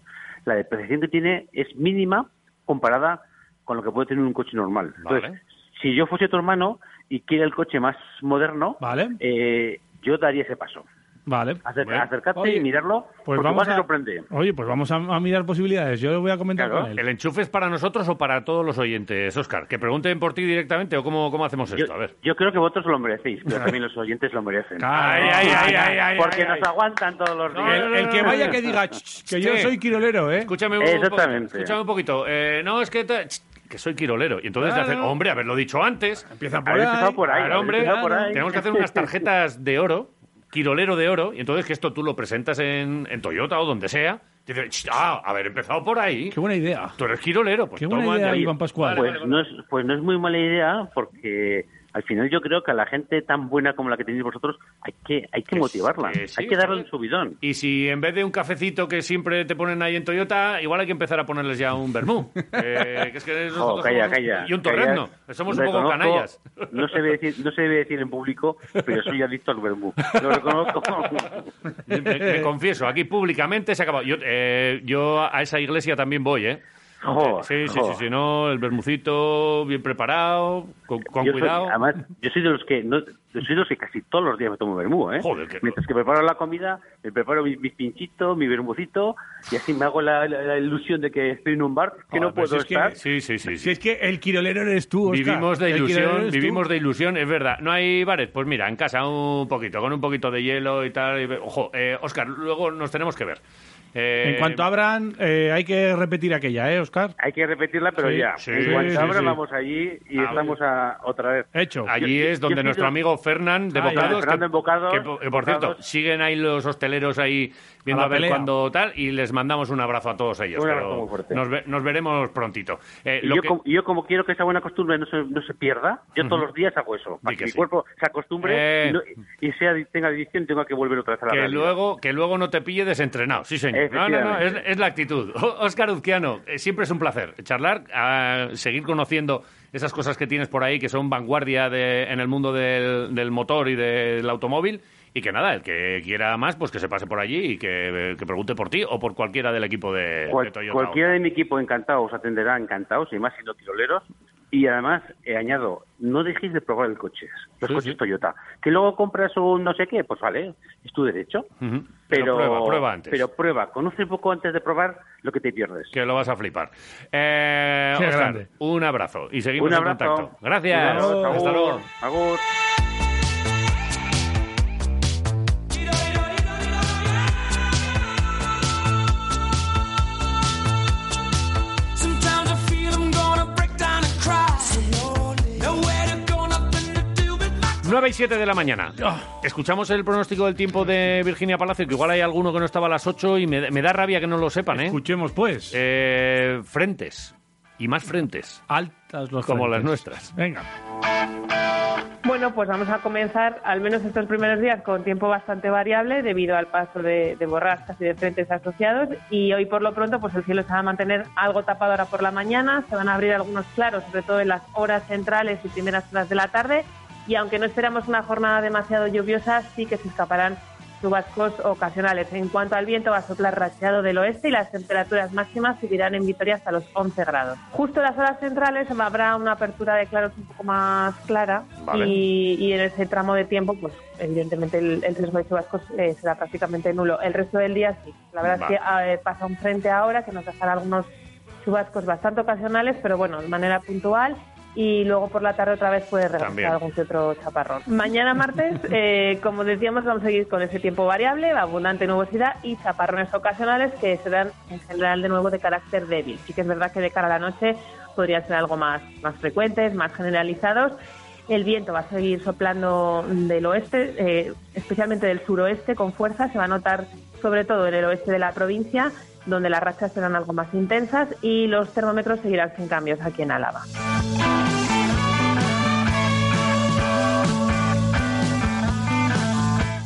Speaker 27: la depreciación que tiene es mínima comparada con lo que puede tener un coche normal. Entonces,
Speaker 2: Vale.
Speaker 27: si yo fuese tu hermano y quiere el coche más moderno, eh, yo daría ese paso.
Speaker 3: Vale.
Speaker 27: Acer-
Speaker 3: Bueno.
Speaker 27: acercarte
Speaker 3: Oye,
Speaker 27: y mirarlo,
Speaker 3: pues
Speaker 27: porque
Speaker 3: vamos
Speaker 27: vas a
Speaker 3: a-
Speaker 27: sorprender.
Speaker 3: Oye, pues vamos a, a mirar posibilidades. Yo lo voy a comentar
Speaker 2: Claro,
Speaker 3: con él.
Speaker 2: ¿El enchufe es para nosotros o para todos los oyentes, Oscar? Que pregunten por ti directamente o cómo, cómo hacemos esto. A ver.
Speaker 27: Yo creo que vosotros lo merecéis, pero también los oyentes lo merecen.
Speaker 2: Ay, ay, ay, ay, ay,
Speaker 27: Porque
Speaker 2: ay,
Speaker 27: nos aguantan todos los días.
Speaker 2: no, no, El- el no, que no, vaya no. que (laughs) diga,
Speaker 3: Que yo
Speaker 2: Sí.
Speaker 3: soy quirolero, ¿eh?
Speaker 2: Escúchame un,
Speaker 27: Exactamente.
Speaker 2: poquito, escúchame un poquito. Eh, no, es que, te- que soy quirolero. Y entonces te
Speaker 3: Claro.
Speaker 2: hacen, hombre, haberlo dicho antes. Empieza
Speaker 27: por Haber ahí. empezado por ahí, haber
Speaker 2: hombre,
Speaker 27: empezado por ahí.
Speaker 2: tenemos que hacer unas tarjetas de oro, quirolero de oro. Y entonces que esto tú lo presentas en, en Toyota o donde sea. y Dices, "Ch, ah, haber empezado por ahí. Qué
Speaker 3: buena idea.
Speaker 2: Tú eres quirolero. Pues
Speaker 3: Qué buena
Speaker 2: toma,
Speaker 3: idea,
Speaker 2: ya-
Speaker 3: Iván Pascual.
Speaker 2: Vale,
Speaker 27: Pues
Speaker 2: vale, vale.
Speaker 27: no, es, pues no es muy mala idea, porque al final yo creo que a la gente tan buena como la que tenéis vosotros hay que, hay que motivarla,
Speaker 2: que sí,
Speaker 27: hay que darle
Speaker 2: joder.
Speaker 27: un subidón.
Speaker 2: Y si en vez de un cafecito que siempre te ponen ahí en Toyota, igual hay que empezar a ponerles ya un
Speaker 3: (laughs)
Speaker 2: vermú. Eh, que es que nosotros
Speaker 27: Oh, calla,
Speaker 2: somos-
Speaker 27: calla.
Speaker 2: y un
Speaker 27: calla.
Speaker 2: torrezno. Somos un poco
Speaker 27: Reconozco-
Speaker 2: canallas.
Speaker 27: No se, debe decir, no se debe decir en público, pero soy adicto al vermú. Lo reconozco.
Speaker 2: Me, me confieso, aquí públicamente se ha acabado. Yo, eh, yo a esa iglesia también voy, ¿eh?
Speaker 27: Joder,
Speaker 2: sí, sí,
Speaker 27: joder.
Speaker 2: sí, sí, no, el vermucito bien preparado, con, con
Speaker 27: Yo soy-
Speaker 2: cuidado.
Speaker 27: además, yo soy de los que no, yo soy de los que casi todos los días me tomo vermú, ¿eh?
Speaker 2: Joder, qué-
Speaker 27: Mientras que preparo la comida, me preparo mis, mis pinchitos, mi vermucito, y así me hago la, la- la ilusión de que estoy en un bar que no
Speaker 2: pues
Speaker 27: puedo
Speaker 2: es que-
Speaker 27: estar.
Speaker 2: sí, sí, sí, sí.
Speaker 3: Si es que el quirolero eres tú, Oscar.
Speaker 2: Vivimos de
Speaker 3: El quirolero
Speaker 2: ilusión,
Speaker 3: eres tú.
Speaker 2: vivimos de ilusión, es verdad. ¿No hay bares? Pues mira, en casa un poquito, con un poquito de hielo y tal. y ve- Ojo, eh, Oscar, luego nos tenemos que ver. Eh,
Speaker 3: En cuanto abran, eh, hay que repetir aquella, ¿eh, Oscar?
Speaker 27: Hay que repetirla, pero
Speaker 3: Sí,
Speaker 27: ya.
Speaker 3: sí,
Speaker 27: en cuanto
Speaker 3: sí,
Speaker 27: abra,
Speaker 3: sí.
Speaker 27: vamos allí y
Speaker 2: Ah,
Speaker 27: estamos a, otra vez.
Speaker 3: Hecho.
Speaker 2: Allí
Speaker 27: Yo- yo-
Speaker 2: es donde
Speaker 27: yo he
Speaker 2: nuestro
Speaker 27: sido-
Speaker 2: amigo Fernán de
Speaker 27: Ah, ya,
Speaker 2: Bocados.
Speaker 27: Fernando
Speaker 2: que-
Speaker 27: en Bocados,
Speaker 2: que po- que, por
Speaker 27: Bocados.
Speaker 2: cierto, siguen ahí los hosteleros ahí viendo
Speaker 3: A la
Speaker 2: a, ver
Speaker 3: pelea.
Speaker 2: cuando tal. Y les mandamos un abrazo a todos ellos.
Speaker 27: Un abrazo
Speaker 2: pero
Speaker 27: muy fuerte.
Speaker 2: Nos, ve- nos veremos prontito. Eh,
Speaker 27: Y
Speaker 2: lo
Speaker 27: yo,
Speaker 2: que-
Speaker 27: como, y yo como quiero que esa buena costumbre no se, no se pierda, yo todos
Speaker 2: Ujú.
Speaker 27: los días hago eso. Para
Speaker 2: Di
Speaker 27: que,
Speaker 2: que
Speaker 27: mi
Speaker 2: sí.
Speaker 27: cuerpo se acostumbre
Speaker 2: Eh.
Speaker 27: y, no- y sea, tenga adicción, tenga que volver otra vez a la
Speaker 2: que
Speaker 27: realidad.
Speaker 2: luego, que luego no te pille desentrenado, sí señor. No, no, no, es,
Speaker 27: Efectivamente.
Speaker 2: es la actitud. Óscar Uzquiano, eh, siempre es un placer charlar, a seguir conociendo esas cosas que tienes por ahí que son vanguardia de- en el mundo del, del motor y del automóvil. Y que nada, el que quiera más, pues que se pase por allí y que, que pregunte por ti o por cualquiera del equipo de,
Speaker 27: Cual-
Speaker 2: Eh, de Toyota.
Speaker 27: cualquiera de mi equipo encantado os atenderá encantados y más siendo tiroleros. Y además, eh, añado, no dejéis de probar el coche, los
Speaker 2: Sí,
Speaker 27: coches
Speaker 2: sí.
Speaker 27: Toyota. Que luego compras un no sé qué, pues vale, es tu derecho.
Speaker 2: Ujú.
Speaker 27: Pero,
Speaker 2: prueba, prueba antes.
Speaker 27: Pero prueba, conoce un poco antes de probar lo que te pierdes.
Speaker 2: Que lo vas a flipar. Eh,
Speaker 27: Qué
Speaker 2: Óscar,
Speaker 27: grande.
Speaker 2: un abrazo y seguimos
Speaker 27: un abrazo.
Speaker 2: en contacto. Gracias.
Speaker 27: Cuidaos,
Speaker 2: Hasta
Speaker 27: agur,
Speaker 2: luego.
Speaker 27: agur.
Speaker 11: Sometimes I feel I'm gonna break down and cry. Nowhere to go, nothing to do but
Speaker 2: 9 y 7 de la mañana.
Speaker 3: Ah.
Speaker 2: Escuchamos el pronóstico del tiempo de Virginia Palacio, que igual hay alguno que no estaba a las 8 y me, me da rabia que no lo sepan, ¿eh?
Speaker 3: Escuchemos, pues.
Speaker 2: Eh, frentes. Y más frentes.
Speaker 3: Altas los
Speaker 2: Como
Speaker 3: frentes.
Speaker 2: las nuestras.
Speaker 3: Venga.
Speaker 5: Bueno, pues vamos a comenzar al menos estos primeros días con tiempo bastante variable debido al paso de, de borrascas y de frentes asociados y hoy por lo pronto pues el cielo se va a mantener algo tapado ahora por la mañana, se van a abrir algunos claros, sobre todo en las horas centrales y primeras horas de la tarde y aunque no esperamos una jornada demasiado lluviosa, sí que se escaparán chubascos ocasionales. En cuanto al viento, va a soplar racheado del oeste y las temperaturas máximas subirán en Vitoria hasta los 11 grados. Justo en las horas centrales eh, habrá una apertura de claros un poco más clara
Speaker 6: Vale.
Speaker 5: y, y en ese tramo de tiempo, pues evidentemente el, el riesgo de chubascos eh, será prácticamente nulo. El resto del día sí. La verdad
Speaker 6: Vale.
Speaker 5: es que eh, pasa un frente ahora que nos dejará algunos chubascos bastante ocasionales, pero bueno, de manera puntual. Y luego por la tarde otra vez puede
Speaker 6: También.
Speaker 5: regresar algún que este otro chaparrón. Mañana martes, eh, como decíamos, vamos a seguir con ese tiempo variable, abundante nubosidad y chaparrones ocasionales que serán en general de nuevo de carácter débil. Sí que es verdad que de cara a la noche podrían ser algo más, más frecuentes, más generalizados. El viento va a seguir soplando del oeste, eh, especialmente del suroeste con fuerza. Se va a notar sobre todo en el oeste de la provincia, donde las rachas serán algo más intensas y los termómetros seguirán sin cambios aquí en Álava.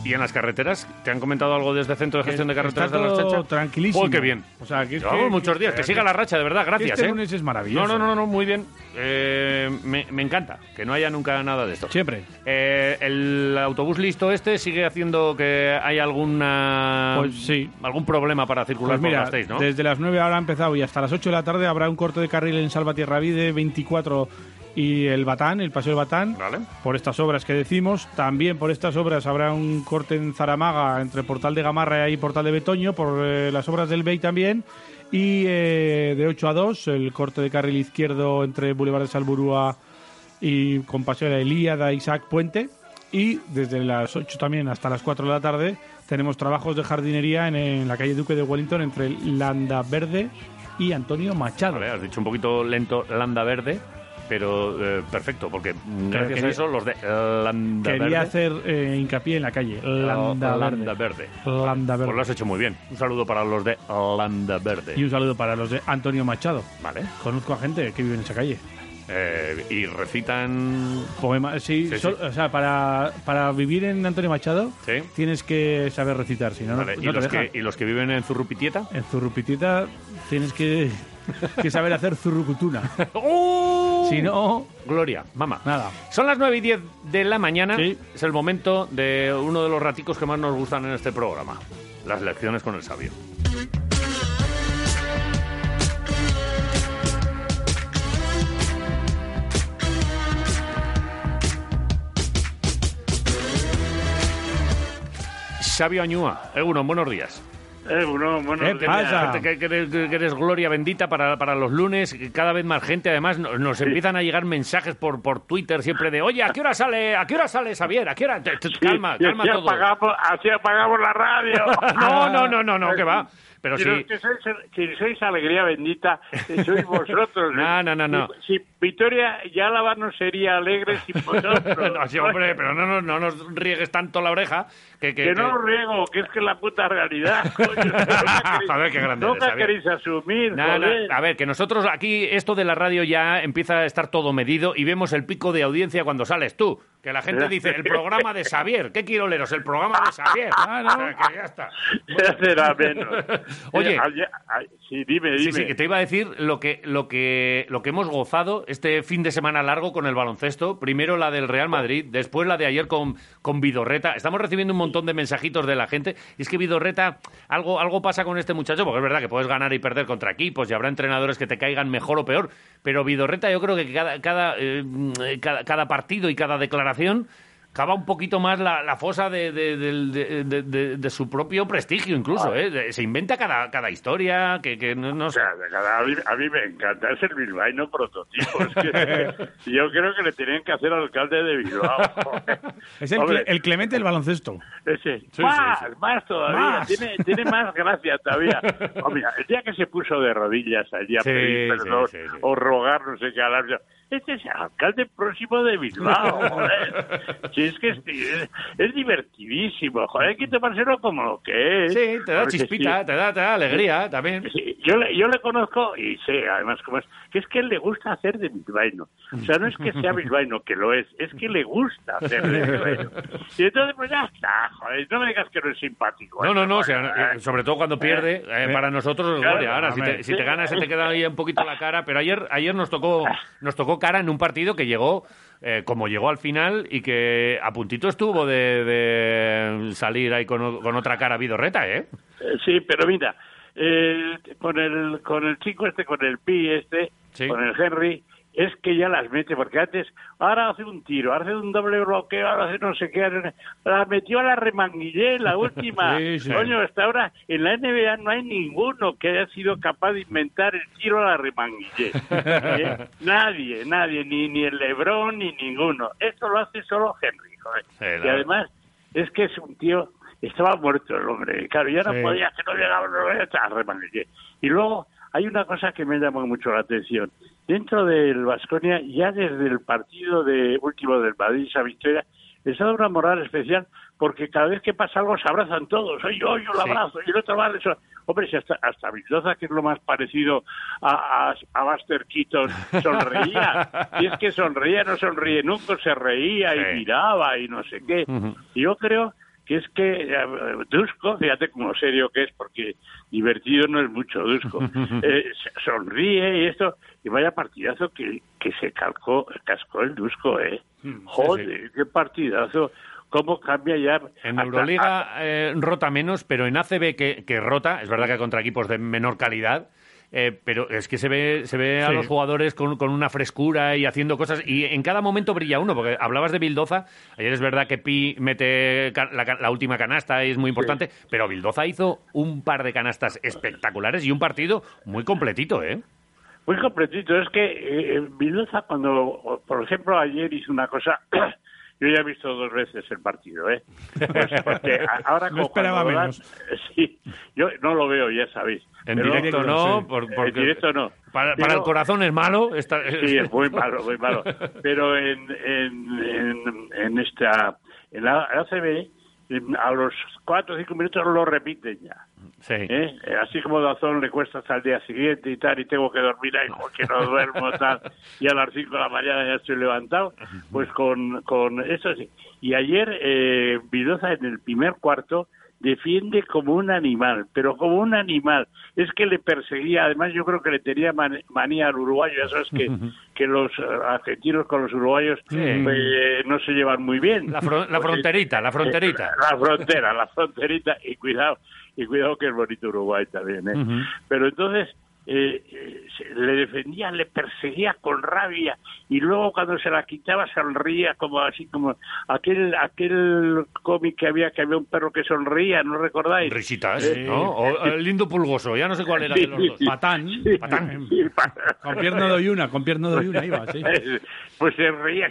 Speaker 2: ¿Y en las carreteras? ¿Te han comentado algo desde el Centro de Gestión de Carreteras
Speaker 3: Está
Speaker 2: de la
Speaker 3: todo
Speaker 2: Archacha?
Speaker 3: tranquilísimo.
Speaker 2: Oh, qué bien.
Speaker 3: O sea, que es
Speaker 2: Llevamos
Speaker 3: que-
Speaker 2: muchos días. Que, siga la racha, de verdad. Gracias,
Speaker 3: Este
Speaker 2: ¿eh?
Speaker 3: lunes es maravilloso.
Speaker 2: No, no, no, no, muy bien. Eh, me, me encanta que no haya nunca nada de esto.
Speaker 3: Siempre.
Speaker 2: Eh, el autobús listo este sigue haciendo que haya alguna
Speaker 3: Pues sí.
Speaker 2: algún problema para circular
Speaker 3: Pues mira,
Speaker 2: por Gasteiz, ¿no?
Speaker 3: desde las 9 ahora ha empezado y hasta las 8 de la tarde habrá un corte de carril en Salvatierraví de 24 y el Batán, el Paseo del Batán, por estas obras que decimos. También por estas obras habrá un corte en Zaramaga entre Portal de Gamarra y Portal de Betoño, por eh, las obras del BEI también. Y eh, de 8 a 2 el corte de carril izquierdo entre Boulevard de Salburúa y con Paseo de la Ilíada, Isaac Puente. Y desde las 8 también hasta las 4 de la tarde tenemos trabajos de jardinería en, en la calle Duque de Wellington entre Landa Verde y Antonio Machado.
Speaker 2: Vale, has dicho un poquito lento Landa Verde, pero eh, perfecto, porque mm,
Speaker 3: Pero
Speaker 2: gracias a
Speaker 3: quería-
Speaker 2: eso los de Landa
Speaker 3: Quería
Speaker 2: Verde... Oh,
Speaker 3: hacer eh, hincapié en la calle Landa Verde.
Speaker 2: Landa Verde.
Speaker 3: Landa Verde.
Speaker 2: Pues lo has hecho muy bien. Un saludo para los de Landa Verde.
Speaker 3: Y un saludo para los de Antonio Machado.
Speaker 2: Vale.
Speaker 3: Conozco a gente que vive en esa calle.
Speaker 2: Eh, y recitan...
Speaker 3: Poema, sí,
Speaker 2: Sí,
Speaker 3: sol-
Speaker 2: sí.
Speaker 3: o sea, para, para vivir en Antonio Machado
Speaker 2: Sí.
Speaker 3: tienes que saber recitar, si eh, no, no-
Speaker 2: Vale,
Speaker 3: no
Speaker 2: ¿Y,
Speaker 3: te
Speaker 2: los
Speaker 3: dejan.
Speaker 2: que, ¿Y los que viven en Zurrupitieta?
Speaker 3: En Zurrupitita tienes que, que saber
Speaker 2: (laughs)
Speaker 3: hacer zurrucutuna. Si no...
Speaker 2: ¡Oh! Gloria, mamá.
Speaker 3: Nada.
Speaker 2: Son las 9 y 10 de la mañana. Es el momento de uno de los raticos que más nos gustan en este programa. Las lecciones con el sabio. Sabio Añúa, Egunon, buenos días. Eh,
Speaker 6: Egunon, buenos
Speaker 2: ¿Qué
Speaker 6: días.
Speaker 2: pasa? Que, que eres, que eres gloria bendita para, para los lunes, que cada vez más gente. Además, no- nos, empiezan a llegar mensajes por, por Twitter siempre de, oye, ¿a qué hora sale, a qué hora sale Xavier? ¿A qué hora? Te- te- calma,
Speaker 6: Y
Speaker 2: calma
Speaker 6: así
Speaker 2: todo.
Speaker 6: Apagamos, así apagamos la radio.
Speaker 2: (laughs) No, no, no, no, no, que va. Pero sí.
Speaker 6: Que sois, que sois alegría bendita, que sois vosotros. ¿eh?
Speaker 2: (laughs) No, no, no, no.
Speaker 6: Si, si Vitoria ya la no sería alegre sin vosotros.
Speaker 2: (laughs) No, sí, hombre, pero no, nos- no nos riegues tanto la oreja que... que-
Speaker 6: que no
Speaker 2: que-
Speaker 6: os riego, que es que es la puta realidad.
Speaker 2: (laughs) Joder, qué grande
Speaker 6: No
Speaker 2: eres,
Speaker 6: me
Speaker 2: Xavier.
Speaker 6: queréis asumir,
Speaker 2: No, no,
Speaker 6: joder.
Speaker 2: a ver, que nosotros aquí esto de la radio ya empieza a estar todo medido y vemos el pico de audiencia cuando sales tú. Que
Speaker 6: (laughs)
Speaker 2: la gente dice, el programa de Xavier. ¿Qué quiero leeros? El programa de Xavier. O sea, que ya está.
Speaker 6: Ya será menos.
Speaker 2: Oye.
Speaker 6: Eh, Ay, ay, sí, dime, dime.
Speaker 2: Sí, sí, que te iba a decir lo que, lo, que, lo que hemos gozado este fin de semana largo con el baloncesto. Primero la del Real Madrid, después la de ayer con, con Vidorreta. Estamos recibiendo un montón de mensajitos de la gente. Y es que Vidorreta, algo, algo pasa con este muchacho, porque es verdad que puedes ganar y perder contra equipos y habrá entrenadores que te caigan mejor o peor. Pero Vidorreta, yo creo que cada, cada, eh, cada, cada partido y cada declaración cava un poquito más la, la fosa de, de- del- de- de- de- de su propio prestigio incluso, ¿eh? De- Se inventa cada, cada historia, que, que no, no sé.
Speaker 6: A mí, a mí me encanta, es el bilbaíno prototipo. Es
Speaker 2: (laughs)
Speaker 6: que yo creo que le tenían que hacer al alcalde de Bilbao.
Speaker 3: Es el,
Speaker 6: Hombre.
Speaker 3: Cle- el Clemente del baloncesto.
Speaker 6: Ese.
Speaker 3: sí,
Speaker 6: más,
Speaker 3: sí.
Speaker 6: más todavía.
Speaker 3: Más.
Speaker 6: Tiene, tiene más gracia
Speaker 2: (laughs)
Speaker 6: todavía. Oh, mira, el día que se puso de rodillas allí a
Speaker 7: Sí,
Speaker 6: pedir
Speaker 7: sí,
Speaker 6: perdón
Speaker 7: sí, sí.
Speaker 6: o rogar, no sé qué, al árbitro, Este es el alcalde próximo de
Speaker 2: (laughs)
Speaker 6: Bilbao, joder. Si es que es, es divertidísimo, joder. Hay que tomárselo como lo que es.
Speaker 2: Sí, te da
Speaker 6: Porque
Speaker 2: chispita,
Speaker 6: sí.
Speaker 2: te da, te da alegría también.
Speaker 6: Sí, yo le, yo le conozco y sé además cómo es, que es que él le gusta hacer de bilbaíno. O sea, no es que sea bilbaíno, que lo es, es que le gusta hacer de bilbaíno. Y entonces, pues ya está, joder, no me digas que no es simpático.
Speaker 2: No, no, no, o sea, eh, sobre todo cuando pierde, eh, para nosotros,
Speaker 6: Claro,
Speaker 2: gloria. Ahora, si
Speaker 6: hombre.
Speaker 2: te, si te gana, se te queda ahí un poquito la cara. Pero ayer, ayer nos, tocó, nos tocó cara en un partido que llegó eh, como llegó al final y que a puntito estuvo de, de salir ahí con, o- con otra cara vidorreta, ¿eh?
Speaker 6: Eh, Sí, pero mira, eh, con el con el chico este, con el Pi este, con el Henry, es que ya las mete, porque antes, ahora hace un tiro, ahora hace un doble bloqueo, ahora hace no sé qué, ahora- la metió a la remanguillé en la última.
Speaker 7: (laughs) Sí, sí.
Speaker 6: Coño, hasta ahora en la NBA no hay ninguno que haya sido capaz de inventar el tiro a la remanguillé.
Speaker 7: (laughs)
Speaker 6: ¿eh? Nadie, nadie, ni, ni el Lebrón, ni ninguno. Esto lo hace solo Henry, joder.
Speaker 2: Sí, Eh, la
Speaker 6: y
Speaker 2: verdad.
Speaker 6: además, es que es un tío, estaba muerto el hombre, claro, ya no
Speaker 2: Sí.
Speaker 6: podía, que no llegaba, no llegaba, ta, remanguillé. Y luego hay una cosa que me llamó mucho la atención. Dentro del Vasconia, ya desde el partido de último del Madrid, esa victoria, les ha dado una moral especial porque cada vez que pasa algo se abrazan todos. Oye, yo, yo lo
Speaker 7: Sí.
Speaker 6: abrazo, y el otro va eso. Hombre, si hasta, hasta Mendoza, que es lo más parecido a, a, a Buster
Speaker 2: (laughs)
Speaker 6: Keaton, sonreía. y es que sonreía, no sonríe nunca, se reía y miraba y no sé qué.
Speaker 7: Ujú.
Speaker 6: Yo creo que es que eh, Dusko, fíjate como serio que es, porque divertido no es mucho Dusko,
Speaker 2: (laughs)
Speaker 6: eh, se- sonríe y esto, y vaya partidazo que, que se calcó, cascó el Dusko, ¿eh?
Speaker 2: Mm.
Speaker 6: Joder, qué partidazo, cómo cambia ya.
Speaker 2: En
Speaker 6: hasta-
Speaker 2: Euroliga eh, rota menos, pero en ACB que, que rota, es verdad que contra equipos de menor calidad, eh, pero es que se ve, se ve a
Speaker 3: Sí.
Speaker 2: los jugadores con, con una frescura y haciendo cosas, y en cada momento brilla uno, porque hablabas de Bildoza, ayer es verdad que Pi mete ca- la, ca- la última canasta y es muy importante, pero Bildoza hizo un par de canastas espectaculares y un partido muy completito, ¿eh?
Speaker 6: Muy completito. Es que eh, eh, Mendoza, cuando, por ejemplo, ayer hizo una cosa. Yo ya he visto dos veces el partido, ¿eh? Pues, porque a-
Speaker 2: (laughs)
Speaker 6: ahora
Speaker 2: No
Speaker 6: con
Speaker 2: esperaba
Speaker 6: Juan Rodán,
Speaker 2: menos.
Speaker 6: Sí, yo no lo veo, ya sabéis.
Speaker 2: En
Speaker 6: Pero-
Speaker 2: directo no,
Speaker 6: sí.
Speaker 2: por-
Speaker 6: En
Speaker 2: porque
Speaker 6: directo no.
Speaker 2: Para, para
Speaker 6: Pero-
Speaker 2: el corazón es malo. está- eh,
Speaker 6: Sí, es
Speaker 2: (laughs)
Speaker 6: muy malo, muy malo. Pero en, en, en, en esta, en la ACB, en- a los cuatro o cinco minutos lo repiten ya.
Speaker 2: Sí.
Speaker 6: ¿eh? Eh, Así como Dazón le cuesta hasta el día siguiente y tal, y tengo que dormir ahí porque no duermo tal, y a las 5 de la mañana ya estoy levantado, pues con, con eso sí. Y ayer eh, Vidoza en el primer cuarto defiende como un animal, pero como un animal. Es que le perseguía, además yo creo que le tenía man- manía al uruguayo, ya sabes
Speaker 2: (laughs)
Speaker 6: que, que los eh, argentinos con los uruguayos pues, eh, no se llevan muy bien.
Speaker 2: La fron- la
Speaker 6: Pues,
Speaker 2: fronterita, la
Speaker 6: eh,
Speaker 2: fronterita.
Speaker 6: (laughs) La, la frontera, la fronterita, y cuidado, y cuidado que es bonito Uruguay también, ¿eh?
Speaker 2: Ujú.
Speaker 6: Pero entonces eh, eh, se- le defendía, le perseguía con rabia y luego cuando se la quitaba sonría como así como aquel aquel cómic que había que había un perro que sonría, ¿no recordáis?
Speaker 2: Risitas,
Speaker 6: Eh,
Speaker 2: ¿no? O el lindo pulgoso, ya no sé cuál era de los dos.
Speaker 6: (laughs)
Speaker 3: Patán.
Speaker 2: Patán.
Speaker 3: Con pierna doy una, con pierna doy una iba,
Speaker 2: (laughs)
Speaker 3: sí.
Speaker 6: Pues se reía.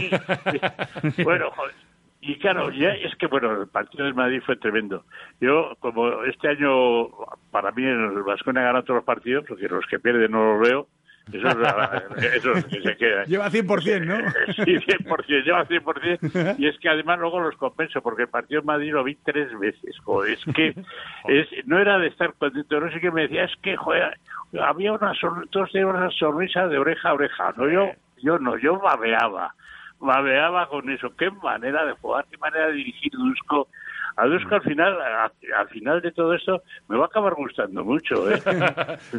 Speaker 6: (laughs) bueno, joder. Y claro, ya es que bueno, el partido del Madrid fue tremendo. Yo, como este año, para mí el Vasconia gana todos los partidos, porque los que pierden no los veo, eso es, la- eso es lo que se queda.
Speaker 3: Lleva 100%, ¿no?
Speaker 6: (laughs) Sí, 100%, lleva 100%. Y es que además luego los compenso, porque el partido en Madrid lo vi tres veces. Joder, es que es- no era de estar contento. No sé qué me decía, es que joder, había una, sor- todos tenían una sonrisa de oreja a oreja. No, yo, yo no, yo babeaba. Babeaba con eso. Qué manera de jugar, qué manera de dirigir Dusko. A Dusko al final, a- al final de todo esto, me va a acabar gustando mucho. ¿eh?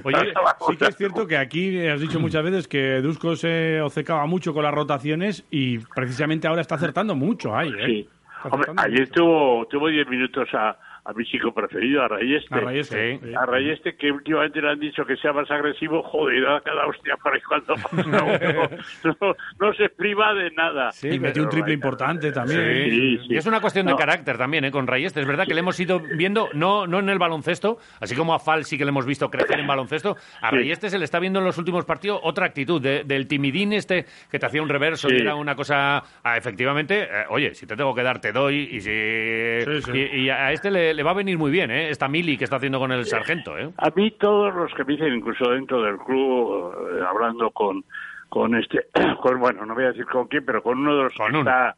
Speaker 3: Oye, sí que es cierto que aquí eh, has dicho muchas veces que Dusko se obcecaba mucho con las rotaciones y precisamente ahora está acertando mucho ahí, ¿eh?
Speaker 6: Sí.
Speaker 3: Está
Speaker 6: Hombre,
Speaker 3: acertando
Speaker 6: ayer tuvo, tuvo 10 minutos a, a mi chico preferido, a Rayeste.
Speaker 3: A Rayeste, sí.
Speaker 6: A Rayeste, que últimamente le han dicho que sea más agresivo, joder, da cada hostia para ahí
Speaker 3: (laughs)
Speaker 6: cuando no, no- no se priva de nada.
Speaker 3: y metió un triple importante también.
Speaker 6: ¿eh?
Speaker 2: Sí, Y es una cuestión de
Speaker 3: No.
Speaker 2: carácter también, ¿eh? Con Rayeste. Es verdad que le hemos ido viendo, no, no en el baloncesto, así como a Fal sí que le hemos visto crecer en baloncesto. A
Speaker 6: Sí.
Speaker 2: Rayeste se le está viendo en los últimos partidos otra actitud de- del timidín este que te hacía un reverso
Speaker 6: Sí.
Speaker 2: y era una cosa. ah, efectivamente, eh, oye, si te tengo que dar, te doy. Y, si,
Speaker 6: Sí, sí.
Speaker 2: y, y a este le, le va a venir muy bien, ¿eh? Esta mili que está haciendo con el sargento, ¿eh?
Speaker 6: A mí todos los que me dicen, incluso dentro del club, eh, hablando con con este, (coughs) con, bueno, no voy a decir con quién, pero con uno de los que está,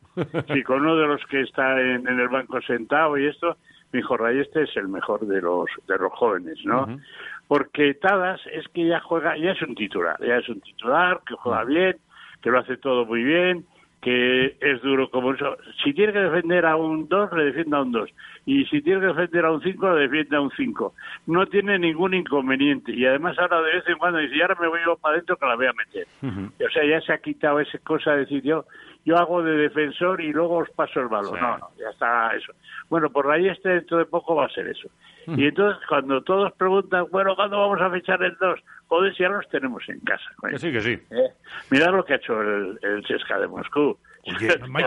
Speaker 6: sí, con uno de los que está en, en el banco sentado y esto, me dijo, Ray, este es el mejor de los de los jóvenes, ¿no? porque Tadas es que ya juega, ya es un titular, ya es un titular que juega bien, que lo hace todo muy bien, que es duro como un so- Si tiene que defender a un 2, le defiende a un 2. Y si tiene que defender a un 5, le defiende a un 5. No tiene ningún inconveniente. Y además ahora de vez en cuando dice, "Y ahora me voy yo para adentro que la voy a meter. O sea, ya se ha quitado esa cosa de decir yo, yo hago de defensor y luego os paso el balón.
Speaker 7: Sí.
Speaker 6: No, no, ya está eso. Bueno, por ahí este dentro de poco va a ser eso. Y entonces cuando todos preguntan, bueno, ¿cuándo vamos a fichar el 2? Joder, si ya los tenemos en casa. coño.
Speaker 2: Que sí, que sí.
Speaker 6: Eh, Mirad lo que ha hecho el, el Chesca de Moscú. (laughs)
Speaker 2: a, mí,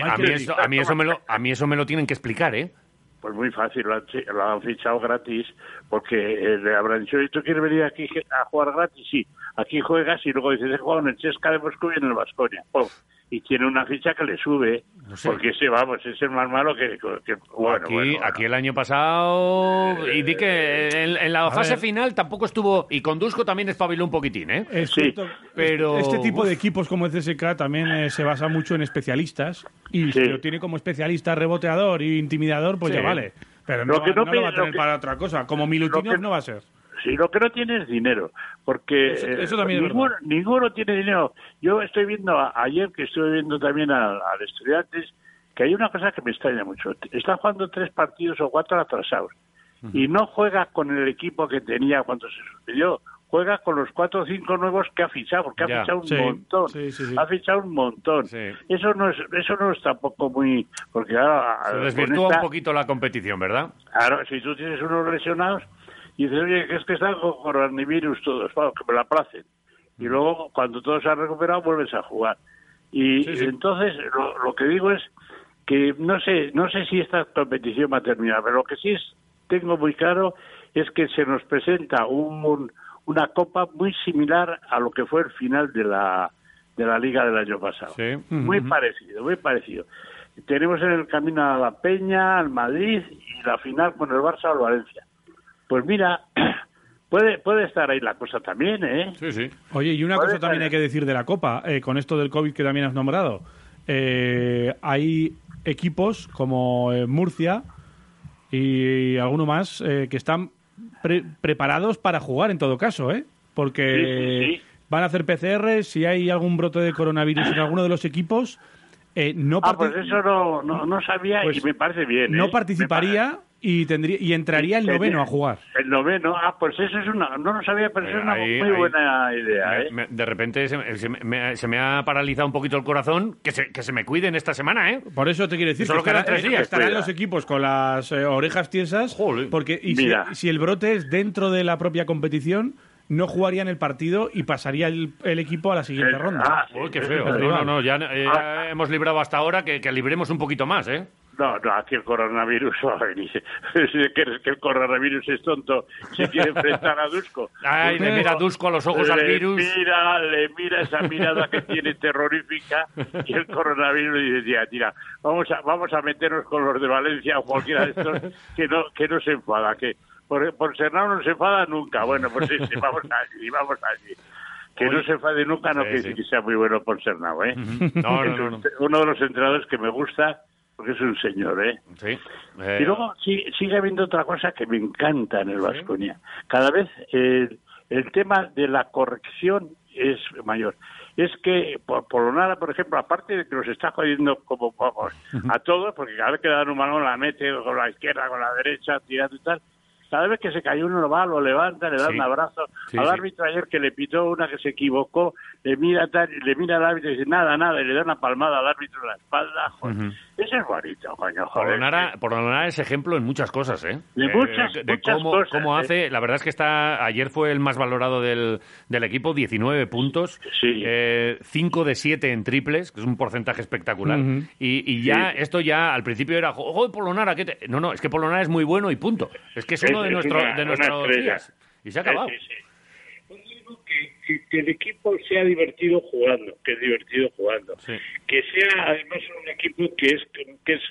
Speaker 2: a mí eso, a mí eso me lo, a mí eso me lo tienen que explicar, ¿eh?
Speaker 6: Pues muy fácil, lo han, chi- lo han fichado gratis, porque eh, le habrán dicho, ¿y tú quieres venir aquí je- a jugar gratis? Sí, aquí juegas y luego dices, he jugado en el Chesca de Moscú y en el Vasconia. Y tiene una ficha que le sube,
Speaker 2: sé.
Speaker 6: porque ese, vamos, es el más malo que... que- bueno,
Speaker 2: aquí,
Speaker 6: bueno,
Speaker 2: aquí el año pasado. Y di que en, en la
Speaker 6: a
Speaker 2: fase
Speaker 6: ver.
Speaker 2: final tampoco estuvo. Y Condusco también espabiló un poquitín, ¿eh?
Speaker 3: Es cierto,
Speaker 2: pero.
Speaker 3: Este tipo de equipos como el CSK también eh, se basa mucho en especialistas. Y si lo tiene como especialista reboteador y intimidador, pues
Speaker 6: Sí.
Speaker 3: ya vale. Pero
Speaker 6: Lo
Speaker 3: no,
Speaker 6: que
Speaker 3: va-
Speaker 6: no
Speaker 3: no lo va a
Speaker 6: pi- lo
Speaker 3: tener
Speaker 6: que-
Speaker 3: para otra cosa. Como Milutinov
Speaker 6: lo que-
Speaker 3: no va a ser.
Speaker 6: Sí, lo que no tiene es dinero, porque
Speaker 3: Eso-
Speaker 6: eh,
Speaker 3: eso también es
Speaker 6: ninguno, ninguno tiene dinero. Yo estoy viendo, a- ayer que estuve viendo también al, al Estudiantes, que hay una cosa que me extraña mucho. Está jugando tres partidos o cuatro atrasados y no juega con el equipo que tenía cuando se suspendió. Juega con los cuatro o cinco nuevos que ha fichado, porque
Speaker 2: Ya,
Speaker 6: ha fichado un
Speaker 2: sí,
Speaker 6: montón.
Speaker 2: sí, sí, sí.
Speaker 6: Ha fichado un montón. Eso no es eso no es tampoco muy. Porque ahora.
Speaker 2: Se
Speaker 6: con
Speaker 2: desvirtúa
Speaker 6: esta-
Speaker 2: un poquito la competición, ¿verdad?
Speaker 6: Claro, si tú tienes unos lesionados y dices, oye, es que están con coronavirus todos, vamos, que me la placen. Y luego, cuando todos se han recuperado, vuelves a jugar. Y
Speaker 2: Sí, sí.
Speaker 6: entonces, lo, lo que digo es que no sé, no sé si esta competición va a terminar, pero lo que sí es- tengo muy claro es que se nos presenta un- un- una copa muy similar a lo que fue el final de la, de la liga del año pasado. Muy
Speaker 7: Ujú.
Speaker 6: parecido, muy parecido. Tenemos en el camino a la Peña, al Madrid y la final con el Barça o el Valencia. Pues mira, (clears throat) puede, puede estar ahí la cosa también, ¿eh?
Speaker 2: Sí, sí.
Speaker 3: Oye, y una
Speaker 6: Vale,
Speaker 3: cosa también
Speaker 6: vale.
Speaker 3: hay que decir de la Copa, eh, con esto del COVID que también has nombrado. Eh, hay equipos como eh, Murcia y alguno más eh, que están pre- preparados para jugar en todo caso, ¿eh? Porque
Speaker 6: Sí, sí, sí.
Speaker 3: van a hacer PCR, si hay algún brote de coronavirus en alguno de los equipos, eh, no,
Speaker 6: Ah,
Speaker 3: parti-
Speaker 6: pues eso no, no, no sabía
Speaker 3: Pues
Speaker 6: y me parece bien. ¿eh?
Speaker 3: no
Speaker 6: Me
Speaker 3: participaría y, tendría, y entraría el
Speaker 6: Tenía-
Speaker 3: noveno a jugar.
Speaker 6: parece- El noveno, ah, pues eso es una. No lo sabía, pero eso es una
Speaker 2: Eh, Ahí-
Speaker 6: muy
Speaker 2: ahí-
Speaker 6: buena idea,
Speaker 2: me-
Speaker 6: ¿eh?
Speaker 2: me- de repente se, me- se me, se me ha paralizado un poquito el corazón. Que se, que se me cuiden esta semana, ¿eh?
Speaker 3: Por eso te quiero decir
Speaker 2: Solo
Speaker 3: que
Speaker 2: quedan
Speaker 3: estará-
Speaker 2: tres días.
Speaker 3: estarán los equipos con las eh, orejas tiesas. Porque y si,
Speaker 2: Mira.
Speaker 3: si el brote es dentro de la propia competición, no jugarían el partido y pasaría el, el equipo a la siguiente ronda.
Speaker 6: Ah,
Speaker 2: Uy, qué feo. No, no, no, ya, eh, ya hemos librado hasta ahora, que, que libremos un poquito más, ¿eh?
Speaker 6: No, no, aquí el coronavirus (laughs) va a venir. Si crees que el coronavirus es tonto, se quiere enfrentar a Dusko.
Speaker 2: Ay, le mira Dusko a los ojos al
Speaker 6: Le
Speaker 2: virus.
Speaker 6: Mira, le mira esa mirada que tiene terrorífica y el coronavirus dice, tía, tira, vamos a, vamos a meternos con los de Valencia o cualquiera de estos que no, que no se enfada, que por, por Serrano no se enfada nunca. Bueno, pues sí, sí,
Speaker 2: (laughs)
Speaker 6: vamos allí, vamos allí. Que no
Speaker 2: Oye.
Speaker 6: se enfade nunca no
Speaker 2: Sí,
Speaker 6: quiere
Speaker 2: sí.
Speaker 6: decir que sea muy bueno por Serrano, ¿eh?
Speaker 2: No, no,
Speaker 6: Es
Speaker 2: no,
Speaker 6: un- Uno de los entrenadores que me gusta porque es un señor, ¿eh?
Speaker 2: Sí.
Speaker 6: Y luego sí- sigue habiendo otra cosa que me encanta en el Vasconia. Cada vez eh, el tema de la corrección es mayor. Es que por, por nada, por ejemplo, aparte de que nos está jodiendo como vamos a todos, porque cada vez que dan un balón la mete con la izquierda, con la derecha, tirando y tal. Cada vez que se cae uno lo va, lo levanta, le da
Speaker 2: Sí.
Speaker 6: un abrazo.
Speaker 2: Sí,
Speaker 6: al
Speaker 2: sí.
Speaker 6: árbitro ayer que le pitó una que se equivocó, le mira tal, le mira al árbitro y dice nada, nada, y le da una palmada al árbitro en la espalda. Joder,
Speaker 2: Ujú.
Speaker 6: Eso es bonito, coño, joder.
Speaker 2: Perdonara, perdonara ese ejemplo en muchas cosas, ¿eh?
Speaker 6: De
Speaker 2: Eh,
Speaker 6: muchas-
Speaker 2: de
Speaker 6: muchas
Speaker 2: cómo,
Speaker 6: cosas,
Speaker 2: cómo
Speaker 6: ¿eh?
Speaker 2: hace, la verdad es que está, ayer fue el más valorado del, del equipo, 19 puntos, 5 de 7 en triples, que es un porcentaje espectacular.
Speaker 3: Ujú.
Speaker 2: Y, y ya, esto ya al principio era, "Jo- joder, Polonara, ¿qué te-?". No, no, es que Polonara es muy bueno y punto. Es que es uno
Speaker 6: Es-
Speaker 2: de,
Speaker 6: es
Speaker 2: nuestro,
Speaker 6: una-
Speaker 2: de
Speaker 6: una
Speaker 2: nuestros
Speaker 6: estrella.
Speaker 2: días. Y se ha acabado.
Speaker 6: Sí, sí, que, que el equipo sea divertido jugando, que es divertido jugando, que sea además un equipo que es que es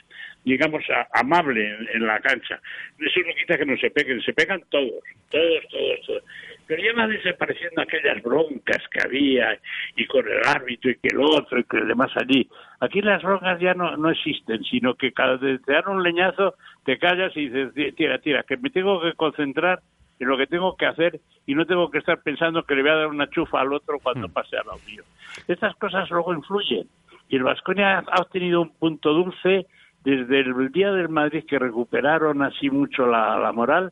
Speaker 6: digamos a- amable en, en la cancha. Eso no quita que no se peguen, se pegan todos, todos, todos, todos. Pero ya va desapareciendo aquellas broncas que había y con el árbitro y que el otro y que el demás allí. Aquí las broncas ya no, no existen, sino que cada te te dan un leñazo, te callas y dices, tira, tira, que me tengo que concentrar en lo que tengo que hacer y no tengo que estar pensando que le voy a dar una chufa al otro cuando pase al lado mío. Estas cosas luego influyen. Y el Vasconia ha obtenido un punto dulce desde el día del Madrid que recuperaron así mucho la, la moral.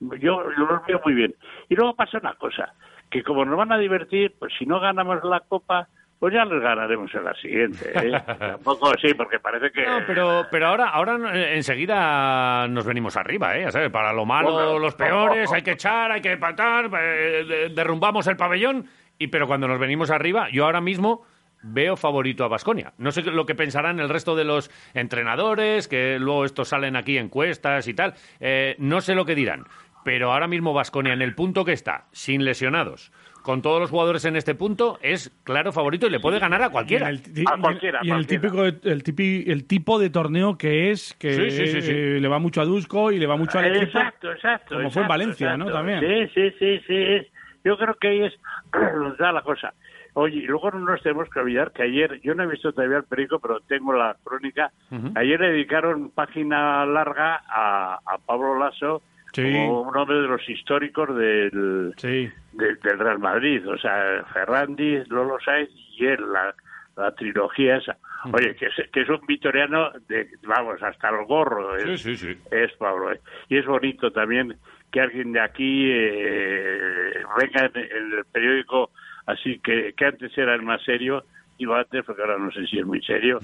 Speaker 6: Yo, yo los veo muy bien. Y luego pasa una cosa, que como nos van a divertir, pues si no ganamos la Copa, pues ya les ganaremos en la siguiente. ¿eh? Tampoco, sí, porque parece que... Eh,
Speaker 2: No, pero, pero ahora, ahora eh, enseguida nos venimos arriba, ¿eh? Ya sabes, para lo malo,
Speaker 6: Bueno.
Speaker 2: los peores, hay que echar, hay que patar, eh, de- derrumbamos el pabellón. Y pero cuando nos venimos arriba, yo ahora mismo veo favorito a Basconia. No sé lo que pensarán el resto de los entrenadores, que luego estos salen aquí encuestas y tal. Eh, no sé lo que dirán. Pero ahora mismo Basconia, en el punto que está, sin lesionados, con todos los jugadores en este punto, es claro favorito y le puede ganar a
Speaker 3: Y en
Speaker 2: cualquiera.
Speaker 3: el, ti- y en- y en el típico de- el, tipi- el tipo de torneo que es que
Speaker 2: Sí, sí, sí, sí.
Speaker 3: eh, le va mucho a Dusko y le va mucho al equipo.
Speaker 6: Exacto, exacto.
Speaker 3: Como fue
Speaker 6: exacto,
Speaker 3: en Valencia,
Speaker 6: exacto.
Speaker 3: ¿no? También.
Speaker 6: Sí, sí, sí, sí. es- Yo creo que ahí es (clears throat) nos da la cosa. Oye, y luego no nos tenemos que olvidar que ayer, yo no he visto todavía el periódico, pero tengo la crónica.
Speaker 2: Ujú.
Speaker 6: Ayer le dedicaron página larga a, a Pablo Lasso
Speaker 3: Sí.
Speaker 6: como un hombre de los históricos del,
Speaker 3: Sí.
Speaker 6: de- del Real Madrid. O sea, Ferrandis, Lolo Sainz y él. La, la trilogía esa.
Speaker 15: Mm.
Speaker 6: Oye, que es, que es un vitoriano, de, vamos, hasta el gorro. ¿eh? Es,
Speaker 2: Sí, sí, sí.
Speaker 6: es Pablo. ¿eh? Y es bonito también que alguien de aquí eh, venga en el periódico, así que, que antes era el más serio, digo antes porque ahora no sé si es muy
Speaker 2: (laughs)
Speaker 6: serio.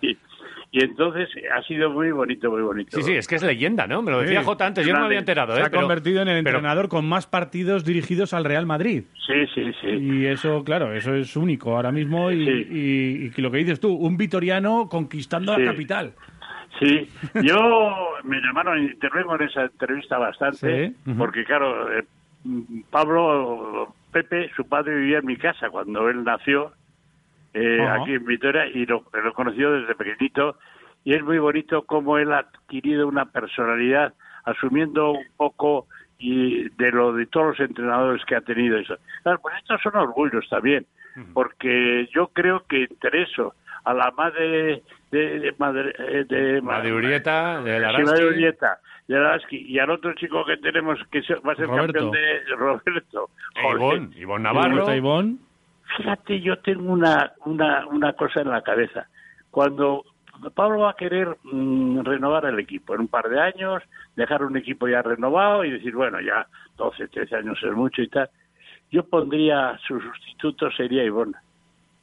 Speaker 6: Y, y- y entonces ha sido muy bonito, muy bonito.
Speaker 2: Sí, sí, es que es leyenda, ¿no? Me lo decía
Speaker 3: Sí.
Speaker 2: J antes, yo no me había enterado, ¿eh?
Speaker 3: Se ha
Speaker 2: Pero-
Speaker 3: convertido en el
Speaker 2: pero-
Speaker 3: entrenador con más partidos dirigidos al Real Madrid.
Speaker 6: Sí, sí, sí.
Speaker 3: Y eso, claro, eso es único ahora mismo. Y, y- y lo que dices tú, un vitoriano conquistando
Speaker 6: Sí.
Speaker 3: la capital.
Speaker 6: Sí, yo me llamaron, intervengo en esa entrevista bastante,
Speaker 3: Sí, ujú.
Speaker 6: porque claro, eh, mm, Pablo, Pepe, su padre vivía en mi casa cuando él nació, eh,
Speaker 7: Ajá.
Speaker 6: aquí en Vitoria, y lo, lo conoció desde pequeñito, y es muy bonito cómo él ha adquirido una personalidad, asumiendo un poco y de lo de todos los entrenadores que ha tenido eso. Claro, pues estos son orgullos también, porque yo creo que entre eso, a la madre de, de madre eh, de ma-
Speaker 2: de Urieta, de
Speaker 6: Sí, madre
Speaker 2: Larasqui.
Speaker 6: Urieta, de Araski, y al otro chico que tenemos que se- va a ser
Speaker 2: Roberto.
Speaker 6: campeón de (laughs) Roberto.
Speaker 2: E
Speaker 6: Joder.
Speaker 2: Ivón, Ivón Navarro.
Speaker 6: Roberto
Speaker 3: Ivón.
Speaker 6: Fíjate, yo tengo una, una, una cosa en la cabeza. Cuando Pablo va a querer mm, renovar el equipo en un par de años, dejar un equipo ya renovado y decir, bueno, ya 12, 13 años es mucho y tal, yo pondría, su sustituto sería Ivón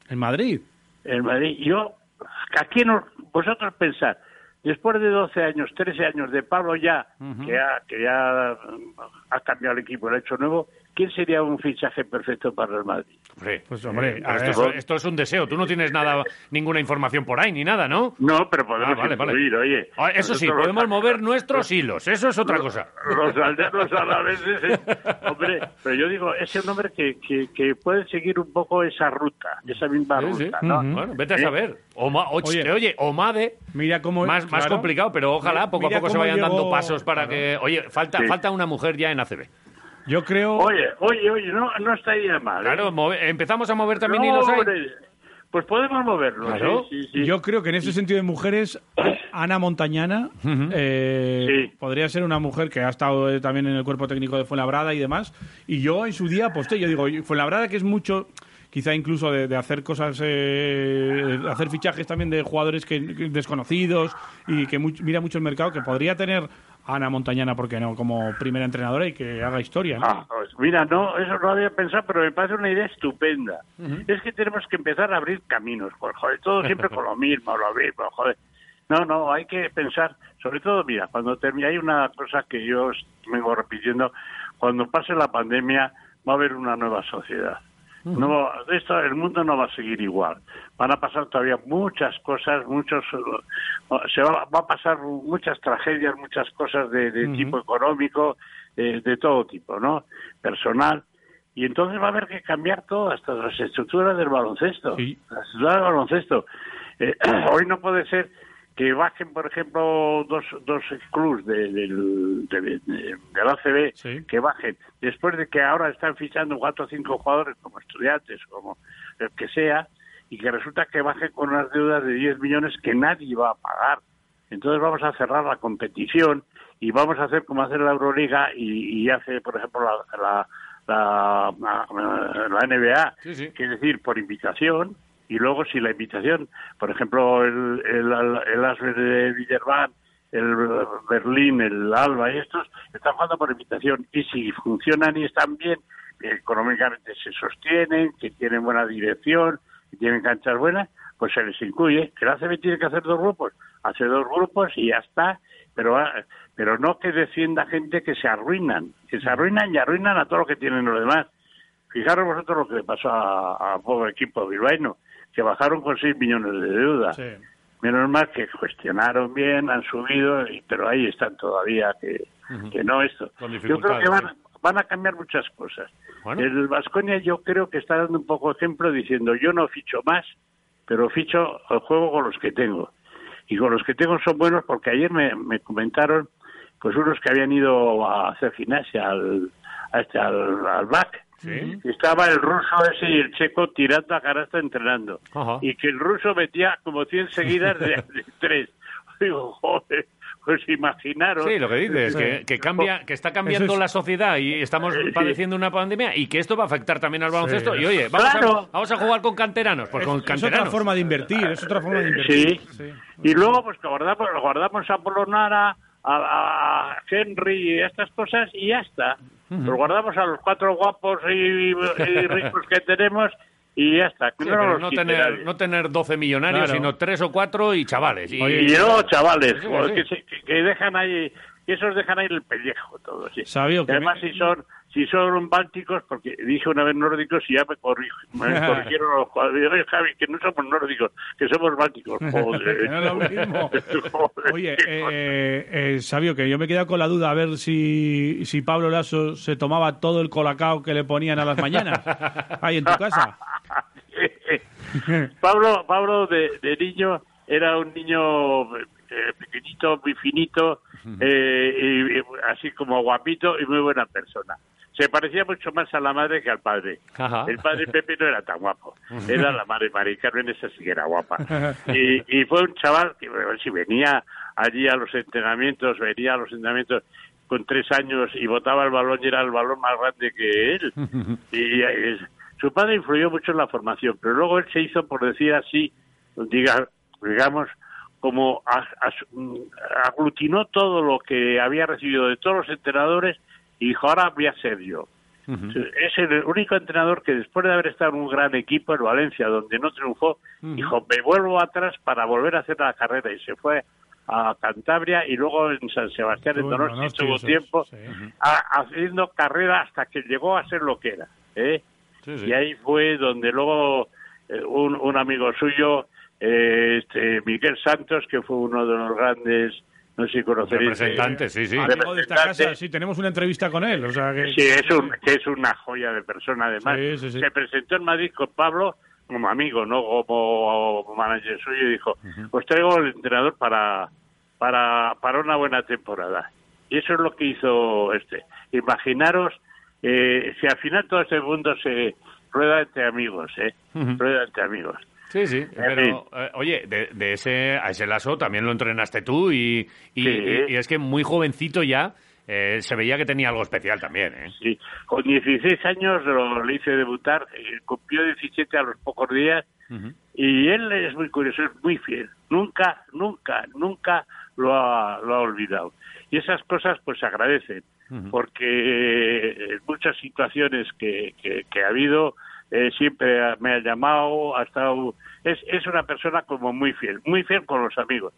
Speaker 3: En Madrid.
Speaker 6: en Madrid. Yo, ¿a quién os- vosotros pensar? Después de 12 años, 13 años de Pablo ya,
Speaker 8: Ujú.
Speaker 6: que, ha, que ya mm, ha cambiado el equipo, lo ha hecho nuevo, ¿quién sería un fichaje perfecto para el Madrid?
Speaker 2: Hombre, eh,
Speaker 3: pues
Speaker 6: hombre, a ver.
Speaker 2: esto, es, esto es un deseo. Tú no tienes nada, ninguna información por ahí ni nada, ¿no?
Speaker 6: No, pero podemos
Speaker 2: vale, vale.
Speaker 6: influir, oye.
Speaker 2: Ah, Eso sí,
Speaker 6: Nosotros
Speaker 2: podemos mover nuestros hilos. Eso es otra cosa.
Speaker 6: (laughs) Los aldeanos a veces, hombre, pero yo digo, es un hombre que, que, que puede seguir un poco esa ruta, esa misma
Speaker 2: Sí, sí.
Speaker 6: ruta, ¿no?
Speaker 2: Ujú. Bueno, vete a
Speaker 6: ¿Eh?
Speaker 2: saber. O ma- o-
Speaker 6: Oye.
Speaker 2: oye, Omade.
Speaker 3: Mira cómo
Speaker 2: más, más
Speaker 3: claro.
Speaker 2: complicado, pero ojalá poco a
Speaker 3: Mira
Speaker 2: poco se
Speaker 3: cómo
Speaker 2: vayan
Speaker 3: llegó-
Speaker 2: dando pasos para que. Oye, falta,
Speaker 3: Sí.
Speaker 2: falta una mujer ya en ACB.
Speaker 3: Yo creo.
Speaker 6: Oye, oye, oye, no, no estaría mal. ¿eh?
Speaker 2: Claro, move- empezamos a mover también
Speaker 6: No,
Speaker 2: hilos ahí.
Speaker 6: hombre, Pues podemos moverlos.
Speaker 2: Claro.
Speaker 6: sí, sí, sí.
Speaker 3: Yo creo que en ese sentido de mujeres, Ana Montañana eh, podría ser una mujer que ha estado eh, también en el cuerpo técnico de Fuenlabrada y demás. Y yo en su día aposté, yo digo, oye, Fuenlabrada que es mucho, quizá incluso de, de hacer cosas, eh, de hacer fichajes también de jugadores que, que desconocidos y que mu- mira mucho el mercado, que podría tener a Ana Montañana, ¿por qué no?, como primera entrenadora y que haga historia. ¿no?
Speaker 6: Ah, pues mira, no, eso no había pensado, pero me parece una idea estupenda. Es que tenemos que empezar a abrir caminos, pues, joder, todo siempre con lo mismo, lo mismo, joder. No, no, hay que pensar, sobre todo, mira, cuando termine, hay una cosa que yo os vengo repitiendo, cuando pase la pandemia va a haber una nueva sociedad. No, esto, el mundo no va a seguir igual. Van a pasar todavía muchas cosas, muchos, eh, se va, va a pasar muchas tragedias, muchas cosas de, de
Speaker 9: Ujú.
Speaker 6: tipo económico, eh, de todo tipo, ¿no? Personal. Y entonces va a haber que cambiar todas hasta las estructuras del baloncesto. Las estructuras del baloncesto. Eh, (clears throat) hoy no puede ser que bajen, por ejemplo, dos, dos clubs de- del, de- de- del ACB, que bajen, después de que ahora están fichando cuatro o cinco jugadores como estudiantes, como el que sea, y que resulta que bajen con unas deudas de 10 millones que nadie va a pagar. Entonces vamos a cerrar la competición y vamos a hacer como hace la Euroliga y, y hace, por ejemplo, la, la, la- la- la NBA, que es decir, por invitación, y luego si la invitación, por ejemplo, el, el, el Asbel de Villerban, el Berlín, el Alba y estos, están jugando por invitación. Y si funcionan y están bien, que económicamente se sostienen, que tienen buena dirección, que tienen canchas buenas, pues se les incluye. El ACB tiene que hacer dos grupos, hace dos grupos y ya está, pero, ah, pero no que defienda gente que se arruinan, que se arruinan y arruinan a todo lo que tienen los demás. Fijaros vosotros lo que le pasó a, a poco equipo bilbaíno, que bajaron con 6 millones de deuda. Menos mal que cuestionaron bien, han subido, y- pero ahí están todavía, que, que no esto.
Speaker 2: Mm. Con
Speaker 6: Yo creo
Speaker 2: dificultades.
Speaker 6: que van, van a cambiar muchas cosas.
Speaker 2: Bueno.
Speaker 6: El Vasconia yo creo que está dando un poco ejemplo diciendo yo no ficho más, pero ficho el juego con los que tengo. Y con los que tengo son buenos porque ayer me, me comentaron pues unos que habían ido a hacer gimnasia al, a este, al, al BAC.
Speaker 2: Sí.
Speaker 6: Y Estaba el ruso ese y el checo tirando a canasta entrenando.
Speaker 2: Ajá.
Speaker 6: Y que el ruso metía como 100 seguidas de, de tres. (laughs) Digo, joder, Pues imaginaros.
Speaker 2: Sí, lo que dices, que, que cambia, que está cambiando
Speaker 6: Eso es-
Speaker 2: la sociedad y estamos
Speaker 6: Eh, sí.
Speaker 2: padeciendo una pandemia y que esto va a afectar también al baloncesto.
Speaker 3: Sí.
Speaker 2: Y oye, vamos,
Speaker 6: Claro.
Speaker 2: a, vamos a jugar con canteranos. Pues con
Speaker 3: Es otra
Speaker 2: canteranos.
Speaker 3: forma de invertir, es otra forma de
Speaker 6: Eh,
Speaker 3: invertir.
Speaker 6: sí. Y luego, pues guardamos, guardamos a Polonara, a, a Henry y estas cosas y ya está.
Speaker 3: Ujú.
Speaker 6: Los guardamos a los cuatro guapos y, y ricos que tenemos y ya está. Que
Speaker 2: Sí,
Speaker 6: no
Speaker 2: pero
Speaker 6: los
Speaker 2: no
Speaker 6: quite
Speaker 2: tener,
Speaker 6: nadie.
Speaker 2: no tener 12 millonarios,
Speaker 6: Claro.
Speaker 2: sino 3 o 4 y chavales. Y,
Speaker 6: Y luego, chavales,
Speaker 2: Sí, sí,
Speaker 6: joder,
Speaker 2: sí.
Speaker 6: que, se- que- que dejan ahí, que esos dejan ahí el pellejo todos. sí.
Speaker 3: Sabio, que
Speaker 6: Además, si son si son bálticos, porque dije una vez nórdicos y ya me, corrijo-
Speaker 3: (laughs)
Speaker 6: me corrigieron los jugadores. Oye, Javi, que no somos nórdicos, que somos
Speaker 3: (laughs)
Speaker 6: bálticos. Joder.
Speaker 3: No es lo mismo.
Speaker 2: (laughs)
Speaker 3: Oye, eh, eh, Sabio, que yo me he quedado con la duda a ver si, si Pablo Lasso se tomaba todo el colacao que le ponían a las
Speaker 2: (laughs)
Speaker 3: mañanas ahí en tu casa.
Speaker 6: (laughs) Pablo, Pablo de, de niño era un niño eh, pequeñito, muy finito,
Speaker 3: Mm.
Speaker 6: eh, y- y así como guapito y muy buena persona. Se parecía mucho más a la madre que al padre.
Speaker 2: Ajá.
Speaker 6: El padre Pepe no era tan guapo, era la madre María Carmen, esa sí que era guapa. Y, y fue un chaval que bueno, si venía allí a los entrenamientos, venía a los entrenamientos con tres años y botaba el balón y era el balón más grande que él. Y eh, su padre influyó mucho en la formación, pero luego él se hizo, por decir así, diga, digamos, como a- as- mm, aglutinó todo lo que había recibido de todos los entrenadores y dijo, ahora voy a ser yo. Es el único entrenador que después de haber estado en un gran equipo en Valencia, donde no triunfó, dijo, me vuelvo atrás para volver a hacer la carrera y se fue a Cantabria y luego en San Sebastián, en
Speaker 3: Estuvo en
Speaker 6: Donosti,
Speaker 3: Donosti,
Speaker 6: estuvo
Speaker 3: eso es,
Speaker 6: tiempo a- haciendo carrera hasta que llegó a ser lo que era. ¿eh?
Speaker 2: sí.
Speaker 6: Y ahí fue donde luego eh, un, un amigo suyo, eh, este, Miguel Santos, que fue uno de los grandes, no sé si conoceréis. eh,
Speaker 2: Representantes, sí, sí.
Speaker 3: Amigo de esta casa,
Speaker 6: Representante.
Speaker 3: sí, tenemos una entrevista con él. O sea que,
Speaker 6: Sí,
Speaker 2: eh.
Speaker 6: es, un, que es una joya de persona, además.
Speaker 3: Sí, sí, sí.
Speaker 6: Se presentó en Madrid con Pablo como amigo, no como manager suyo, y dijo, os traigo el entrenador para, para, para una buena temporada. Y eso es lo que hizo este. Imaginaros eh, si al final todo este mundo se rueda entre amigos, ¿eh?
Speaker 2: Ujú.
Speaker 6: Rueda entre amigos.
Speaker 2: Sí, sí,
Speaker 6: fin.
Speaker 2: pero eh, oye, de, de ese, a ese lazo también lo entrenaste tú y, y,
Speaker 6: Sí.
Speaker 2: y- y es que muy jovencito ya eh, se veía que tenía algo especial también. ¿eh?
Speaker 6: Sí, con 16 años lo, lo hice debutar, eh, cumplió 17 a los pocos días y él es muy curioso, es muy fiel, nunca, nunca, nunca lo ha, lo ha olvidado. Y esas cosas pues se agradecen, pues, porque en muchas situaciones que, que, que ha habido eh, siempre ha- me ha llamado, ha estado, es, es una persona como muy fiel, muy fiel con los amigos.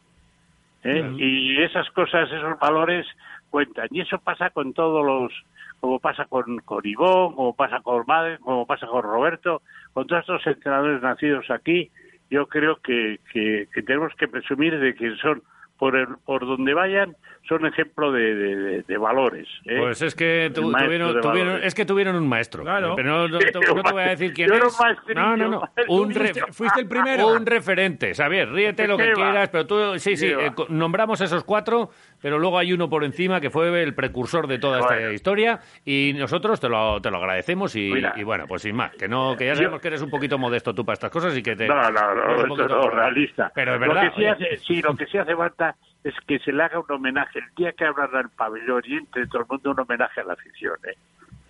Speaker 6: ¿eh?
Speaker 3: Ujú.
Speaker 6: Y esas cosas, esos valores cuentan. Y eso pasa con todos los, como pasa con, con Ivón, como pasa con Madre, como pasa con Roberto, con todos estos entrenadores nacidos aquí. Yo creo que, que- que tenemos que presumir de que son, por, el- por donde vayan, son ejemplo de, de- de- de valores. ¿eh?
Speaker 2: Pues es que, tu-
Speaker 6: El maestro
Speaker 2: tuvieron,
Speaker 6: de
Speaker 2: tuvieron-
Speaker 6: valores.
Speaker 2: es que tuvieron un maestro.
Speaker 6: Claro. (laughs)
Speaker 2: Pero no, no te- no te voy a decir quién
Speaker 6: Yo era
Speaker 2: es.
Speaker 6: un maestrillo.
Speaker 2: No,
Speaker 6: (laughs)
Speaker 2: no, no. Un re-
Speaker 3: Fuiste- fuiste el primero.
Speaker 2: Un referente, ¿sabes? Ríete lo que
Speaker 6: Eva.
Speaker 2: quieras, pero tú, sí, sí,
Speaker 6: Eva.
Speaker 2: eh, co- nombramos esos cuatro, pero luego hay uno por encima que fue el precursor de toda esta
Speaker 6: Bueno.
Speaker 2: historia y nosotros te lo, te lo agradecemos y,
Speaker 6: Mira.
Speaker 2: y bueno, pues sin más, que no que ya
Speaker 6: Yo-
Speaker 2: sabemos que eres un poquito modesto tú para estas cosas y que te...
Speaker 6: No, no, no,
Speaker 2: eres un
Speaker 6: esto
Speaker 2: poquito-
Speaker 6: no, realista.
Speaker 2: Pero es
Speaker 6: Lo
Speaker 2: verdad.
Speaker 6: que sí
Speaker 2: oye.
Speaker 6: hace- sí, lo que sí hace falta es que se le haga un homenaje el día que abran el pabellón y entre todo el mundo un homenaje a la afición, ¿eh?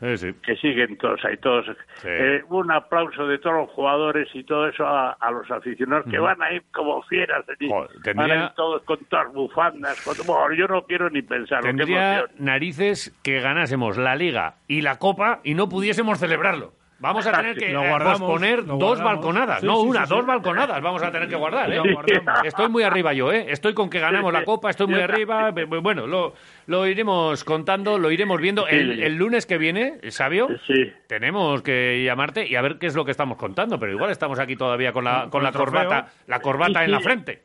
Speaker 2: Sí, sí.
Speaker 6: que siguen todos ahí, todos. Eh, un aplauso de todos los jugadores y todo eso a, a los aficionados que
Speaker 2: Ujú.
Speaker 6: van a ir como fieras. allí.
Speaker 2: tendría-
Speaker 6: Van a ir todos con todas bufandas. con- Bueno, yo no quiero ni pensarlo. qué
Speaker 2: Tendría
Speaker 6: emoción.
Speaker 2: narices que ganásemos la Liga y la Copa y no pudiésemos celebrlo. Vamos
Speaker 6: Ah,
Speaker 2: a tener que
Speaker 3: Lo
Speaker 2: eh,
Speaker 3: guardamos,
Speaker 2: posponer dos
Speaker 3: lo guardamos.
Speaker 2: balconadas,
Speaker 3: Sí,
Speaker 2: no
Speaker 3: sí,
Speaker 2: una,
Speaker 3: sí, sí.
Speaker 2: dos balconadas vamos a tener que guardar. ¿eh?
Speaker 3: Lo guardamos.
Speaker 2: Estoy muy arriba yo, ¿eh? estoy con que ganamos la Copa, estoy muy arriba. be- be- Bueno, lo, lo iremos contando, lo iremos viendo.
Speaker 6: Sí.
Speaker 2: El, el lunes que viene, Sabio,
Speaker 6: Sí.
Speaker 2: tenemos que llamarte y a ver qué es lo que estamos contando, pero igual estamos aquí todavía con la, con la
Speaker 3: el trofeo.
Speaker 2: corbata, la corbata
Speaker 6: Y
Speaker 2: en la
Speaker 6: sí.
Speaker 2: frente.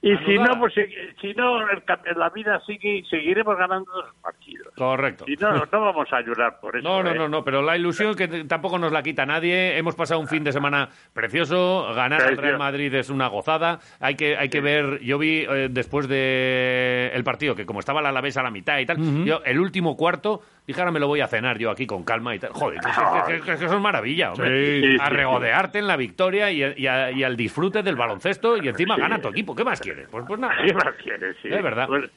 Speaker 6: Y si
Speaker 2: Anudada.
Speaker 6: no, pues segui- si no, el cam- eh, la vida sigue y seguiremos ganando los partidos.
Speaker 2: Correcto.
Speaker 6: Y no, no vamos a llorar por eso.
Speaker 2: No, no,
Speaker 6: ¿eh?
Speaker 2: no, no, pero la ilusión que t- tampoco nos la quita nadie. Hemos pasado un fin de semana precioso. Ganar al
Speaker 6: Precioso.
Speaker 2: Real Madrid es una gozada. Hay que, hay que ver. Yo vi eh, después de el partido que como estaba la Alavés a la mitad y tal,
Speaker 3: Ujú.
Speaker 2: yo el último cuarto dije ahora me lo voy a cenar yo aquí con calma y tal. Joder, que, que- que- que- que eso es maravilla, hombre.
Speaker 3: Sí, sí, sí,
Speaker 2: a
Speaker 3: sí.
Speaker 2: regodearte en la victoria y, a- y a- y al disfrute del baloncesto y encima
Speaker 6: Sí.
Speaker 2: gana tu equipo. ¿Qué más quieres? Pues, pues nada.
Speaker 6: ¿Qué más quieres? Sí. Pues,
Speaker 2: Es verdad.
Speaker 6: Bueno,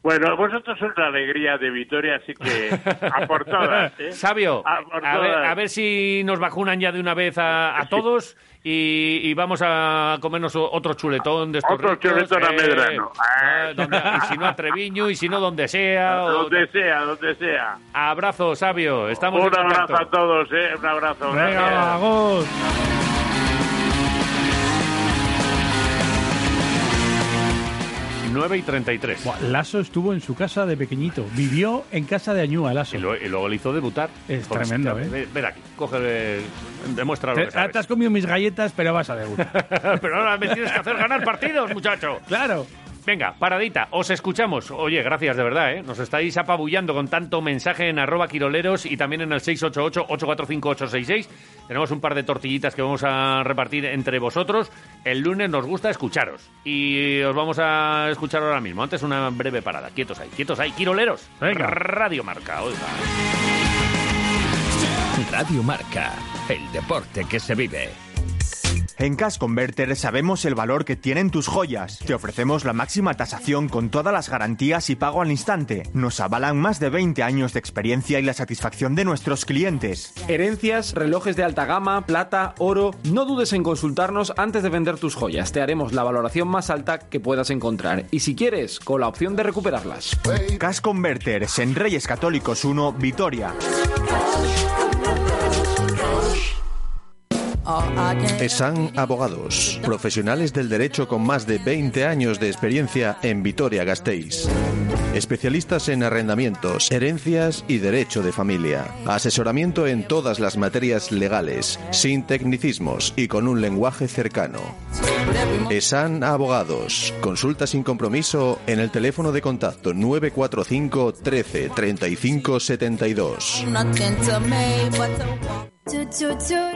Speaker 6: Bueno, vosotros sois la alegría de Vitoria, así que
Speaker 2: (laughs)
Speaker 6: a por todas, ¿eh?
Speaker 2: Sabio,
Speaker 6: A por
Speaker 2: a ver,
Speaker 6: todas.
Speaker 2: a ver si nos vacunan ya de una vez a, a todos y, y vamos a comernos o- otro chuletón de estos
Speaker 6: Otro
Speaker 2: ricos,
Speaker 6: chuletón a
Speaker 2: eh,
Speaker 6: Medrano.
Speaker 2: eh, donde- y si no a Treviño, y si no donde sea. o-
Speaker 6: Donde sea, donde sea.
Speaker 2: Abrazo, Sabio. Estamos en
Speaker 6: Un
Speaker 2: contacto.
Speaker 6: abrazo a todos, ¿eh? Un abrazo. gracias.
Speaker 3: Venga, Agus.
Speaker 2: Nueve y 33.
Speaker 3: Lasso estuvo en su casa de pequeñito. Vivió en casa de Añúa, Lasso.
Speaker 2: Y, lo- y luego le hizo debutar.
Speaker 3: Es tremendo,
Speaker 2: hostia,
Speaker 3: ¿eh?
Speaker 2: ve- Ven aquí, coge, demuestra lo
Speaker 3: Te,
Speaker 2: que sabes.
Speaker 3: te has comido mis galletas, pero vas
Speaker 2: (laughs)
Speaker 3: a debutar.
Speaker 2: Pero ahora me tienes que hacer ganar partidos, muchacho.
Speaker 3: Claro.
Speaker 2: Venga, paradita, os escuchamos. Oye, gracias de verdad, ¿eh? Nos estáis apabullando con tanto mensaje en arroba quiroleros y también en el 688-845-866. Tenemos un par de tortillitas que vamos a repartir entre vosotros. El lunes nos gusta escucharos y os vamos a escuchar ahora mismo. Antes una breve parada. Quietos ahí, quietos ahí, quiroleros.
Speaker 28: Venga.
Speaker 2: Radio Marca, oiga.
Speaker 28: Radio Marca, el deporte que se vive.
Speaker 7: En Cash Converter sabemos el valor que tienen tus joyas. Te ofrecemos la máxima tasación con todas las garantías y pago al instante. Nos avalan más de 20 años de experiencia y la satisfacción de nuestros clientes.
Speaker 29: Herencias, relojes de alta gama, plata, oro. No dudes en consultarnos antes de vender tus joyas. Te haremos la valoración más alta que puedas encontrar. Y si quieres, con la opción de recuperarlas.
Speaker 7: Cash Converters en Reyes Católicos 1, Vitoria.
Speaker 30: ESAN Abogados, profesionales del derecho con más de 20 años de experiencia en Vitoria-Gasteiz. Especialistas en arrendamientos, herencias y derecho de familia. Asesoramiento en todas las materias legales, sin tecnicismos y con un lenguaje cercano. ESAN Abogados. Consulta sin compromiso en el teléfono de contacto 945 13 35 72.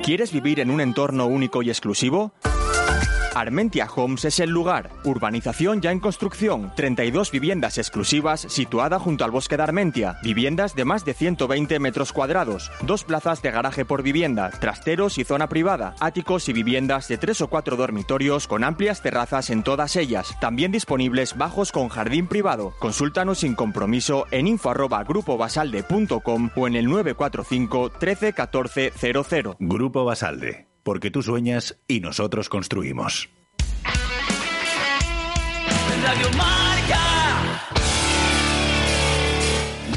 Speaker 7: ¿Quieres vivir en un entorno único y exclusivo? Armentia Homes es el lugar. Urbanización ya en construcción. 32 viviendas exclusivas situada junto al bosque de Armentia. Viviendas de más de 120 metros cuadrados. Dos plazas de garaje por vivienda, trasteros y zona privada. Áticos y viviendas de tres o cuatro dormitorios con amplias terrazas en todas ellas. También disponibles bajos con jardín privado. Consúltanos sin compromiso en info arroba grupobasalde.com o en el 945 13 14 00.
Speaker 31: Grupo Basalde, porque tú sueñas y nosotros construimos.
Speaker 11: Radio Marca.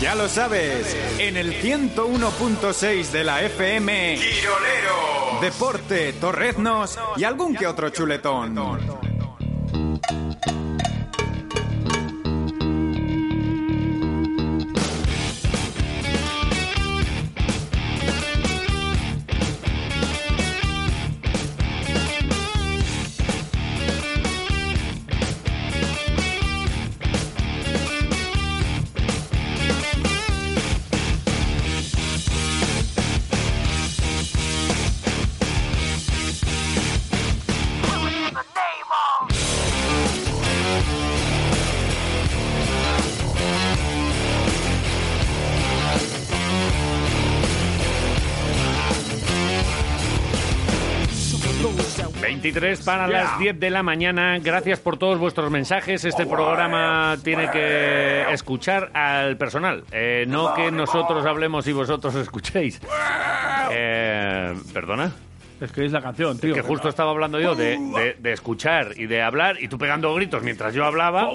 Speaker 22: Ya lo sabes, en el 101.6 de la FM, Quiroleros, Deporte, Torreznos y algún que otro chuletón.
Speaker 11: Somos los
Speaker 2: 23 para
Speaker 11: Yeah.
Speaker 2: las 10 de la mañana. Gracias por todos vuestros mensajes. Este programa tiene que escuchar al personal. Eh, no que nosotros hablemos y vosotros escuchéis. Eh, ¿Perdona?
Speaker 3: Es que es la canción, tío.
Speaker 2: que justo estaba hablando yo de, de- de escuchar y de hablar y tú pegando gritos mientras yo hablaba.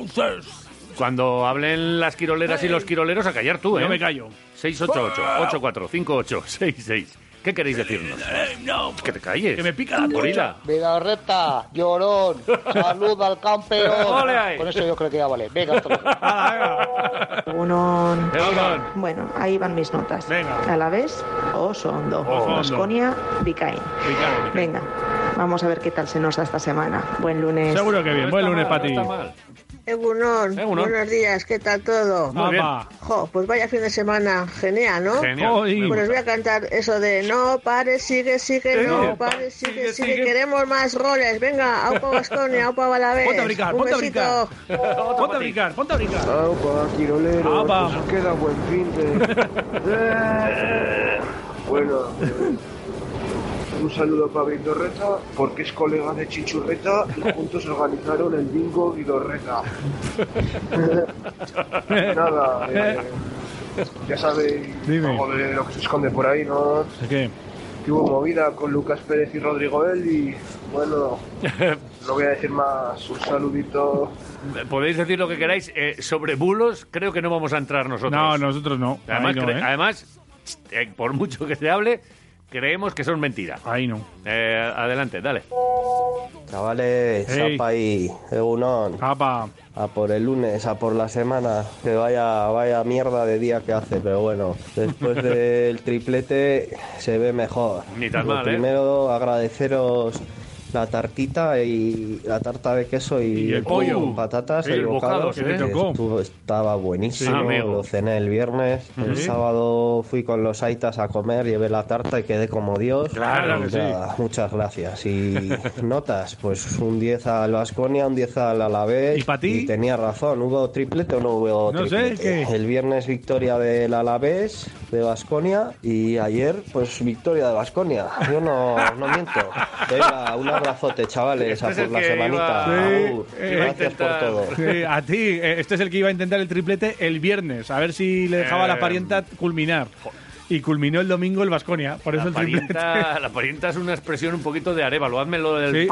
Speaker 2: Cuando hablen las quiroleras y los quiroleros, a callar tú, ¿eh?
Speaker 3: Yo me callo.
Speaker 2: 688-8458-66. ¿Qué queréis decirnos? Que te calles. Que me pica la gorila.
Speaker 30: Vida recta, llorón, salud al campeón.
Speaker 2: (laughs) Ole ahí.
Speaker 30: Con eso yo creo que ya vale. Venga, hasta luego.
Speaker 31: Egunon. Bueno, ahí van mis notas. A la vez, Osondo.
Speaker 30: Oso
Speaker 31: Baskonia, Vizcaín. Venga, vamos a ver qué tal se nos da esta semana. Buen lunes.
Speaker 3: Seguro que bien. Buen lunes, Pati.
Speaker 31: Egunon.
Speaker 3: Egunon.
Speaker 31: Buenos días, ¿qué tal todo?
Speaker 3: Muy bien. Apa.
Speaker 31: Jo, pues vaya fin de semana, genial, ¿no?
Speaker 3: Genial, Joder. me
Speaker 31: Pues os voy
Speaker 3: gusta.
Speaker 31: a cantar eso de no pares, sigue, sigue,
Speaker 3: Sí.
Speaker 31: no
Speaker 3: Sigue,
Speaker 31: pares, sigue, sigue,
Speaker 3: sigue.
Speaker 31: queremos más goles. Venga, aupa Baskonia, aupa Balavés.
Speaker 3: Ponte a brincar,
Speaker 31: Un
Speaker 3: ponte a
Speaker 31: besito.
Speaker 3: brincar. Ponte a brincar, ponte a brincar.
Speaker 12: Aupa, quirolero,
Speaker 3: Aupa.
Speaker 12: nos queda buen fin de... Eh, bueno, Un saludo para Vidorreta, porque es colega de Chichurreta y juntos organizaron el bingo Vidorreta. Nada, eh, ya sabéis algo de lo que se esconde por ahí, ¿no?
Speaker 3: ¿Qué?
Speaker 12: Que hubo movida con Lucas Pérez y Rodrigo L y bueno, no voy a decir más. Un saludito.
Speaker 2: Podéis decir lo que queráis. eh, sobre bulos, creo que no vamos a entrar nosotros.
Speaker 3: No, nosotros no.
Speaker 2: Además,
Speaker 3: Ahí no,
Speaker 2: cre-
Speaker 3: ¿eh?
Speaker 2: además, eh, por mucho que se hable, creemos que son mentiras. Eh,
Speaker 3: Ahí no.
Speaker 2: adelante, dale.
Speaker 32: Chavales,
Speaker 2: Hey.
Speaker 32: apa ahí, Egunon. A por el lunes, a por la semana. Que vaya, vaya mierda de día que hace, pero bueno,
Speaker 2: (laughs)
Speaker 32: después del triplete se ve mejor.
Speaker 2: Ni tan
Speaker 32: Lo
Speaker 2: mal, ¿eh?
Speaker 32: Primero agradeceros la tartita y la tarta de queso y,
Speaker 2: Y el pollo.
Speaker 32: con patatas,
Speaker 2: El
Speaker 32: el, bocado,
Speaker 2: bocado, que te
Speaker 32: que
Speaker 2: tocó.
Speaker 32: estuvo- estaba buenísimo.
Speaker 2: Sí, amigo.
Speaker 32: Lo cené el viernes, el
Speaker 2: Sí.
Speaker 32: sábado fui con los aitas a comer, llevé la tarta y quedé como Dios.
Speaker 2: Claro que sí.
Speaker 32: Nada, Muchas gracias. Y (laughs) notas, pues un 10 al Vasconia, un 10 al Alavés. ¿Y para ti? tenía razón, ¿hubo triplete o no hubo
Speaker 3: No sé,
Speaker 32: triplete?
Speaker 3: ¿qué?
Speaker 32: El viernes victoria del Alavés, de Vasconia, y ayer pues victoria de Vasconia. Yo no, no miento. Venga, un abrazote, chavales, a
Speaker 3: Este es el
Speaker 32: por la
Speaker 3: que
Speaker 32: semanita.
Speaker 3: iba-
Speaker 32: Agur.
Speaker 3: Sí, eh,
Speaker 32: gracias por todo.
Speaker 3: Sí, a ti, eh, este es el que iba a intentar el triplete el viernes, a ver si le dejaba a
Speaker 2: Eh,
Speaker 3: la parienta culminar. Y culminó el domingo el Vasconia, por eso
Speaker 2: La
Speaker 3: el triplete. (laughs)
Speaker 2: parienta, (laughs) la parienta es una expresión un poquito de arévalo. Házmelo del.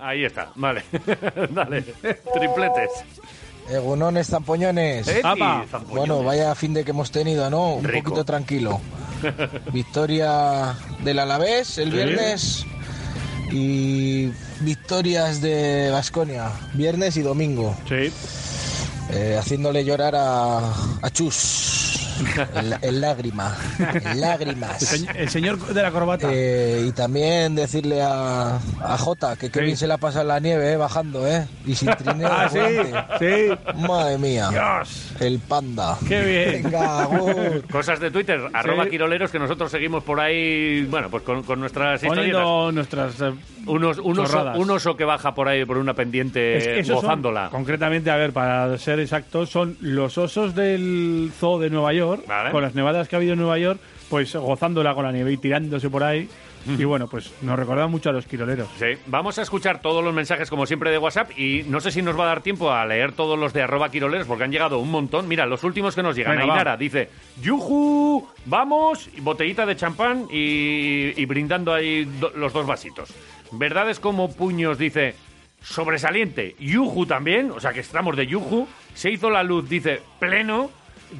Speaker 2: Ahí está, vale. (laughs)
Speaker 3: (laughs)
Speaker 2: Dale. Tripletes.
Speaker 14: Egunon estampoñones.
Speaker 2: Eti, ¡Apa! zampoñones.
Speaker 14: Bueno, vaya fin de que hemos tenido, ¿no? Un
Speaker 2: Rico.
Speaker 14: poquito tranquilo. Victoria del Alavés el
Speaker 2: Sí.
Speaker 14: viernes y victorias de Vasconia, viernes y domingo. Eh,
Speaker 3: Sí.
Speaker 14: haciéndole llorar a, a Chus. El, el lágrima.
Speaker 3: (laughs)
Speaker 14: El lágrimas.
Speaker 3: El, señ- el señor de la corbata.
Speaker 14: Eh, y también decirle a, a Jota que qué bien se la pasa en la nieve, eh, bajando, ¿eh? Y
Speaker 3: (laughs)
Speaker 14: sin trineo.
Speaker 3: Ah, sí,
Speaker 14: adelante. Madre mía. El panda. Venga,
Speaker 3: Oh.
Speaker 14: agur.
Speaker 2: Cosas de Twitter, arroba quiroleros, que nosotros seguimos por ahí, bueno, pues con, con nuestras historias.
Speaker 3: Poniendo nuestras eh,
Speaker 2: Unos, un, oso,
Speaker 3: chorradas.
Speaker 2: un oso que baja por ahí por una
Speaker 3: Es
Speaker 2: pendiente
Speaker 3: que esos son-
Speaker 2: gozándola.
Speaker 3: concretamente, a ver, para ser exactos, son los osos del zoo de Nueva York,
Speaker 2: Vale.
Speaker 3: con las nevadas que ha habido en Nueva York, pues gozándola con la nieve y tirándose por ahí. Y bueno, pues nos recordaba mucho a los quiroleros.
Speaker 2: Sí, vamos a escuchar todos los mensajes como siempre de WhatsApp y no sé si nos va a dar tiempo a leer todos los de arroba quiroleros porque han llegado un montón. Mira, los últimos que nos llegan.
Speaker 3: Venga,
Speaker 2: Ainara
Speaker 3: va.
Speaker 2: dice, ¡Yuju! ¡Vamos! Y Botellita de champán y, y brindando ahí do- los dos vasitos. Verdades como puños dice, sobresaliente. Yuju también, o sea que estamos de Yuju. Se hizo la luz, dice, pleno.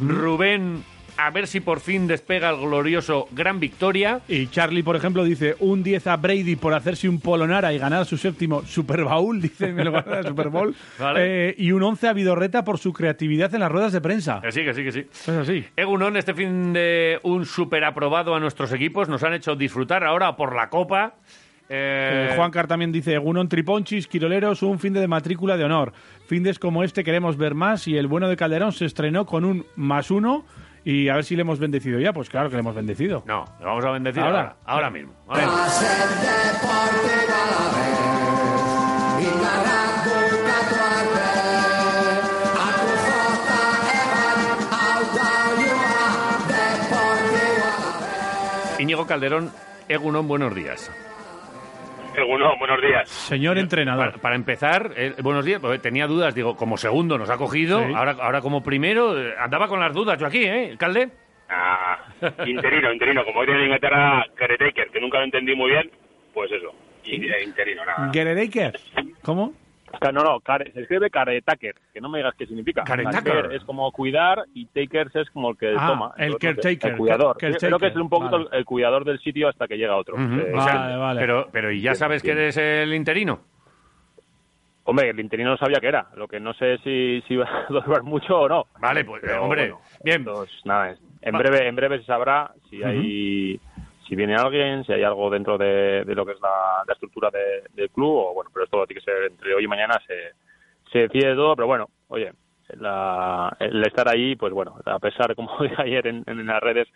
Speaker 2: Rubén, a ver si por fin despega el glorioso Gran Victoria.
Speaker 3: Y Charlie, por ejemplo, dice un 10 a Brady por hacerse un polonara y ganar su séptimo Super Bowl, (laughs) dice en el guarda de Super Bowl.
Speaker 2: Vale. Eh.
Speaker 3: Eh, y un 11 a Vidorreta por su creatividad en las ruedas de prensa.
Speaker 2: Que sí, que sí, que sí.
Speaker 3: Es así.
Speaker 2: Egunon, este fin de un super aprobado a nuestros equipos. Nos han hecho disfrutar ahora por la copa. Eh,
Speaker 3: Eh, Juan Car también dice, Egunon Triponchis, Quiroleros, un fin de matrícula de honor. Findes como este queremos ver más y el bueno de Calderón se estrenó con un más uno y a ver si le hemos bendecido ya. Pues claro que le hemos bendecido.
Speaker 2: No, le vamos a bendecir
Speaker 3: Ahora.
Speaker 2: ahora, ahora, mismo. Ahora. Íñigo Calderón, Egunon, buenos días.
Speaker 15: Egunon, buenos días.
Speaker 3: Señor entrenador.
Speaker 2: Para, para empezar, eh, buenos días, porque tenía dudas, digo, como segundo nos ha cogido,
Speaker 15: Sí.
Speaker 2: ahora, ahora como primero, eh, andaba con las dudas yo aquí, ¿eh, alcalde?
Speaker 15: Ah, interino, interino. Como hoy tiene Inglaterra, Caretaker, que nunca lo entendí muy bien, pues eso. Y- eh, Interino, nada.
Speaker 3: Gereraker. ¿Cómo?
Speaker 15: Ca- No, no, care- se escribe caretaker, que no me digas qué significa.
Speaker 3: Caretaker.
Speaker 15: Care es como cuidar y takers es como el que
Speaker 3: Ah,
Speaker 15: toma.
Speaker 3: el
Speaker 15: Entonces, no sé,
Speaker 3: caretaker,
Speaker 15: El cuidador.
Speaker 3: care- caretaker,
Speaker 15: Creo que es un poquito
Speaker 3: vale.
Speaker 15: el- el cuidador del sitio hasta que llega otro.
Speaker 2: Ujú.
Speaker 15: Eh,
Speaker 2: O sea,
Speaker 15: Caretaker.
Speaker 2: Pero, pero ¿y ya sabes que eres el interino?
Speaker 15: Hombre, el interino no sabía que era. Lo que no sé si, si va a (laughs) durar mucho o no.
Speaker 2: Vale, pues, hombre,
Speaker 15: bien. nada, es- en, breve, en breve se sabrá si hay... Si viene alguien, si hay algo dentro de, de lo que es la, la estructura de- del club, o bueno, pero esto tiene que ser entre hoy y mañana, se, se decide todo, pero bueno, (laughs) oye, la- el estar ahí, pues bueno, a pesar, como dije ayer en, en las redes,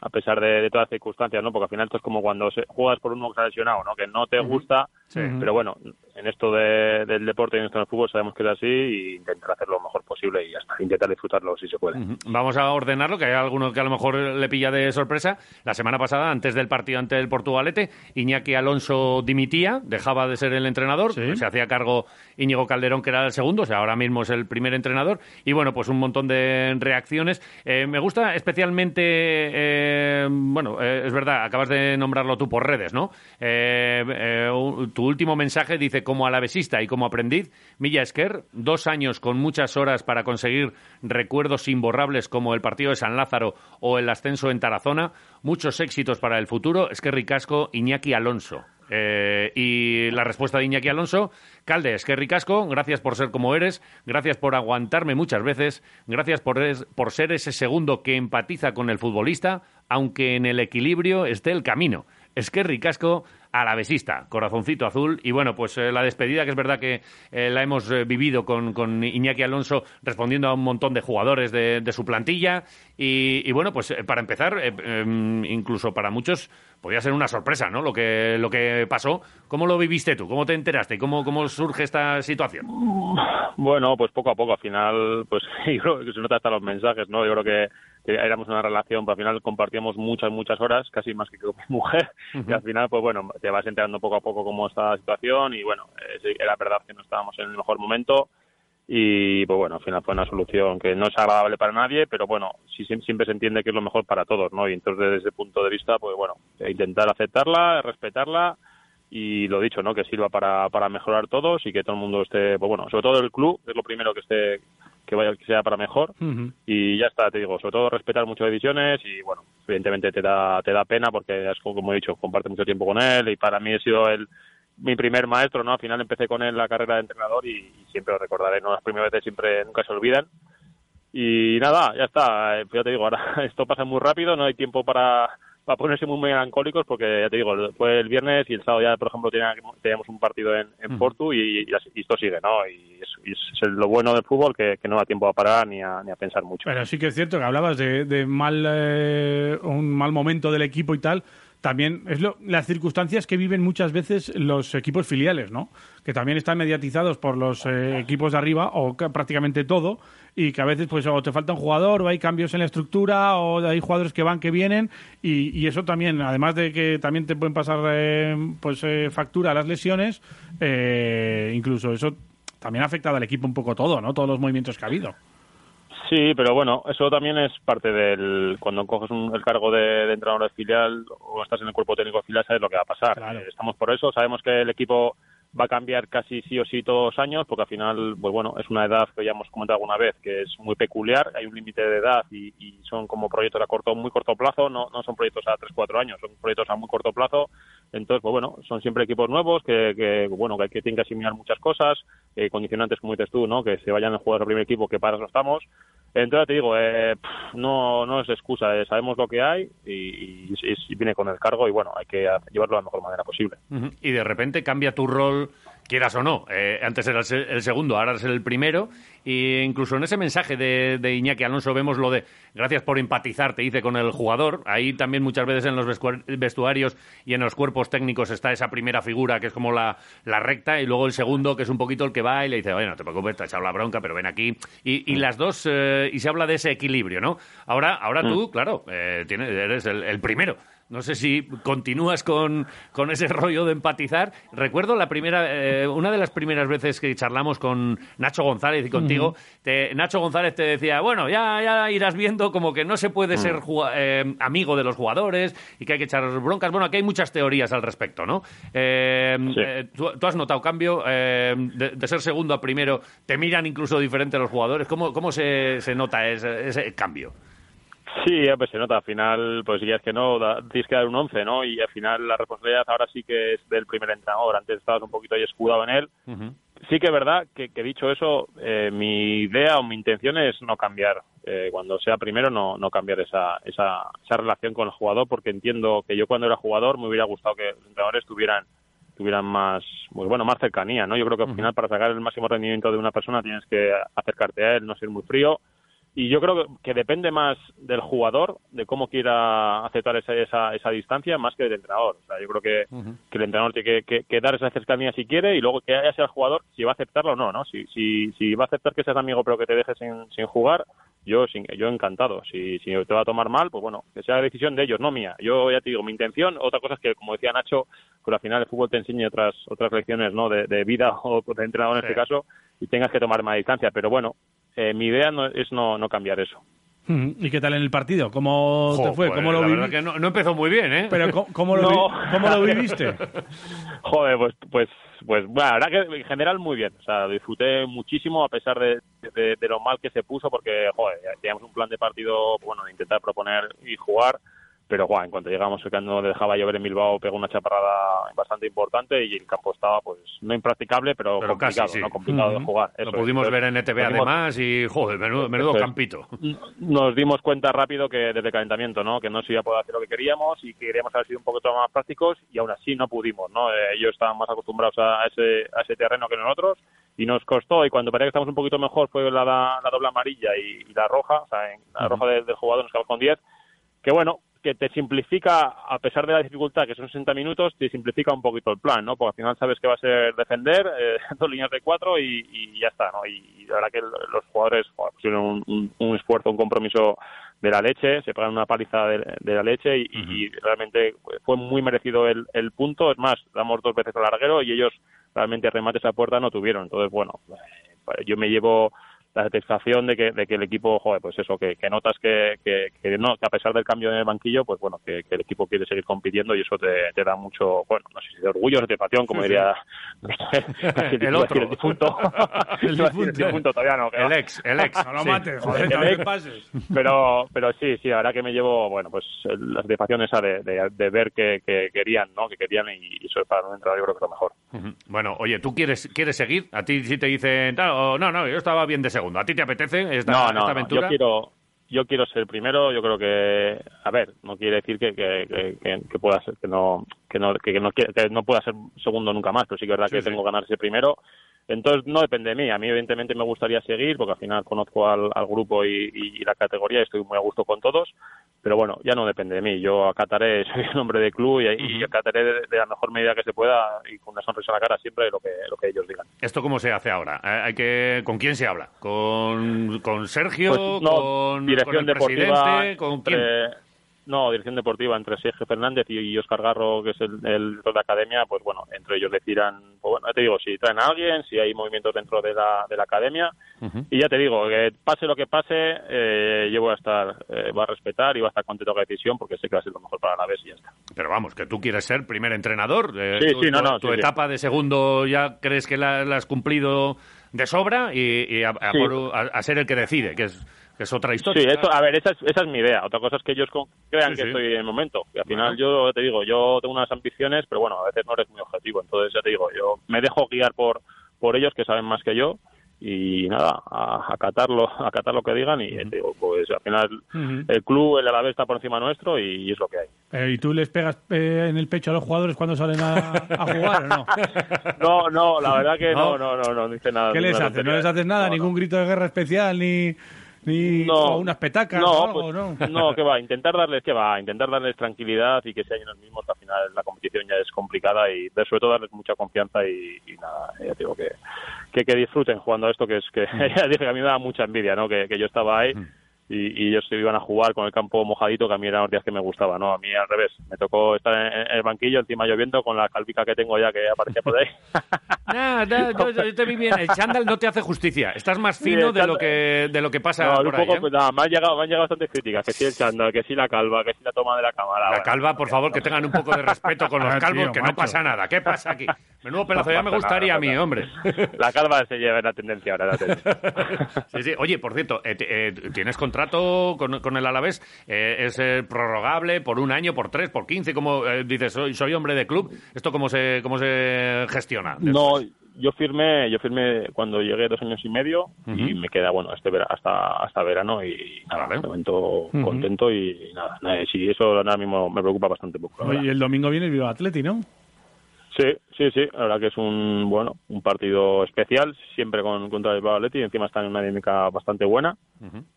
Speaker 15: a pesar de, de todas las circunstancias, ¿no? Porque al final esto es como cuando se- juegas por uno que se ha lesionado, ¿no? Que no te gusta,
Speaker 17: Sí.
Speaker 15: pero bueno, en esto de- del deporte y en esto del fútbol sabemos que es así y intentar hacer lo mejor posible y hasta intentar disfrutarlo si se puede.
Speaker 2: Vamos a ordenarlo, que hay alguno que a lo mejor le pilla de sorpresa. La semana pasada, antes del partido ante el Portugalete, Iñaki Alonso dimitía, dejaba de ser el entrenador, se hacía cargo Íñigo Calderón, que era el segundo, o sea, ahora mismo es el primer entrenador. Y bueno, pues un montón de reacciones. Eh, me gusta especialmente, eh, bueno, eh, es verdad, acabas de nombrarlo tú por redes, ¿no? Eh, eh, u- tu último mensaje dice, como alavesista y como aprendiz, Milla Esquer, dos años con muchas horas para conseguir recuerdos imborrables como el partido de San Lázaro o el ascenso en Tarazona, muchos éxitos para el futuro, es que ricasco Iñaki Alonso. Eh, y la respuesta de Iñaki Alonso, Calde, es que ricasco, gracias por ser como eres, gracias por aguantarme muchas veces, gracias por, es- por ser ese segundo que empatiza con el futbolista, aunque en el equilibrio esté el camino. Es que ricasco, a la besista, corazoncito azul. Y bueno, pues eh, la despedida, que es verdad que eh, la hemos eh, vivido con, con Iñaki Alonso respondiendo a un montón de jugadores de, de su plantilla. Y, y bueno, pues eh, para empezar, eh, em, incluso para muchos, podía ser una sorpresa, ¿no? Lo que, lo que pasó. ¿Cómo lo viviste tú? ¿Cómo te enteraste? ¿Cómo, cómo surge esta situación?
Speaker 15: Bueno, pues poco a poco, al final, pues (laughs) yo creo que se nota hasta los mensajes, ¿no? Yo creo que, que éramos una relación, pero al final compartíamos muchas, muchas horas, casi más que con mi mujer, y al final, pues bueno, te vas enterando poco a poco cómo está la situación, y bueno, eh, sí, era verdad que no estábamos en el mejor momento, y pues bueno, al final fue una solución que no es agradable para nadie, pero bueno, sí, sí, siempre se entiende que es lo mejor para todos, ¿no? Y entonces, desde ese punto de vista, pues bueno, intentar aceptarla, respetarla, y lo dicho, ¿no? Que sirva para, para mejorar todos y que todo el mundo esté, pues bueno, sobre todo el club, es lo primero que esté, que vaya, que sea para mejor y ya está, te digo, sobre todo respetar muchas decisiones y bueno, evidentemente te da, te da pena porque es como, como he dicho, comparte mucho tiempo con él y para mí he sido el mi primer maestro, ¿no? Al final empecé con él la carrera de entrenador y, y siempre lo recordaré, ¿no? Las primeras veces siempre nunca se olvidan. Y nada, ya está, eh, ya te digo, ahora (laughs) esto pasa muy rápido, no hay tiempo para, para ponerse muy melancólicos porque ya te digo, el- fue el viernes y el sábado ya, por ejemplo, teníamos, teníamos un partido en, en Portu y, y así- y esto sigue, ¿no? Y es, y es lo bueno del fútbol que, que no da tiempo a parar ni a, ni a pensar mucho.
Speaker 3: Pero sí que es cierto que hablabas de, de mal, eh, un mal momento del equipo y tal. También es lo, las circunstancias que viven muchas veces los equipos filiales, ¿no? Que también están mediatizados por los eh, equipos de arriba o ca- prácticamente todo y que a veces pues o te falta un jugador o hay cambios en la estructura o hay jugadores que van que vienen y, y eso también, además de que también te pueden pasar eh, pues eh, factura a las lesiones, eh, incluso eso también ha afectado al equipo un poco todo, ¿no? Todos los movimientos que ha habido.
Speaker 15: Sí, pero bueno, eso también es parte del. Cuando coges un- el cargo de, de entrenador de filial o estás en el cuerpo técnico de filial, sabes lo que va a pasar. Eh, Estamos por eso, sabemos que el equipo va a cambiar casi sí o sí todos los años, porque al final, pues bueno, es una edad que ya hemos comentado alguna vez que es muy peculiar, hay un límite de edad y, y son como proyectos a corto, muy corto plazo, no, no son proyectos a 3-4 años, son proyectos a muy corto plazo. Entonces, pues bueno, son siempre equipos nuevos que, que, bueno, que, que tienen que asimilar muchas cosas, eh, condicionantes, como dices tú, ¿no? Que se vayan a jugar al primer equipo, que para eso estamos. Entonces te digo, eh, pff, no, no es excusa, eh, sabemos lo que hay y, y- y viene con el cargo y bueno, hay que a- llevarlo de la mejor manera posible.
Speaker 2: Ujú. Y de repente cambia tu rol, quieras o no. Eh, antes eras el, el segundo, ahora eres el primero. E incluso en ese mensaje de, de Iñaki Alonso vemos lo de gracias por empatizar, te hice con el jugador. Ahí también muchas veces en los vescua- vestuarios y en los cuerpos técnicos está esa primera figura que es como la, la recta y luego el segundo que es un poquito el que va y le dice, bueno, no te preocupes, te has echado la bronca, pero ven aquí. Y, y las dos, eh, y se habla de ese equilibrio, ¿no? Ahora, ahora tú, claro, eh, tienes- eres el- el primero. No sé si continúas con, con ese rollo de empatizar. Recuerdo la primera, eh, una de las primeras veces que charlamos con Nacho González y contigo,
Speaker 17: Ujú.
Speaker 2: te- Nacho González te decía, bueno, ya, ya irás viendo como que no se puede
Speaker 15: Mm.
Speaker 2: ser jua- eh, amigo de los jugadores y que hay que echar broncas. Bueno, aquí hay muchas teorías al respecto, ¿no? Eh, eh, tú, tú has notado cambio eh, de, de ser segundo a primero, te miran incluso diferente los jugadores. ¿Cómo, cómo se, se nota ese- ese cambio?
Speaker 15: Sí, eh, pues se nota, al final, pues ya es que no, da- tienes que dar un 11, ¿no? Y al final la responsabilidad ahora sí que es del primer entrenador, antes estabas un poquito ahí escudado en él. Sí que es verdad que, que dicho eso, eh, mi idea o mi intención es no cambiar, eh, cuando sea primero no, no cambiar esa, esa, esa relación con el jugador, porque entiendo que yo cuando era jugador me hubiera gustado que los entrenadores tuvieran tuvieran más pues bueno más cercanía no yo creo que al final para sacar el máximo rendimiento de una persona tienes que acercarte a él no ser muy frío Y yo creo que- que depende más del jugador, de cómo quiera aceptar esa, esa, esa distancia, más que del entrenador. O sea, yo creo que, que el entrenador tiene que, que- que dar esa cercanía si quiere y luego que haya sea el jugador si va a aceptarlo o no, ¿no? Si, si, si va a aceptar que seas amigo pero que te dejes sin, sin jugar, yo sin, yo encantado. Si, si te va a tomar mal, pues bueno, que sea decisión de ellos, no mía. Yo ya te digo, mi intención, otra cosa es que, como decía Nacho, que al final el fútbol te enseñe otras otras lecciones, ¿no? De, de vida (laughs) o de entrenador en
Speaker 2: Sí.
Speaker 15: este caso y tengas que tomar más distancia. Pero bueno, eh, mi idea no, es no, no cambiar eso.
Speaker 3: Ujú. ¿Y qué tal en el partido? ¿Cómo
Speaker 15: Jo,
Speaker 3: te fue?
Speaker 15: pues,
Speaker 3: ¿Cómo lo
Speaker 15: la
Speaker 3: viviste?
Speaker 15: verdad
Speaker 2: Que no, no empezó muy bien, ¿eh?
Speaker 3: Pero ¿cómo, cómo lo,
Speaker 15: (laughs) No.
Speaker 3: vi- cómo lo viviste?
Speaker 15: (laughs) Joder, pues, pues, pues, bueno, la verdad que en general muy bien. O sea, disfruté muchísimo a pesar de, de- de lo mal que se puso, porque, joder, ya teníamos un plan de partido, bueno, de intentar proponer y jugar. Pero, guau, en cuanto llegamos, que no dejaba llover en Bilbao, pegó una chaparrada bastante importante y el campo estaba, pues, no impracticable, pero,
Speaker 2: Pero casi,
Speaker 15: complicado,
Speaker 2: sí.
Speaker 15: ¿no? Complicado de
Speaker 2: Ujú.
Speaker 15: jugar. Eso
Speaker 2: Lo
Speaker 15: es.
Speaker 2: pudimos
Speaker 15: Entonces,
Speaker 2: ver en ETV
Speaker 15: nos dimos-
Speaker 2: además y, joder, menudo, menudo
Speaker 15: Eso es.
Speaker 2: campito.
Speaker 15: nos dimos cuenta rápido que desde el calentamiento, ¿no? Que no se iba a poder hacer lo que queríamos y que queríamos haber sido un poquito más prácticos y aún así no pudimos, ¿no? Eh, ellos estaban más acostumbrados a ese, a ese terreno que nosotros y nos costó y cuando parecía que estábamos un poquito mejor fue la, la doble amarilla y, y la roja, o sea, en- la
Speaker 17: Ujú.
Speaker 15: roja de- del jugador nos quedamos con 10, que bueno, que te simplifica, a pesar de la dificultad, que son 60 minutos, te simplifica un poquito el plan, ¿no? Porque al final sabes que va a ser defender, (laughs) eh, dos líneas de cuatro y, y ya está, ¿no? Y, y la verdad que el- los jugadores joder, (laughs) pusieron un, un- un esfuerzo, un compromiso de la leche, se pegaron una paliza de, de la leche y, y realmente fue muy merecido el, el punto. Es más, damos dos veces al larguero y ellos realmente remates a puerta no tuvieron. Entonces, bueno, eh, yo me llevo la satisfacción de que, de que el equipo, joder, pues eso, que, que notas que, que, que no, que a pesar del cambio en el banquillo, pues bueno, que, que el equipo quiere seguir compitiendo y eso te, te da mucho, bueno, no sé si de orgullo o satisfacción, como
Speaker 2: Sí, sí.
Speaker 15: diría
Speaker 2: (laughs)
Speaker 15: casi
Speaker 2: (laughs) El
Speaker 15: iba a decir (laughs)
Speaker 2: otro.
Speaker 15: el
Speaker 2: (laughs)
Speaker 15: difunto.
Speaker 2: El
Speaker 15: Iba a decir el
Speaker 2: difunto.
Speaker 15: difunto, todavía no. que
Speaker 2: El
Speaker 15: va.
Speaker 2: ex, el ex. No lo Sí. mates, joder,
Speaker 15: El
Speaker 2: no te
Speaker 15: ex,
Speaker 2: pases.
Speaker 15: pero, pero sí, sí, la verdad que me llevo, bueno, pues la satisfacción esa de, de, de ver que, que querían, ¿no? Que querían y, y eso es para un entrenador yo creo que lo mejor.
Speaker 2: Ujú. Bueno, oye, ¿tú quieres, quieres seguir? ¿A ti si te dicen tal? o no, no, yo estaba bien de segundo. ¿A ti te apetece esta,
Speaker 15: no, no,
Speaker 2: esta
Speaker 15: no,
Speaker 2: aventura?
Speaker 15: Yo quiero, yo quiero ser primero. Yo creo que, a ver, no quiere decir que, que, que- que- que pueda ser, que no, que no, que, que no, quie- que no pueda ser segundo nunca más. Pero sí que es verdad
Speaker 2: Sí,
Speaker 15: que
Speaker 2: sí.
Speaker 15: tengo que ganar ese primero. Entonces no depende de mí. A mí evidentemente me gustaría seguir porque al final conozco al, al grupo y, y- y la categoría y estoy muy a gusto con todos. Pero bueno, ya no depende de mí. Yo acataré, (laughs) soy el hombre del club y, y acataré de, de la mejor medida que se pueda y con una sonrisa en la cara siempre lo que, lo que ellos digan.
Speaker 2: ¿Esto cómo se hace ahora? Eh, Hay que, ¿Con quién se habla? ¿Con, con Sergio?
Speaker 15: Pues,
Speaker 2: ¿Con, con el presidente? ¿Con quién?
Speaker 15: entre- no, dirección deportiva entre Sergio Fernández y, y Oscar Garro, que es el, el director de la academia, pues bueno, entre ellos decidirán, pues bueno, ya te digo, si traen a alguien, si hay movimientos dentro de la, de la academia. Y ya te digo, que pase lo que pase, eh, yo voy a estar, eh, voy a respetar y voy a estar contento con la decisión porque sé que va a ser lo mejor para la vez y ya está.
Speaker 2: Pero vamos, que tú quieres ser primer entrenador. eh,
Speaker 15: Sí,
Speaker 2: tú-
Speaker 15: sí, no,
Speaker 2: tu-
Speaker 15: no,
Speaker 2: Tu
Speaker 15: sí, sí.
Speaker 2: etapa de segundo ya crees que la, la has cumplido de sobra y, y a, a
Speaker 15: Sí.
Speaker 2: por- a- a ser el que decide, que es, que es otra historia.
Speaker 15: Sí, esto, a ver, esa es, esa es mi idea. Otra cosa es que ellos con- crean
Speaker 2: Sí,
Speaker 15: que
Speaker 2: sí.
Speaker 15: estoy en el momento. Y al final
Speaker 2: (laughs)
Speaker 15: yo te digo, yo tengo unas ambiciones, pero bueno, a veces no eres muy objetivo. Entonces ya te digo, yo me dejo guiar por, por ellos que saben más que yo y nada, a, a acatarlo, a acatar lo que digan y ya te digo, pues al final el club, el Alavés está por encima nuestro y, es lo que hay.
Speaker 3: Eh, ¿Y tú les pegas eh, en el pecho a los jugadores cuando salen a, a jugar
Speaker 15: (laughs)
Speaker 3: o no?
Speaker 15: No, no, la verdad que no,
Speaker 3: No.
Speaker 15: no, no, no, dice nada.
Speaker 3: ¿Qué les
Speaker 15: ninguna
Speaker 3: haces? ¿No
Speaker 15: tontería.
Speaker 3: les haces nada? ¿Ningún grito de guerra especial? ¿Ni, ni o unas
Speaker 15: (laughs)
Speaker 3: petacas
Speaker 15: no,
Speaker 3: o algo?
Speaker 15: pues,
Speaker 3: ¿no?
Speaker 15: que va, intentar darles, que va, intentar darles tranquilidad y que se hallen los mismos, que al final la competición ya es complicada y de- sobre todo darles mucha confianza y, y nada, ya te digo que, que, que disfruten jugando a esto, que es que
Speaker 2: Mm.
Speaker 15: (laughs) ya dije que a mí me da mucha envidia, ¿no? Que, que yo estaba ahí y, y ellos se iban a jugar con el campo mojadito, que a mí eran los días que me gustaba, ¿no? A mí al revés, me tocó estar en, en el banquillo, encima lloviendo, con la calvica que tengo ya que aparecía
Speaker 2: (laughs)
Speaker 15: por ahí. (laughs)
Speaker 2: No, no, yo, yo te vi bien. El chándal no te hace justicia. Estás más
Speaker 15: Sí,
Speaker 2: fino
Speaker 15: el
Speaker 2: de,
Speaker 15: chándal-
Speaker 2: lo que, Eh, de lo que pasa
Speaker 15: No,
Speaker 2: por
Speaker 15: un
Speaker 2: ahí,
Speaker 15: poco,
Speaker 2: ¿eh?
Speaker 15: pues, nada, me, han llegado, me han llegado bastantes críticas, que sí el chándal, que sí la calva, que sí la toma de la cámara.
Speaker 2: La
Speaker 15: bueno.
Speaker 2: calva, por favor, que tengan un poco de respeto con los
Speaker 15: (laughs) Ah,
Speaker 2: calvos,
Speaker 15: tío,
Speaker 2: que no
Speaker 15: macho.
Speaker 2: pasa nada. ¿Qué
Speaker 15: (laughs)
Speaker 2: pasa aquí? Menudo pelazo,
Speaker 15: No
Speaker 2: ya me
Speaker 15: pasa
Speaker 2: gustaría
Speaker 15: nada,
Speaker 2: a mí,
Speaker 15: no
Speaker 2: hombre.
Speaker 15: (laughs) La calva se lleva la tendencia ahora. La tendencia.
Speaker 2: (laughs) Sí, sí. Oye, por cierto, eh, te- eh, ¿tienes contrato con, con el Alavés? Eh, ¿Es eh, prorrogable por un año, por tres, por quince? Como eh, dices, soy, soy hombre de club. ¿Esto cómo se, cómo se gestiona?
Speaker 15: No, yo firmé, yo firmé cuando llegué dos años y medio y me queda, bueno, este vera- hasta, hasta verano y nada, de momento contento y nada, nada, sí, eso ahora mismo me preocupa bastante poco. la verdad. Mm.
Speaker 3: Oye, el domingo viene el Viva Atleti, ¿no?
Speaker 15: Sí, sí, sí. La verdad que es un bueno, un partido especial, siempre con, contra el Atleti. Encima está en una dinámica bastante buena.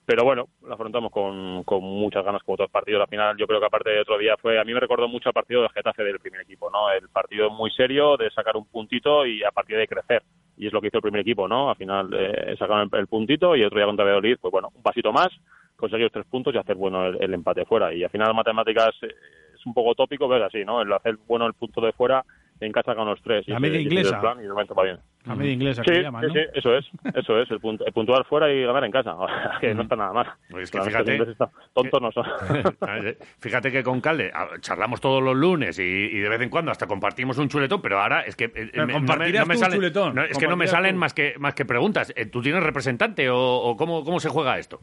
Speaker 15: Pero bueno, la afrontamos con, con muchas ganas como todos los partidos. Al final, yo creo que aparte de otro día fue, a mí me recordó mucho al partido del Getafe del primer equipo, ¿no? El partido muy serio de sacar un puntito y a partir de crecer. Y es lo que hizo el primer equipo, ¿no? Al final eh, sacaron el, el puntito y otro día contra Valladolid, pues bueno, un pasito más, conseguir los tres puntos y hacer bueno el, el empate fuera. Y al final, las matemáticas eh, es un poco tópico, pero es así, ¿no? El hacer bueno el punto de fuera en casa con los tres.
Speaker 3: La
Speaker 15: Y
Speaker 3: media
Speaker 15: se- y se
Speaker 3: inglesa.
Speaker 15: el plan y de momento va bien.
Speaker 3: La media inglesa
Speaker 15: Sí,
Speaker 3: que le llaman,
Speaker 15: sí,
Speaker 3: ¿no?
Speaker 15: sí, eso es, eso es, el, punt- el puntuar fuera y ganar en casa, (laughs) Ahora, que no está nada mal.
Speaker 2: Pues es que
Speaker 15: Claro,
Speaker 2: fíjate-
Speaker 15: siempre se está- tontos
Speaker 2: (laughs)
Speaker 15: no son.
Speaker 2: Ah, eh, Fíjate que con Calde ah, charlamos todos los lunes y, y de vez en cuando hasta compartimos un chuletón, pero ahora es que eh,
Speaker 3: Pero
Speaker 2: me-
Speaker 3: compartirás tú un
Speaker 2: salen-
Speaker 3: chuletón,
Speaker 2: no, es que no me
Speaker 3: compartirás
Speaker 2: salen
Speaker 3: tú.
Speaker 2: más que más que preguntas. Eh, ¿Tú tienes representante o, o cómo, cómo se juega esto?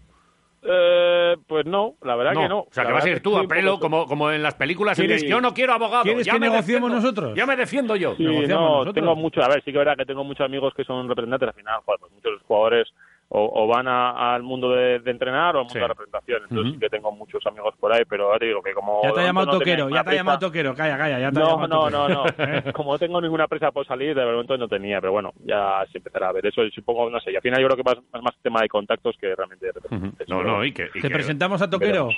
Speaker 15: Eh, pues no, la verdad
Speaker 2: No,
Speaker 15: que no.
Speaker 2: O sea,
Speaker 15: La
Speaker 2: que vas a
Speaker 15: verdad
Speaker 2: ir tú
Speaker 15: sí,
Speaker 2: a
Speaker 15: un poco
Speaker 2: pelo
Speaker 15: so-
Speaker 2: como, como en las películas. en
Speaker 15: ¿Quieres-
Speaker 2: que yo no quiero abogado.
Speaker 15: ¿Quieres
Speaker 2: ya
Speaker 15: que
Speaker 2: me
Speaker 15: negociemos
Speaker 2: defiendo, Ya me defiendo yo.
Speaker 15: Sí, no, tengo mucho, a ver, sí que es verdad que tengo muchos amigos que son representantes al final, joder, pues muchos jugadores o, o van a- al mundo de, de entrenar o al mundo
Speaker 3: Sí.
Speaker 15: de la representación, entonces
Speaker 3: Ujú.
Speaker 15: sí que tengo muchos amigos por ahí, pero ya te digo que como...
Speaker 3: Ya te ha
Speaker 15: de
Speaker 3: llamado
Speaker 15: momento no tenía
Speaker 3: toquero, ya
Speaker 15: ninguna
Speaker 3: te ha llamado
Speaker 15: prisa-
Speaker 3: toquero, calla, calla, ya te ha
Speaker 15: No,
Speaker 3: llamado
Speaker 15: no,
Speaker 3: toquero. ¿Eh?
Speaker 15: no, no.
Speaker 3: (laughs)
Speaker 2: (laughs)
Speaker 15: Como no tengo ninguna presa por salir, de momento no tenía, pero bueno, ya se empezará a ver. Eso es un poco, no sé, y al final yo creo que más, más, más tema de contactos que realmente de representantes.
Speaker 2: No, no, y que. y
Speaker 3: Te
Speaker 2: que-
Speaker 3: presentamos a Toquero.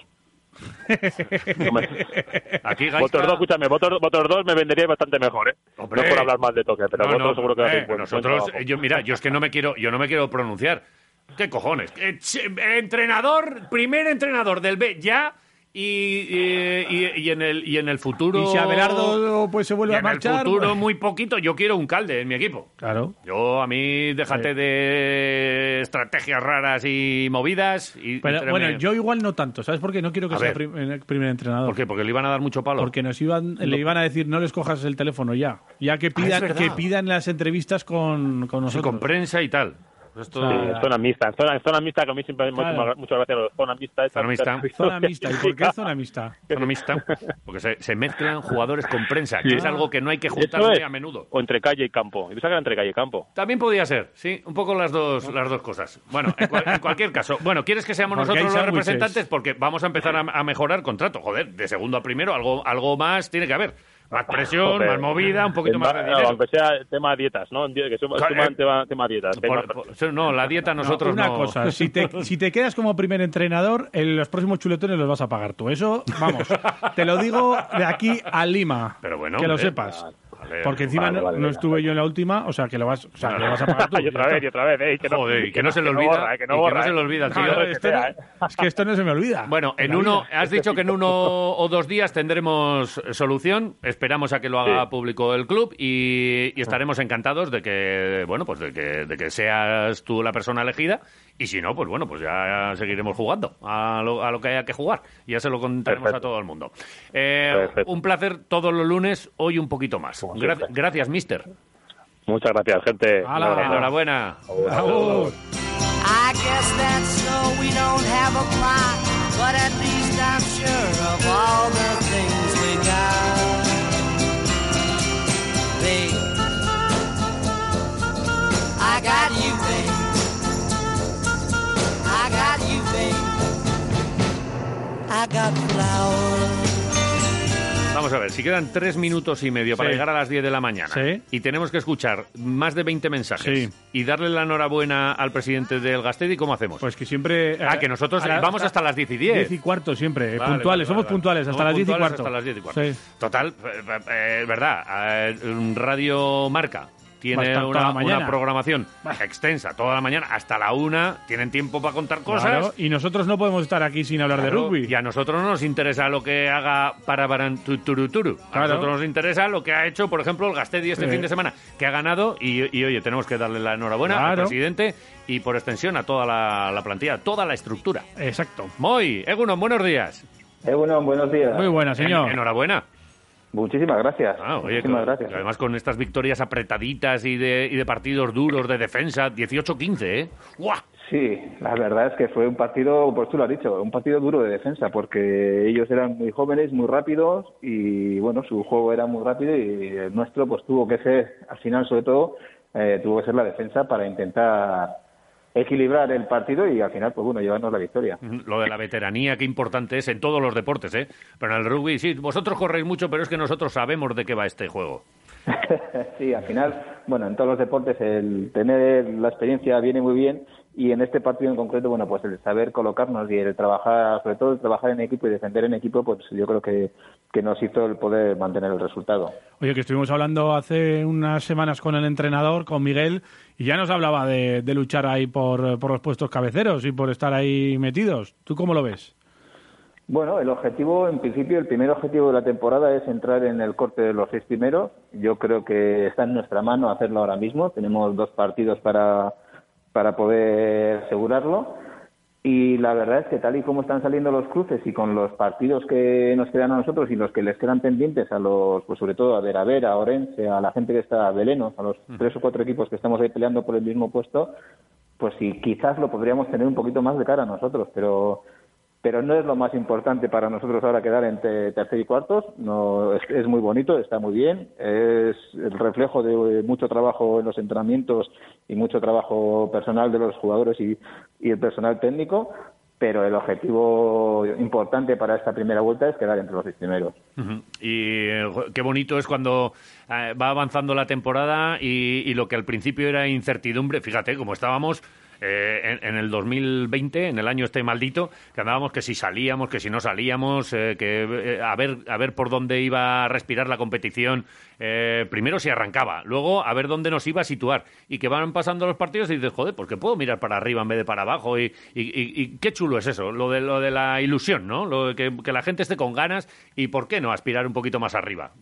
Speaker 2: Aquí Gaisca-
Speaker 15: Vosotros dos, escúchame, vosotros, vosotros dos me venderíais bastante mejor, ¿eh? No por hablar mal de toque, pero
Speaker 2: No,
Speaker 15: vosotros
Speaker 2: no,
Speaker 15: seguro que
Speaker 2: eh,
Speaker 15: hacéis buen- buen
Speaker 2: nosotros,
Speaker 15: trabajo.
Speaker 2: eh, yo, mira, yo es que no me quiero, yo no me quiero pronunciar. ¿Qué cojones? Eh, ch- eh, entrenador, primer entrenador del B ya y, eh, y, y en el y en el futuro.
Speaker 3: Y si Abelardo pues, se
Speaker 2: y
Speaker 3: vuelve a
Speaker 2: en
Speaker 3: marchar.
Speaker 2: el futuro
Speaker 3: pues-
Speaker 2: muy poquito. Yo quiero un calde en mi equipo.
Speaker 3: Claro.
Speaker 2: Yo a mí déjate de estrategias raras y movidas. Y,
Speaker 3: Pero,
Speaker 2: tráeme-
Speaker 3: bueno, yo igual no tanto, ¿sabes por qué? No quiero que
Speaker 2: A
Speaker 3: sea
Speaker 2: ver.
Speaker 3: prim- eh, primer entrenador.
Speaker 2: ¿Por qué? Porque le iban a dar mucho palo.
Speaker 3: Porque nos iban,
Speaker 2: No.
Speaker 3: le iban a decir no les cojas el teléfono ya. Ya que
Speaker 2: Ah, es
Speaker 3: pidan,
Speaker 2: verdad.
Speaker 3: que pidan las entrevistas con, con
Speaker 2: Sí,
Speaker 3: nosotros.
Speaker 2: eh, con prensa y tal. Pues Esto-
Speaker 15: Sí, en zona mixta, en zona, en zona mixta que a mí siempre me hace
Speaker 3: Claro.
Speaker 15: mucha- muchas gracias zona mixta. esta-
Speaker 2: Zona mixta.
Speaker 3: Zona mixta. ¿Y
Speaker 15: (laughs)
Speaker 3: por qué zona mixta?
Speaker 2: (laughs) Zona mixta. Porque se, se mezclan jugadores con prensa, que
Speaker 15: Sí.
Speaker 2: es algo que no hay que
Speaker 15: Eso
Speaker 2: juntar
Speaker 15: es.
Speaker 2: muy a menudo.
Speaker 15: O entre calle y campo. Y piensa que era entre calle y campo.
Speaker 2: También podía ser, sí, un poco las dos, las dos cosas. Bueno, en, cual- en cualquier caso, bueno, ¿quieres que seamos
Speaker 3: Porque hay
Speaker 2: nosotros los
Speaker 3: sándwiches.
Speaker 2: representantes? Porque vamos a empezar a, a mejorar contrato. Joder, de segundo a primero, algo, algo más tiene que haber. Más presión,
Speaker 15: Joder.
Speaker 2: más movida, un poquito
Speaker 15: En
Speaker 2: más
Speaker 15: ba-
Speaker 2: de dinero.
Speaker 15: Aunque sea tema dietas, ¿no? Entiendo Que suma-
Speaker 2: Claro,
Speaker 15: suman
Speaker 2: eh,
Speaker 15: tema, tema dietas. tema-
Speaker 2: Por- por- no, la dieta nosotros
Speaker 3: una
Speaker 2: no-
Speaker 3: cosa,
Speaker 2: (laughs)
Speaker 3: si te, si te quedas como primer entrenador, en los próximos chuletones los vas a pagar tú. Eso, vamos, te lo digo de aquí a Lima.
Speaker 2: Pero bueno,
Speaker 3: que lo
Speaker 2: hombre,
Speaker 3: sepas.
Speaker 2: vale,
Speaker 3: Porque encima
Speaker 2: vale,
Speaker 3: no,
Speaker 2: vale,
Speaker 3: no
Speaker 2: venga.
Speaker 3: estuve yo en la última, o sea que lo vas, o sea, que lo vas a
Speaker 2: (laughs)
Speaker 3: pagar tú.
Speaker 15: (laughs) y otra vez, y otra vez, eh, y que no,
Speaker 2: Joder, y que no se le
Speaker 15: que
Speaker 2: olvida,
Speaker 15: borra, eh, que no
Speaker 2: y que
Speaker 15: borra,
Speaker 2: no se
Speaker 15: eh.
Speaker 2: le olvida al
Speaker 15: No,
Speaker 2: tío.
Speaker 15: no, que sea, eh.
Speaker 3: Es que esto no se me olvida.
Speaker 2: Bueno, en
Speaker 3: La
Speaker 2: uno,
Speaker 3: vida.
Speaker 2: has dicho que en uno o dos días tendremos solución. Esperamos a que lo haga público el club y, y estaremos encantados de que, bueno, pues de que, de que seas tú la persona elegida. Y si no, pues bueno, pues ya seguiremos jugando a lo, a lo que haya que jugar. Ya se lo contaremos
Speaker 15: Perfecto.
Speaker 2: a todo el mundo. Eh,
Speaker 15: Perfecto.
Speaker 2: un placer todos los lunes, hoy un poquito más. Gra-
Speaker 15: siempre.
Speaker 2: gracias, mister.
Speaker 15: Muchas gracias, gente. Un abrazo.
Speaker 2: Enhorabuena.
Speaker 11: I guess that's so we don't have a plot, but at least I'm sure of all the things we got. Babe, I got you, babe. I got you, babe. I got flowers.
Speaker 2: Vamos a ver, si quedan tres minutos y medio para
Speaker 3: Sí.
Speaker 2: llegar a las 10 de la mañana
Speaker 3: Sí.
Speaker 2: y tenemos que escuchar más de 20 mensajes y darle la enhorabuena al presidente del Gastedi, ¿cómo hacemos?
Speaker 3: Pues que siempre.
Speaker 2: Ah, que nosotros vamos hasta las 10 y 10.
Speaker 3: 10 y cuarto siempre, eh,
Speaker 2: Vale,
Speaker 3: puntuales,
Speaker 2: vale,
Speaker 3: somos
Speaker 2: vale, vale.
Speaker 3: puntuales, hasta
Speaker 2: Somos
Speaker 3: las 10 y
Speaker 2: puntuales
Speaker 3: cuarto.
Speaker 2: Hasta las 10 y cuarto.
Speaker 3: Sí.
Speaker 2: Total, eh, eh, verdad, eh, Radio Marca tiene
Speaker 3: Bastante
Speaker 2: una,
Speaker 3: la mañana.
Speaker 2: una programación extensa toda la mañana, hasta la una, tienen tiempo para contar cosas.
Speaker 3: Claro, y nosotros no podemos estar aquí sin hablar de
Speaker 2: Claro,
Speaker 3: rugby.
Speaker 2: Y a nosotros no nos interesa lo que haga para Turuturu. A
Speaker 3: Claro.
Speaker 2: nosotros nos interesa lo que ha hecho, por ejemplo, el Gastedi este
Speaker 3: Sí.
Speaker 2: fin de semana, que ha ganado. Y, y, oye, tenemos que darle la enhorabuena al
Speaker 3: Claro.
Speaker 2: presidente y por extensión a toda la, la plantilla, toda la estructura.
Speaker 3: Exacto.
Speaker 2: Muy, Egunon, buenos días.
Speaker 17: Egunon, buenos días.
Speaker 3: Muy buena, señor.
Speaker 2: En- enhorabuena.
Speaker 17: Muchísimas gracias.
Speaker 2: Ah, oye,
Speaker 17: Muchísimas
Speaker 2: que-
Speaker 17: gracias.
Speaker 2: que además con estas victorias apretaditas y de, y de partidos duros de defensa, 18-15, ¿eh? ¡Guau!
Speaker 17: Sí, la verdad es que fue un partido, pues tú lo has dicho, un partido duro de defensa, porque ellos eran muy jóvenes, muy rápidos y bueno, su juego era muy rápido y el nuestro pues tuvo que ser, al final sobre todo, eh, tuvo que ser la defensa para intentar equilibrar el partido y al final pues bueno, llevarnos la victoria.
Speaker 2: Lo de la veteranía, qué importante es en todos los deportes, ¿eh? Pero en el rugby, sí, vosotros corréis mucho, pero es que nosotros sabemos de qué va este juego.
Speaker 17: (laughs) sí, al final, bueno, en todos los deportes el tener la experiencia viene muy bien y en este partido en concreto, bueno, pues el saber colocarnos y el trabajar, sobre todo el trabajar en equipo y defender en equipo, pues yo creo que, que nos hizo el poder mantener el resultado.
Speaker 3: Oye, que estuvimos hablando hace unas semanas con el entrenador, con Miguel, y ya nos hablaba de, de luchar ahí por, por los puestos cabeceros y por estar ahí metidos. ¿Tú cómo lo ves?
Speaker 17: Bueno, el objetivo, en principio, el primer objetivo de la temporada es entrar en el corte de los seis primeros. Yo creo que está en nuestra mano hacerlo ahora mismo. Tenemos dos partidos para, para poder asegurarlo. Y la verdad es que tal y como están saliendo los cruces y con los partidos que nos quedan a nosotros y los que les quedan pendientes a los, pues sobre todo a Veravera, a Orense, a la gente que está a Belenos, a los tres o cuatro equipos que estamos ahí peleando por el mismo puesto, pues sí, quizás lo podríamos tener un poquito más de cara a nosotros, pero pero no es lo más importante para nosotros ahora quedar entre tercer y cuartos. No, es, es muy bonito, está muy bien, es el reflejo de eh, mucho trabajo en los entrenamientos y mucho trabajo personal de los jugadores y, y el personal técnico, pero el objetivo importante para esta primera vuelta es quedar entre los seis primeros.
Speaker 2: Ujú. Y eh, jo- qué bonito es cuando eh, va avanzando la temporada y, y lo que al principio era incertidumbre, fíjate, como estábamos eh, en, en el 2020, en el año este maldito, que andábamos que si salíamos, que si no salíamos, eh, que eh, a, ver, a ver por dónde iba a respirar la competición, eh, primero si arrancaba, luego a ver dónde nos iba a situar, y que van pasando los partidos y dices, joder, pues que puedo mirar para arriba en vez de para abajo, y, y- y- y qué chulo es eso, lo de, lo de la ilusión, ¿no? Lo de que, que la gente esté con ganas y por qué no aspirar un poquito más arriba.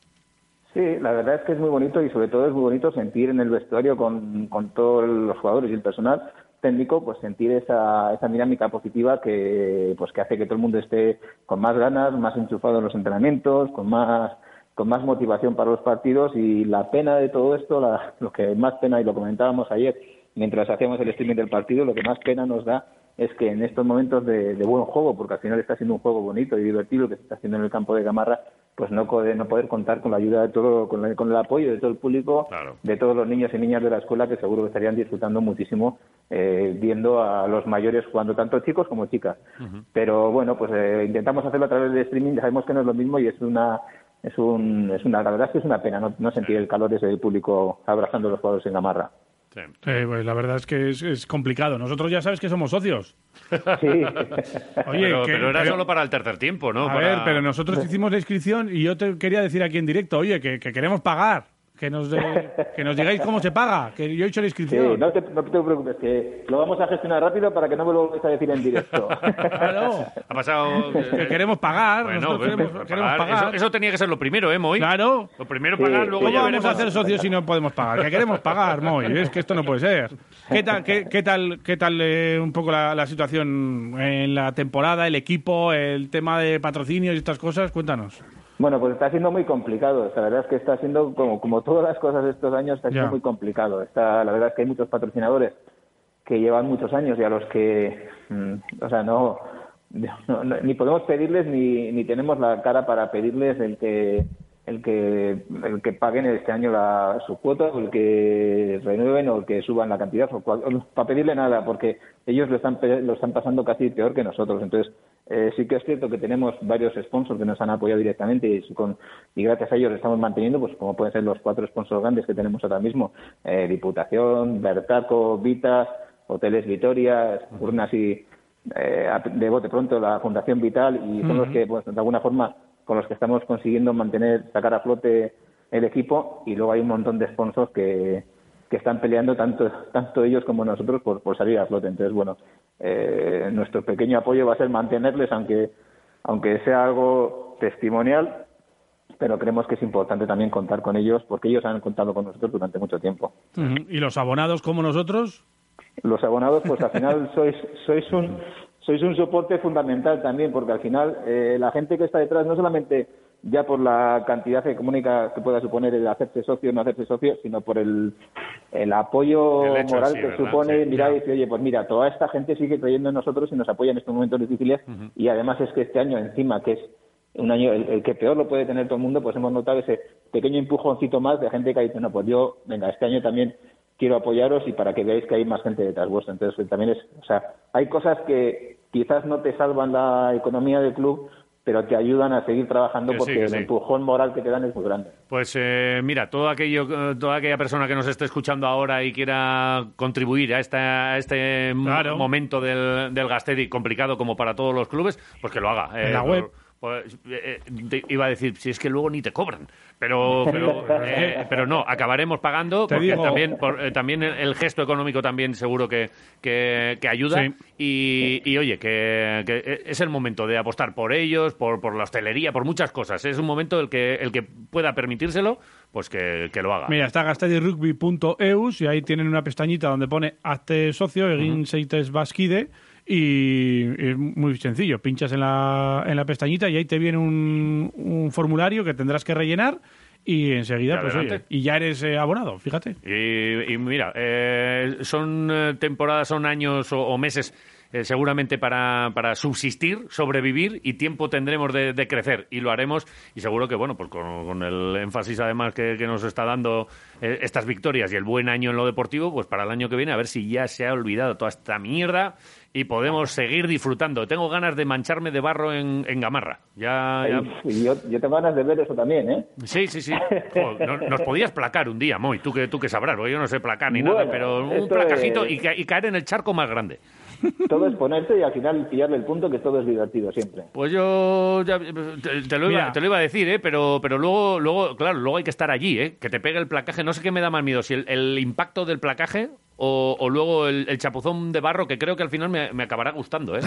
Speaker 17: Sí, la verdad es que es muy bonito y sobre todo es muy bonito sentir en el vestuario con, con todos los jugadores y el personal técnico, pues sentir esa, esa dinámica positiva que pues que hace que todo el mundo esté con más ganas, más enchufado en los entrenamientos, con más con más motivación para los partidos y la pena de todo esto, la- lo que más pena y lo comentábamos ayer mientras hacíamos el streaming del partido, lo que más pena nos da es que en estos momentos de, de buen juego, porque al final está siendo un juego bonito y divertido que se está haciendo en el campo de Gamarra, pues no poder, no poder contar con la ayuda de todo, con, la- con el apoyo de todo el público, de todos los niños y niñas de la escuela que seguro que estarían disfrutando muchísimo eh, viendo a los mayores jugando, tanto chicos como chicas. Pero bueno, pues eh, intentamos hacerlo a través de streaming, sabemos que no es lo mismo y es una es un es una la verdad es que es una pena no, no sentir el calor ese del público abrazando a los jugadores en Gamarra.
Speaker 3: Eh, pues la verdad es que es, es complicado. Nosotros ya sabes que somos socios. (laughs) Oye,
Speaker 2: pero,
Speaker 3: que-
Speaker 2: pero era
Speaker 3: pero-
Speaker 2: solo para el tercer tiempo, (laughs) ¿no?
Speaker 3: a
Speaker 2: Para-
Speaker 3: ver, pero nosotros te hicimos la inscripción y yo te quería decir aquí en directo, oye, que, que queremos pagar, que nos, eh, que nos digáis cómo se paga, que yo he hecho la
Speaker 17: Sí,
Speaker 3: inscripción.
Speaker 17: no te, no te preocupes, que lo vamos a gestionar rápido para que no me lo volváis a decir en (laughs) directo.
Speaker 2: Ha pasado. eh,
Speaker 3: Que queremos pagar,
Speaker 2: Bueno,
Speaker 3: nosotros
Speaker 2: pues,
Speaker 3: queremos-
Speaker 2: pues,
Speaker 3: queremos
Speaker 2: pagar.
Speaker 3: pagar.
Speaker 2: Eso, eso tenía que ser lo primero, ¿eh, Moy?
Speaker 3: Claro.
Speaker 2: Lo primero pagar, luego
Speaker 3: ¿Cómo
Speaker 2: ya
Speaker 3: vamos
Speaker 2: veremos.
Speaker 3: a hacer socios si no podemos pagar? Que queremos pagar, Moy. Es que esto no puede ser. ¿Qué tal, qué, qué tal, qué tal eh, un poco la, la situación en la temporada, el equipo, el tema de patrocinios y estas cosas? Cuéntanos.
Speaker 17: Bueno, pues está siendo muy complicado. La verdad es que está siendo, como, como todas las cosas de estos años, está siendo
Speaker 3: Ya.
Speaker 17: muy complicado. Está, la verdad es que hay muchos patrocinadores que llevan muchos años y a los que, mm, o sea, no, (laughs) no- no- ni podemos pedirles ni, ni tenemos la cara para pedirles el que el que el que paguen este año la, su cuota o el que renueven o el que suban la cantidad o cual- o para pedirle nada porque ellos lo están pe- lo están pasando casi peor que nosotros entonces eh, sí que es cierto que tenemos varios sponsors que nos han apoyado directamente y, su- con- y gracias a ellos lo estamos manteniendo, pues como pueden ser los cuatro sponsors grandes que tenemos ahora mismo, eh, Diputación, Bertaco, Vitas, Hoteles Vitoria, Urnas y eh, a- de bote pronto la Fundación Vital y son los
Speaker 16: Ujú.
Speaker 17: que pues, de alguna forma con los que estamos consiguiendo mantener, sacar a flote el equipo y luego hay un montón de sponsors que, que están peleando tanto, tanto ellos como nosotros por, por salir a flote. Entonces, bueno, eh, nuestro pequeño apoyo va a ser mantenerles, aunque, aunque sea algo testimonial, pero creemos que es importante también contar con ellos porque ellos han contado con nosotros durante mucho tiempo.
Speaker 3: Ujú. ¿Y los abonados como nosotros?
Speaker 17: Los abonados, pues
Speaker 16: (laughs)
Speaker 17: al final sois, sois un sois un soporte fundamental también, porque al final eh, la gente que está detrás, no solamente ya por la cantidad económica que pueda suponer el hacerse socio o no hacerse socio, sino por el, el apoyo
Speaker 16: El hecho
Speaker 17: moral
Speaker 16: en sí,
Speaker 17: que
Speaker 16: ¿verdad?
Speaker 17: supone
Speaker 16: Sí,
Speaker 17: mirar
Speaker 16: ya.
Speaker 17: y decir, oye, pues mira, toda esta gente sigue creyendo en nosotros y nos apoya en estos momentos difíciles y además es que este año encima, que es un año el, el que peor lo puede tener todo el mundo, pues hemos notado ese pequeño empujoncito más de gente que ha dicho, no, pues yo, venga, este año también quiero apoyaros y para que veáis que hay más gente detrás vuestro. Entonces, eh, también es, o sea, hay cosas que quizás no te salvan la economía del club, pero te ayudan a seguir trabajando
Speaker 2: Que sí,
Speaker 17: porque
Speaker 2: que
Speaker 17: el
Speaker 2: sí.
Speaker 17: empujón moral que te dan es muy grande.
Speaker 2: Pues eh, mira, todo aquello, eh, toda aquella persona que nos esté escuchando ahora y quiera contribuir a, esta, a este m- momento del, del Gastedi complicado como para todos los clubes, pues que lo haga.
Speaker 3: En la web.
Speaker 2: pues, eh, eh, te iba a decir, si es que luego ni te cobran, pero pero, eh, pero no, acabaremos pagando
Speaker 3: Te
Speaker 2: porque
Speaker 3: digo-
Speaker 2: también, por- eh, también el, el gesto económico también seguro que, que, que ayuda
Speaker 3: Sí.
Speaker 2: y, y, oye, que, que es el momento de apostar por ellos, por, por la hostelería, por muchas cosas. Es un momento el que, el que pueda permitírselo, pues que, que lo haga.
Speaker 3: Mira, está gastadirugby.eus y ahí tienen una pestañita donde pone hazte socio, egin zaitez bazkide, y es muy sencillo, pinchas en la, en la pestañita y ahí te viene un, un formulario que tendrás que rellenar y enseguida
Speaker 2: Y
Speaker 3: pues,
Speaker 2: adelante.
Speaker 3: oye, y ya eres eh, abonado, fíjate.
Speaker 2: Y, y mira, eh, son eh, temporadas, son años o, o meses eh, seguramente para, para subsistir, sobrevivir y tiempo tendremos de, de crecer y lo haremos y seguro que, bueno, pues con, con el énfasis además que, que nos está dando eh, estas victorias y el buen año en lo deportivo, pues para el año que viene a ver si ya se ha olvidado toda esta mierda y podemos seguir disfrutando. Tengo ganas de mancharme de barro en, en Gamarra. Ah, Ya, ya-
Speaker 17: Y- (laughs) Y yo, yo tengo ganas de ver eso también, ¿eh?
Speaker 2: Sí,
Speaker 17: (laughs)
Speaker 2: sí, sí. Jo, no- nos podías placar un día, Moy, tú que, tú que sabrás, porque yo no sé placar ni nada,
Speaker 17: Bueno,
Speaker 2: pero un
Speaker 17: esto
Speaker 2: placajito
Speaker 17: es-
Speaker 2: y, ca- y caer en el charco más grande.
Speaker 17: Todo es ponerse y al final pillarle el punto que todo es divertido siempre.
Speaker 2: Pues yo ya- te, te lo iba,
Speaker 17: Mira.
Speaker 2: te lo iba a decir, ¿eh? pero, pero luego, luego, claro, luego hay que estar allí, ¿eh? que te pegue el placaje. No sé qué me da más miedo, si el, el impacto del placaje o, o luego el, el chapuzón de barro, que creo que al final me, me acabará gustando. ¿eh?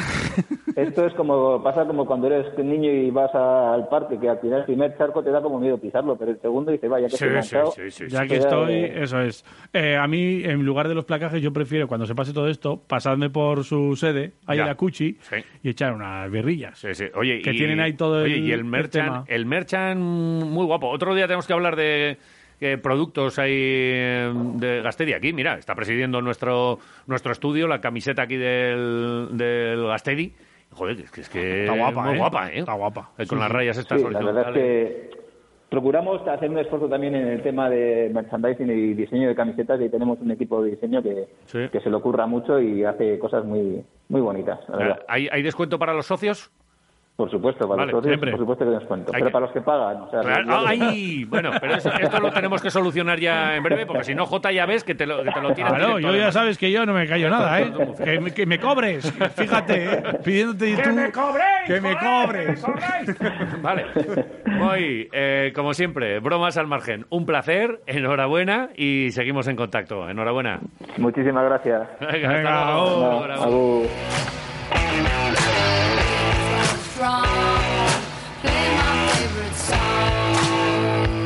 Speaker 17: Esto es como, pasa como cuando eres niño y vas a- al parque, que al final el primer charco te da como miedo pisarlo, pero el segundo dice, vaya, que
Speaker 3: Sí,
Speaker 17: estoy
Speaker 3: sí,
Speaker 17: manchado,
Speaker 3: sí, ya que
Speaker 17: te da-
Speaker 3: estoy, eso es. Eh, a mí, en lugar de los placajes, yo prefiero, cuando se pase todo esto, pasarme por su sede, ahí
Speaker 2: Ya.
Speaker 3: en la Cuchi,
Speaker 2: Sí.
Speaker 3: y echar unas birrillas.
Speaker 2: Sí, sí. Oye,
Speaker 3: Que
Speaker 2: y,
Speaker 3: tienen ahí todo
Speaker 2: oye,
Speaker 3: el-
Speaker 2: y el
Speaker 3: el
Speaker 2: merchan,
Speaker 3: tema.
Speaker 2: el, merchan muy guapo. Otro día tenemos que hablar de eh, productos ahí eh, de Gastedi aquí. Mira, está presidiendo nuestro nuestro estudio la camiseta aquí del, del Gastedi. Joder, es que es que
Speaker 3: Está guapa,
Speaker 2: muy
Speaker 3: ¿eh?
Speaker 2: guapa, ¿eh?
Speaker 3: Está guapa.
Speaker 2: Eh, Con las rayas estas
Speaker 17: Sí, la verdad es que procuramos hacer un esfuerzo también en el tema de merchandising y diseño de camisetas y tenemos un equipo de diseño que, que se le ocurra mucho y hace cosas muy muy bonitas, la verdad.
Speaker 2: ¿Hay, hay descuento para los socios?
Speaker 17: Por supuesto, para
Speaker 2: Vale,
Speaker 17: los socios,
Speaker 2: siempre.
Speaker 17: por supuesto que descuento,
Speaker 2: Hay
Speaker 17: pero
Speaker 2: que-
Speaker 17: para los que pagan, o sea,
Speaker 2: Claro.
Speaker 17: los-
Speaker 2: ¡Ay! Bueno, pero es- esto lo tenemos que solucionar ya en breve, porque si no, J ya ves que te lo, que te lo tiran
Speaker 3: Claro,
Speaker 2: directo,
Speaker 3: yo ya
Speaker 2: además.
Speaker 3: sabes que yo no me callo nada, ¿eh? que, me, que me cobres, fíjate, ¿eh?
Speaker 2: (laughs)
Speaker 3: pidiéndote tú que me cobres. (laughs)
Speaker 2: Vale. Hoy, eh, como siempre, bromas al margen. Un placer, enhorabuena y seguimos en contacto. Enhorabuena.
Speaker 17: Muchísimas gracias.
Speaker 2: Venga, hasta luego. Enhorabuena.
Speaker 3: Oh.
Speaker 17: Agur.
Speaker 11: Play my favorite song.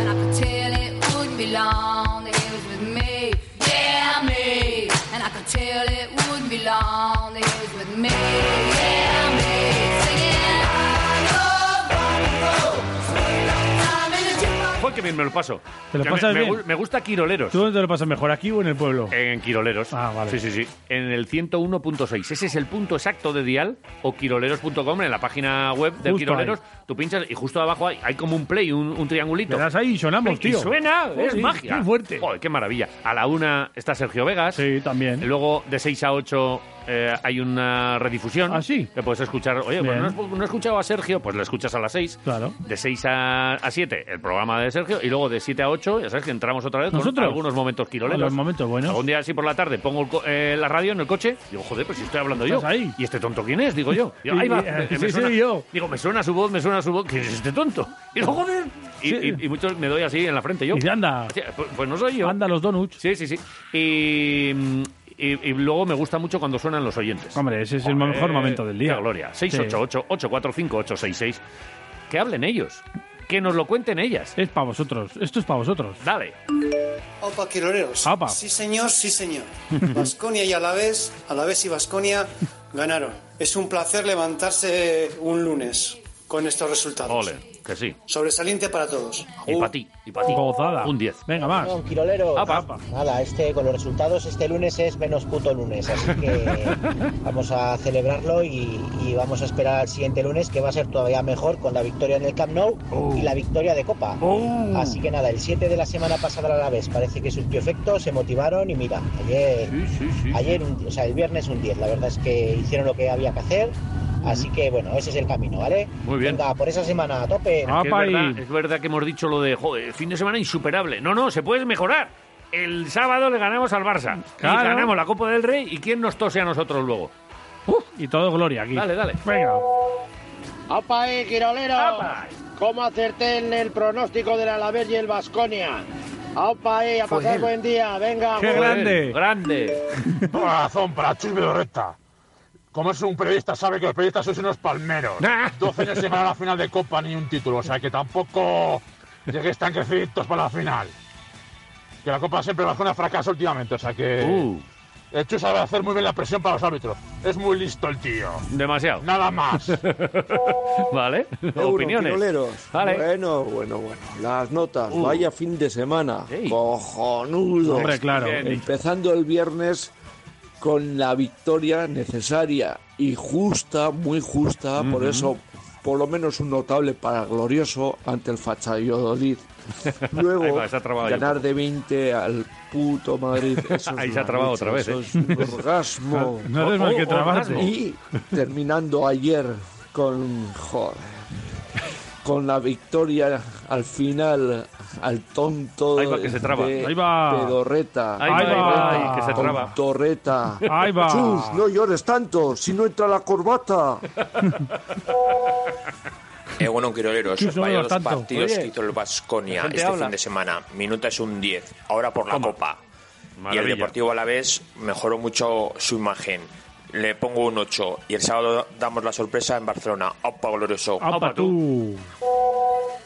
Speaker 11: And I could tell it wouldn't be long that he was with me. Yeah, me. And I could tell it wouldn't be long that he was with me. Yeah, me. Singing, I love rock and roll. Spend a long time in the jukebox.
Speaker 2: Joder, que bien me lo paso.
Speaker 3: ¿Te lo
Speaker 2: Que
Speaker 3: pasas
Speaker 2: me, me
Speaker 3: bien?
Speaker 2: gu- me gusta Quiroleros.
Speaker 3: ¿Tú dónde te lo pasas mejor, aquí o en el pueblo?
Speaker 2: En Quiroleros.
Speaker 3: Ah, vale.
Speaker 2: Sí, sí, sí. En el 101.6. Ese es el punto exacto de Dial o quiroleros.com en la página web de
Speaker 3: Justo
Speaker 2: Quiroleros. Tú pinchas y justo abajo hay, hay como un play, un, un triangulito.
Speaker 3: Le das ahí y sonamos,
Speaker 2: Y
Speaker 3: tío.
Speaker 2: suena,
Speaker 3: Oh,
Speaker 2: es
Speaker 3: sí,
Speaker 2: magia.
Speaker 3: qué fuerte.
Speaker 2: Joder, qué maravilla. A la una está Sergio Vegas. Sí, también. Luego de 6 a 8 eh, hay una redifusión. Ah, sí. Que puedes escuchar. Oye, pues
Speaker 3: Bien.
Speaker 2: no, has- no he escuchado a Sergio, pues lo escuchas a las 6.
Speaker 3: Claro.
Speaker 2: De 6 a, a 7, el programa de Sergio. Y luego de 7 a 8, ya sabes que entramos otra vez con
Speaker 3: ¿Nosotros?
Speaker 2: algunos momentos quiroleros.
Speaker 3: Los momentos buenos.
Speaker 2: Algún día así por la tarde pongo el co- eh, la radio en el coche. Digo, joder, pues si estoy hablando yo.
Speaker 3: ¿Estás ahí?
Speaker 2: ¿Y este tonto quién es? Digo
Speaker 3: (laughs)
Speaker 2: yo. Digo,
Speaker 3: Y-
Speaker 2: ahí va.
Speaker 3: y-
Speaker 2: me- me
Speaker 3: sí,
Speaker 2: suena-
Speaker 3: sí, yo.
Speaker 2: Digo, me suena su voz, me suena su voz. ¿Quién es este
Speaker 3: (laughs)
Speaker 2: tonto? Y digo, joder. Y, y- y muchos me doy así en la frente yo.
Speaker 3: Y anda,
Speaker 2: Sí, Pues, pues no soy yo.
Speaker 3: anda los donuts.
Speaker 2: Sí, sí, sí. Y, mm, y- y luego me gusta mucho cuando suenan los oyentes.
Speaker 3: Hombre, ese es el
Speaker 2: Joder,
Speaker 3: mejor momento del día.
Speaker 2: Qué gloria.
Speaker 3: Sí.
Speaker 2: 688-845-866. Que hablen ellos. Que nos lo cuenten ellas.
Speaker 3: Es para vosotros, esto es para vosotros.
Speaker 2: Dale.
Speaker 16: Opa, Quiroleros.
Speaker 3: Apa.
Speaker 16: Sí, señor, sí,
Speaker 2: (laughs)
Speaker 16: señor. Vasconia y Alavés, Alavés y Vasconia ganaron. Es un placer levantarse un lunes con estos resultados.
Speaker 2: Ole, que sí.
Speaker 16: Sobresaliente para todos.
Speaker 2: Y para ti, y para ti.
Speaker 3: Gozada.
Speaker 2: Un 10.
Speaker 3: Venga, más.
Speaker 19: Perdón, Quiroleros. Nada, este con los resultados este lunes es menos puto lunes, así
Speaker 3: (laughs)
Speaker 19: que vamos a celebrarlo y, y vamos a esperar al siguiente lunes que va a ser todavía mejor con la victoria en el Camp Nou y
Speaker 3: Oh.
Speaker 19: la victoria de Copa. Así que nada, el 7 de la semana pasada a la vez parece que surtió efecto, se motivaron y mira, ayer, ayer un- o sea, el viernes un 10, la verdad es que hicieron lo que había que hacer Así que bueno, ese es el camino, ¿vale?
Speaker 2: Muy bien.
Speaker 19: Venga, por esa semana a tope.
Speaker 2: Es que es, verdad, es verdad que hemos dicho lo de joder, fin de semana insuperable. No, no, se puede mejorar. El sábado le ganamos al Barça. Y
Speaker 3: Claro.
Speaker 2: ganamos la Copa del Rey. ¿Y quién nos tose a nosotros luego?
Speaker 3: Y todo gloria aquí.
Speaker 2: Dale, dale.
Speaker 3: Venga.
Speaker 4: ¡Apa, eh, Quirolero! ¿Cómo acerté en el pronóstico del Alavés y el Vasconia? ¡Apa, eh! ¡A
Speaker 2: Fue
Speaker 4: pasar
Speaker 2: él.
Speaker 4: buen día! ¡Venga!
Speaker 2: Joder,
Speaker 4: bueno.
Speaker 2: ¡Grande!
Speaker 6: (laughs) Razón para Chus Vidorreta. Como es un periodista, sabe que los periodistas sois unos palmeros. 12 años sin ganar la final de Copa ni un título. O sea que tampoco lleguéis tan creciditos para la final. Que la Copa siempre bajo una fracaso últimamente. O sea que. El Chus sabe hacer muy bien la presión para los árbitros. Es muy listo el tío.
Speaker 2: Demasiado.
Speaker 6: Nada más.
Speaker 2: (laughs) ¿Vale? (laughs) Opiniones.
Speaker 12: Euroquiroleros.
Speaker 2: Vale. Uh.
Speaker 12: Bueno, bueno, bueno. Las notas. Vaya fin de semana. Cojonudo.
Speaker 3: Hombre, claro. Bien dicho.
Speaker 12: Empezando el viernes con la victoria necesaria y justa, muy justa. Por
Speaker 33: Ujú.
Speaker 12: eso, por lo menos un notable para glorioso ante
Speaker 2: (laughs)
Speaker 12: el Fachalladolid.
Speaker 2: Ahí
Speaker 12: Luego,
Speaker 2: va, se ha trabado ahí un
Speaker 12: ganar de 20 al puto Madrid. Eso es
Speaker 2: (laughs) Ahí se
Speaker 12: una
Speaker 2: ha trabado
Speaker 12: leche,
Speaker 2: otra vez,
Speaker 12: eso
Speaker 2: ¿eh?
Speaker 12: es un orgasmo.
Speaker 2: (laughs)
Speaker 12: Oh,
Speaker 2: No- no haces más que trabarte.
Speaker 12: Y terminando ayer con. Joder. Con la victoria al final al tonto
Speaker 2: Ahí va, que se traba.
Speaker 12: de
Speaker 2: Ahí va.
Speaker 12: Pedorreta.
Speaker 2: Ahí va, Ahí ahí va, va. ahí, que se traba.
Speaker 12: Tontorreta.
Speaker 2: Ahí va.
Speaker 12: Chus, no llores tanto, si no entra la corbata.
Speaker 15: Eh, bueno, Quiroleros,
Speaker 12: Chus, no me
Speaker 15: vaya
Speaker 12: das
Speaker 15: dos
Speaker 12: tanto.
Speaker 15: partidos
Speaker 12: Oye.
Speaker 15: que hizo el Vasconia
Speaker 12: La gente
Speaker 15: este
Speaker 12: habla.
Speaker 15: fin de semana. Minuta es un 10, ahora por la Copa. Y
Speaker 2: Maravilla.
Speaker 15: el Deportivo Alavés mejoró mucho su imagen. Le pongo un 8 y el sábado damos la sorpresa en Barcelona. ¡Opa, glorioso!
Speaker 3: Apa tú.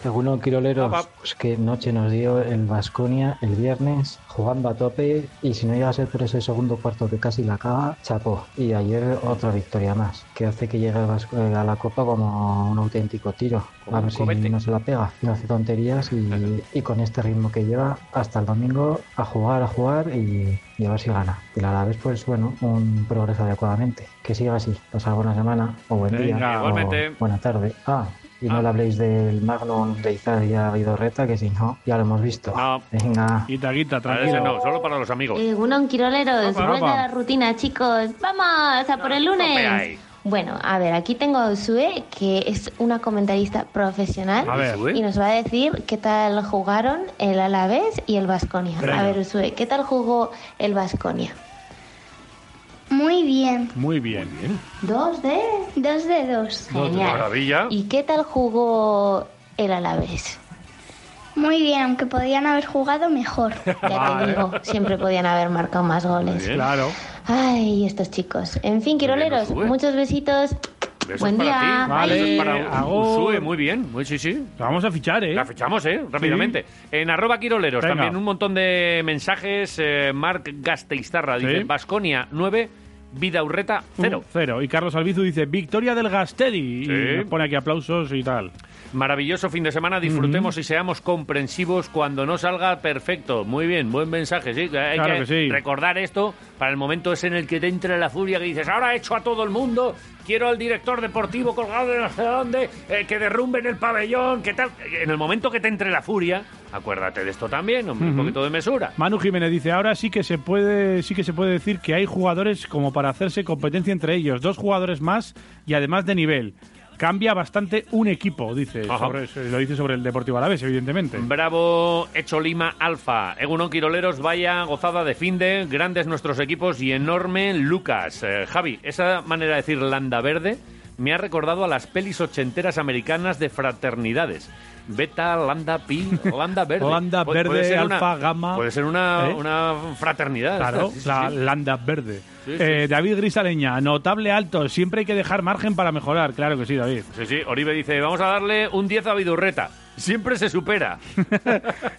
Speaker 25: Según Quiroleros,
Speaker 15: Apa.
Speaker 25: pues qué noche nos dio el Vasconia el viernes, jugando a tope, y si no llega a ser por ese segundo cuarto que casi la caga, chapó. Y ayer otra victoria más, que hace que llegue al Vasco- eh, a la Copa como un auténtico tiro.
Speaker 15: Como
Speaker 25: A
Speaker 15: un
Speaker 25: ver si
Speaker 15: copete.
Speaker 25: no se la pega, no hace tonterías y, y con este ritmo que lleva hasta el domingo a jugar, a jugar y, y a ver si gana. Y a la vez, pues bueno, un progreso adecuadamente. Que siga así, pasad buena semana o buen
Speaker 2: Venga,
Speaker 25: día. o
Speaker 2: igualmente.
Speaker 25: buena tarde. Ah, y no le habléis del Magnum de Izar y a Vidorreta, que si no, ya lo hemos visto. Venga.
Speaker 3: Quita, quita,
Speaker 2: A
Speaker 25: tranquilo.
Speaker 2: veces no, solo para los amigos.
Speaker 34: Eh, Gunon Quiroleros,
Speaker 2: Opa,
Speaker 34: vuelve
Speaker 2: opa.
Speaker 34: a la rutina, chicos. Vamos, a por el
Speaker 2: tope
Speaker 34: lunes.
Speaker 2: ahí.
Speaker 34: Bueno, a ver, aquí tengo a Usue, que es una comentarista profesional.
Speaker 23: A ver.
Speaker 34: Y nos va a decir qué tal jugaron el Alavés y el Vasconia.
Speaker 23: Venga.
Speaker 34: A ver, Usue, ¿qué tal jugó el Vasconia?
Speaker 23: Muy bien.
Speaker 3: Muy bien.
Speaker 34: Dos de...
Speaker 23: Dos de dos.
Speaker 34: Genial.
Speaker 2: Maravilla.
Speaker 34: ¿Y qué tal jugó el Alavés?
Speaker 23: Muy bien, aunque podían haber jugado mejor.
Speaker 34: Ya te digo, siempre podían haber marcado más goles.
Speaker 3: Claro.
Speaker 34: Ay, estos chicos. En fin, Quiroleros,
Speaker 2: Usue.
Speaker 34: muchos besitos.
Speaker 2: Besos
Speaker 34: Buen
Speaker 2: para
Speaker 34: día.
Speaker 2: ti.
Speaker 34: Vale,
Speaker 2: Besos para
Speaker 34: agur.
Speaker 2: Usue, muy bien. Muy, sí, sí.
Speaker 3: La vamos a fichar, ¿eh?
Speaker 2: La fichamos, ¿eh? Rápidamente. En arroba quiroleros
Speaker 3: Venga.
Speaker 2: también un montón de mensajes. Eh, Marc Gasteiztarra dice,
Speaker 3: Sí.
Speaker 2: Basconia 9, Vidaurreta 0.
Speaker 3: Un Cero. Y Carlos Albizu dice, victoria del Gastedi.
Speaker 2: Sí.
Speaker 3: Y nos pone aquí aplausos y tal.
Speaker 2: Maravilloso fin de semana, disfrutemos y seamos comprensivos cuando no salga perfecto. Muy bien, buen mensaje, sí. Hay
Speaker 3: Claro que sí.
Speaker 2: recordar esto para el momento es en el que te entra la furia que dices, ahora hecho a todo el mundo, quiero al director deportivo colgado de no sé dónde, eh, que derrumben el pabellón, que tal. En el momento que te entre la furia, acuérdate de esto también, hombre, un
Speaker 3: Ujú.
Speaker 2: poquito de mesura.
Speaker 3: Manu Jiménez dice, ahora sí que se puede, sí que se puede decir que hay jugadores como para hacerse competencia entre ellos, dos jugadores más y además de nivel. Cambia bastante un equipo, dice.
Speaker 2: Ajá.
Speaker 3: sobre- lo dice sobre el Deportivo Alavés, evidentemente.
Speaker 2: Bravo, Hecho Lima Alfa. Egunon Quiroleros, vaya gozada de fin de. Grandes nuestros equipos y enorme Lucas. Eh, Javi, esa manera de decir landa verde me ha recordado a las pelis ochenteras americanas de fraternidades. Beta, landa, pi, landa verde.
Speaker 3: (laughs) Landa
Speaker 2: Pu- puede
Speaker 3: verde,
Speaker 2: ser
Speaker 3: alfa, gamma.
Speaker 2: Puede ser una,
Speaker 3: ¿Eh?
Speaker 2: una fraternidad.
Speaker 3: Claro,
Speaker 2: (laughs) Sí, sí,
Speaker 3: la
Speaker 2: sí.
Speaker 3: landa verde.
Speaker 2: Sí, sí,
Speaker 3: Eh, David Grisaleña, notable alto, siempre hay que dejar margen para mejorar. Claro que sí, David.
Speaker 2: Sí, sí, Oribe dice, vamos a darle un 10 a Vidurreta. Siempre se supera.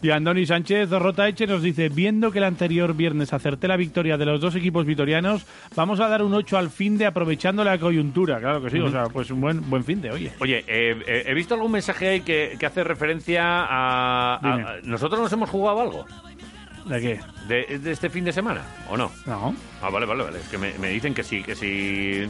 Speaker 3: Y Andoni Sánchez Zorrota Eche nos dice, viendo que el anterior viernes acerté la victoria de los dos equipos vitorianos, vamos a dar un 8 al fin de aprovechando la coyuntura. Claro que sí, o
Speaker 2: Ujú.
Speaker 3: sea, pues un buen, buen fin de, oye.
Speaker 2: Oye, eh, eh, he visto algún mensaje ahí que, que hace referencia a, a-
Speaker 3: Dime.
Speaker 2: a- ¿Nosotros nos hemos jugado algo?
Speaker 3: ¿De qué?
Speaker 2: ¿De, de este fin de semana o no?
Speaker 3: No.
Speaker 2: Ah, vale, vale, vale. Es que me, me dicen que sí, que si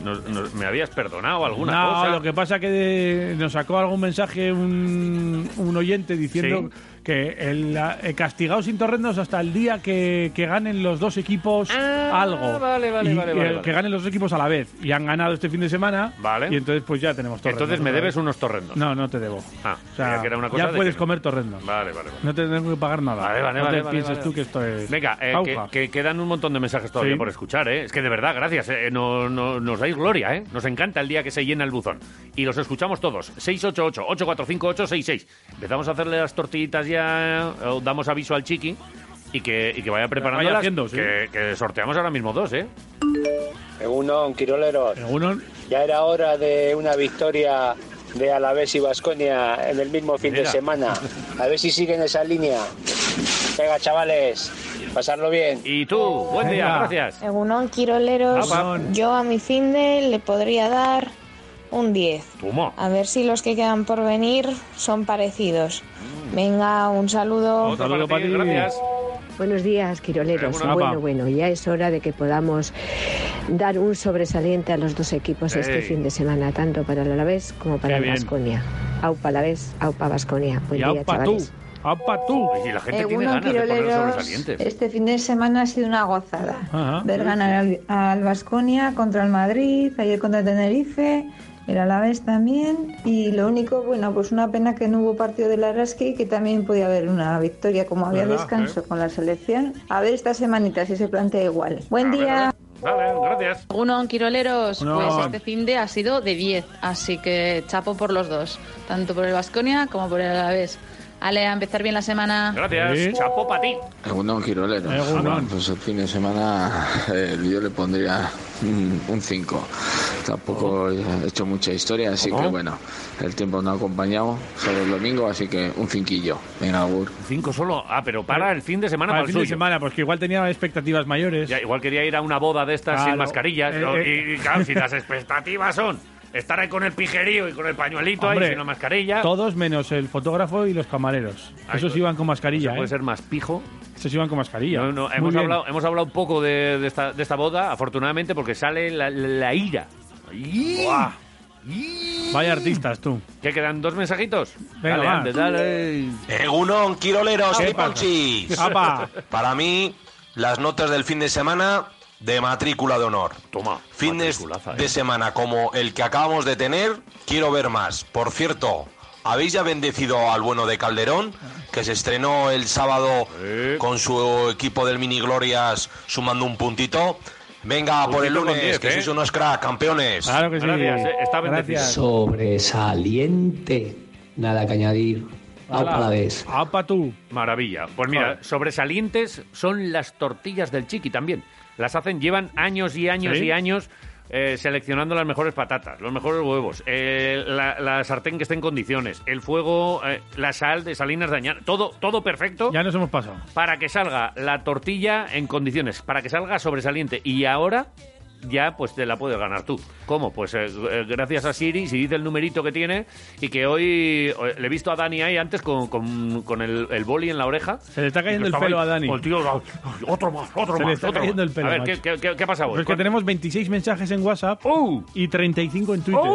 Speaker 2: me habías perdonado alguna
Speaker 3: no,
Speaker 2: cosa.
Speaker 3: lo que pasa que de- nos sacó algún mensaje un, un oyente diciendo que el, la- eh, castigados sin torrendos hasta el día que, que ganen los dos equipos algo.
Speaker 2: Ah, vale, vale,
Speaker 3: Y
Speaker 2: vale,
Speaker 3: que,
Speaker 2: vale, vale.
Speaker 3: que ganen los dos equipos a la vez. Y han ganado este fin de semana.
Speaker 2: Vale.
Speaker 3: Y entonces pues ya tenemos torrendos.
Speaker 2: Entonces me
Speaker 3: otra
Speaker 2: debes
Speaker 3: vez.
Speaker 2: unos torrendos.
Speaker 3: No, no te debo.
Speaker 2: Ah,
Speaker 3: O sea,
Speaker 2: creía que era una cosa
Speaker 3: ya
Speaker 2: de
Speaker 3: puedes
Speaker 2: que-
Speaker 3: comer torrendos.
Speaker 2: Vale, vale, vale.
Speaker 3: No te tengo que pagar nada.
Speaker 2: Vale, vale,
Speaker 3: no
Speaker 2: vale,
Speaker 3: te
Speaker 2: vale,
Speaker 3: pienses
Speaker 2: vale.
Speaker 3: tú que esto es.
Speaker 2: Venga, eh, que,
Speaker 3: jauja.
Speaker 2: que quedan un montón de mensajes todavía
Speaker 3: Sí.
Speaker 2: por escuchar, ¿eh? Es que de verdad, gracias. eh, no- no- nos dais gloria, ¿eh? Nos encanta el día que se llena el buzón. Y los escuchamos todos. 688-845-866. Empezamos a hacerle las tortillitas ya, o damos aviso al chiqui y que, y que vaya preparando
Speaker 3: haciendo, sí.
Speaker 2: que, que sorteamos ahora mismo dos, ¿eh?
Speaker 4: Egunon, Quiroleros. Ya era hora de una victoria de Alavés y Vasconia en el mismo fin
Speaker 2: Mira.
Speaker 4: de semana. A ver si siguen esa línea. Venga, chavales, pasarlo bien.
Speaker 2: Y tú, buen día,
Speaker 4: Venga.
Speaker 2: gracias.
Speaker 11: Egunon, Quiroleros,
Speaker 2: Apa.
Speaker 11: yo a mi finde le podría dar un 10.
Speaker 2: Tumo.
Speaker 11: A ver si los que quedan por venir son parecidos. Venga, un saludo.
Speaker 2: Mm. Otro Saludo para ti, para ti. gracias.
Speaker 35: Buenos días, Quiroleros.
Speaker 2: Alguna
Speaker 35: Bueno,
Speaker 2: pa.
Speaker 35: bueno, ya es hora de que podamos dar un sobresaliente a los dos equipos este
Speaker 2: Ey.
Speaker 35: fin de semana, tanto para el Alavés como para
Speaker 2: Qué
Speaker 35: el
Speaker 2: bien.
Speaker 35: Vasconia. Aupa Alavés, aupa Vasconia. Buen
Speaker 2: Y
Speaker 35: día,
Speaker 2: aupa tú,
Speaker 35: chavales.
Speaker 3: aupa tú.
Speaker 2: Y la
Speaker 36: Eh,
Speaker 2: gente tiene ganas de poner sobresalientes. Ah,
Speaker 36: este fin de semana ha sido una gozada.
Speaker 2: Ajá.
Speaker 36: Ver ganar al, al Baskonia contra el Madrid, ayer contra el Tenerife, el Alavés también. Y lo único, bueno, pues una pena que no hubo partido del Araski, que también podía haber una victoria como había
Speaker 2: Verdad,
Speaker 36: descanso con la selección. A ver esta semanita si se plantea igual. Buen día.
Speaker 2: Vale, gracias.
Speaker 18: Uno, Quiroleros,
Speaker 2: Egunon.
Speaker 18: pues este fin de ha sido de 10, así que chapo por los dos, tanto por el Vasconia como por el Alavés. Ale, a empezar bien la semana.
Speaker 2: Gracias. Chapo para ti.
Speaker 12: Egunon Quirolero. Bueno, pues el fin de semana eh, yo le pondría un 5. Tampoco he hecho mucha historia, así que bueno, el tiempo no ha acompañado, solo el domingo, así que un cinquillo. Venga, Agur.
Speaker 2: Cinco solo. Ah, pero para el fin de semana, para
Speaker 3: Para el
Speaker 2: el
Speaker 3: fin de
Speaker 2: suyo.
Speaker 3: semana, pues que igual tenía expectativas mayores.
Speaker 2: Ya, igual quería ir a una boda de estas
Speaker 3: Claro.
Speaker 2: sin mascarillas.
Speaker 3: Eh,
Speaker 2: ¿no?
Speaker 3: eh.
Speaker 2: Y, y claro, si las expectativas son estar ahí con el pijerío y con el pañuelito
Speaker 3: Hombre,
Speaker 2: ahí sin la mascarilla.
Speaker 3: (laughs) Todos menos el fotógrafo y los camareros. Esos iban con mascarilla.
Speaker 2: pues, puede
Speaker 3: ser
Speaker 2: más pijo.
Speaker 3: Esos iban con mascarilla.
Speaker 2: No, no,
Speaker 3: Muy
Speaker 2: hemos,
Speaker 3: bien.
Speaker 2: hablado, hemos hablado un poco de, de esta, de esta boda, afortunadamente, porque sale la, la ira. ¡Ay! ¡Buah!
Speaker 3: Vaya artistas, tú.
Speaker 2: ¿Qué quedan? ¿Dos mensajitos?
Speaker 3: Venga,
Speaker 2: dale,
Speaker 3: va.
Speaker 2: Ander, dale.
Speaker 18: Egunon, Quiroleros,
Speaker 2: ¿Qué
Speaker 18: y
Speaker 2: pasa?
Speaker 18: Ponchis.
Speaker 2: Apa.
Speaker 18: Para mí, las notas del fin de semana de matrícula de honor.
Speaker 2: Toma. eh.
Speaker 18: Fin de, de semana como el que acabamos de tener, quiero ver más. Por cierto, ¿habéis ya bendecido al bueno de Calderón? Que se estrenó el sábado con su equipo del Mini Glorias sumando un puntito. Venga, por el
Speaker 2: Puntito con
Speaker 18: lunes,
Speaker 2: 10,
Speaker 18: que
Speaker 2: ¿eh?
Speaker 18: sois unos crack, campeones.
Speaker 2: Claro que sí. Gracias, eh, está bendecido. Gracias.
Speaker 37: Sobresaliente. Nada que añadir. Aupa
Speaker 2: Ala.
Speaker 37: la vez.
Speaker 3: Apa tú.
Speaker 2: Maravilla. Pues mira, sobresalientes son las tortillas del chiqui también. Las hacen, llevan años y años
Speaker 3: Sí.
Speaker 2: y años eh, seleccionando las mejores patatas, los mejores huevos, eh, la, la sartén que esté en condiciones, el fuego, eh, la sal de Salinas de Añana, todo, todo perfecto
Speaker 3: Ya nos hemos pasado.
Speaker 2: para que salga la tortilla en condiciones, para que salga sobresaliente. Y ahora ya pues te la puedes ganar tú. ¿Cómo? Pues eh, eh, gracias a Siri, si dice el numerito que tiene, y que hoy eh, le he visto a Dani ahí antes con, con- con el, el boli en la oreja.
Speaker 3: Se le está cayendo
Speaker 2: Y que
Speaker 3: el pelo
Speaker 2: estaba ahí,
Speaker 3: a
Speaker 2: oh,
Speaker 3: Dani.
Speaker 2: tío, ay, ay, otro más, otro
Speaker 3: Se le
Speaker 2: más.
Speaker 3: está
Speaker 2: otro
Speaker 3: cayendo
Speaker 2: más.
Speaker 3: el pelo,
Speaker 2: a ver, ¿qué,
Speaker 3: macho.
Speaker 2: qué- qué- qué ha pasado hoy?
Speaker 3: Pues que tenemos 26 mensajes en WhatsApp
Speaker 2: ¡Oh!
Speaker 3: y 35 en Twitter.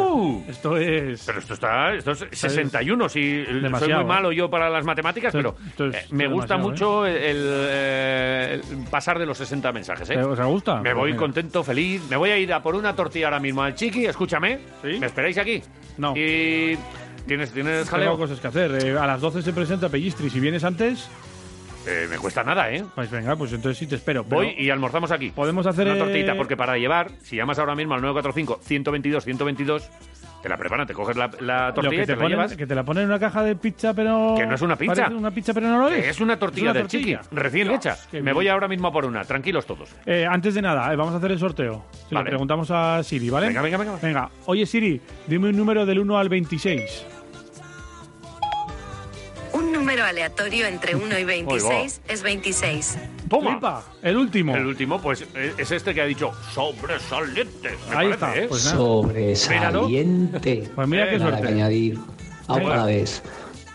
Speaker 3: Esto es.
Speaker 2: Pero esto está. Esto es 61. Si soy
Speaker 3: Demasiado,
Speaker 2: muy
Speaker 3: eh.
Speaker 2: malo yo para las matemáticas,
Speaker 3: Esto
Speaker 2: pero
Speaker 3: es- esto es-
Speaker 2: eh,
Speaker 3: esto
Speaker 2: me
Speaker 3: es
Speaker 2: gusta
Speaker 3: demasiado,
Speaker 2: mucho el, eh, el pasar de los 60 mensajes. ¿eh?
Speaker 3: ¿Te- os gusta?
Speaker 2: Me
Speaker 3: Pues
Speaker 2: voy
Speaker 3: mira.
Speaker 2: contento, feliz. Me voy a ir a por una tortilla ahora mismo al chiqui. Escúchame. ¿Me esperáis aquí? No. Y. ¿Tienes, tienes
Speaker 3: Tengo
Speaker 2: jaleo?
Speaker 3: cosas que hacer. Eh, a las 12 se presenta Pellistri. Si vienes antes,
Speaker 2: Eh, me cuesta nada, ¿eh?
Speaker 3: pues venga, pues entonces sí te espero. Pero
Speaker 2: Voy y almorzamos aquí.
Speaker 3: Podemos hacer.
Speaker 2: Una
Speaker 3: eh,
Speaker 2: tortillita, porque para llevar, si llamas ahora mismo al 945-122-122, te la preparan, te coges la, la
Speaker 3: lo
Speaker 2: tortilla y
Speaker 3: que
Speaker 2: te
Speaker 3: te,
Speaker 2: la
Speaker 3: ponen-
Speaker 2: llevas.
Speaker 3: que te la ponen en una caja de pizza, pero.
Speaker 2: Que no es una pizza.
Speaker 3: Parece una pizza, pero no lo es.
Speaker 2: Que es una tortilla
Speaker 3: Es una
Speaker 2: del chiqui,
Speaker 3: tortilla.
Speaker 2: recién hecha.
Speaker 3: qué
Speaker 2: Me
Speaker 3: bien.
Speaker 2: voy ahora mismo a por una, tranquilos todos.
Speaker 3: Eh, antes de nada, eh, vamos a hacer el sorteo. Se
Speaker 2: Vale.
Speaker 3: lo preguntamos a Siri, ¿vale?
Speaker 2: Venga, venga, venga.
Speaker 3: Venga, oye Siri, dime un número del 1 al 26.
Speaker 38: Un número aleatorio entre 1 y 26 es 26.
Speaker 2: ¡Toma!
Speaker 3: El último.
Speaker 2: El último, pues eh, es este que ha dicho sobresaliente. me
Speaker 38: Ahí
Speaker 2: parece,
Speaker 38: está,
Speaker 2: ¿eh?
Speaker 38: pues
Speaker 37: Sobresaliente.
Speaker 3: Pues mira qué
Speaker 37: Nada
Speaker 3: suerte.
Speaker 37: que añadir. Aupa
Speaker 2: Venga.
Speaker 37: la vez.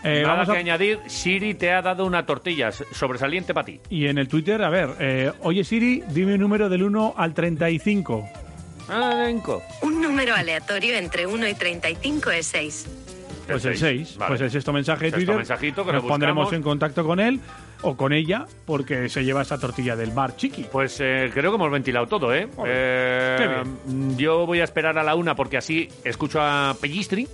Speaker 2: Nada
Speaker 3: Eh, vamos a-
Speaker 2: que añadir, Siri te ha dado una tortilla s- sobresaliente para ti.
Speaker 3: Y en el Twitter, a ver, eh, oye Siri, dime un número del 1 al 35.
Speaker 2: Ah, vengo.
Speaker 38: Un número aleatorio entre 1 y 35 es 6.
Speaker 3: Pues el
Speaker 2: seis.
Speaker 3: 6.
Speaker 2: Vale.
Speaker 3: Pues el sexto mensaje de
Speaker 2: Sexto
Speaker 3: Twitter.
Speaker 2: mensajito que
Speaker 3: nos
Speaker 2: lo
Speaker 3: pondremos
Speaker 2: buscamos.
Speaker 3: en contacto con él o con ella porque se lleva esa tortilla del bar chiqui.
Speaker 2: Pues eh, creo que hemos ventilado todo, ¿eh? Eh,
Speaker 3: qué
Speaker 2: Yo voy a esperar a la una porque así escucho a Pellistri.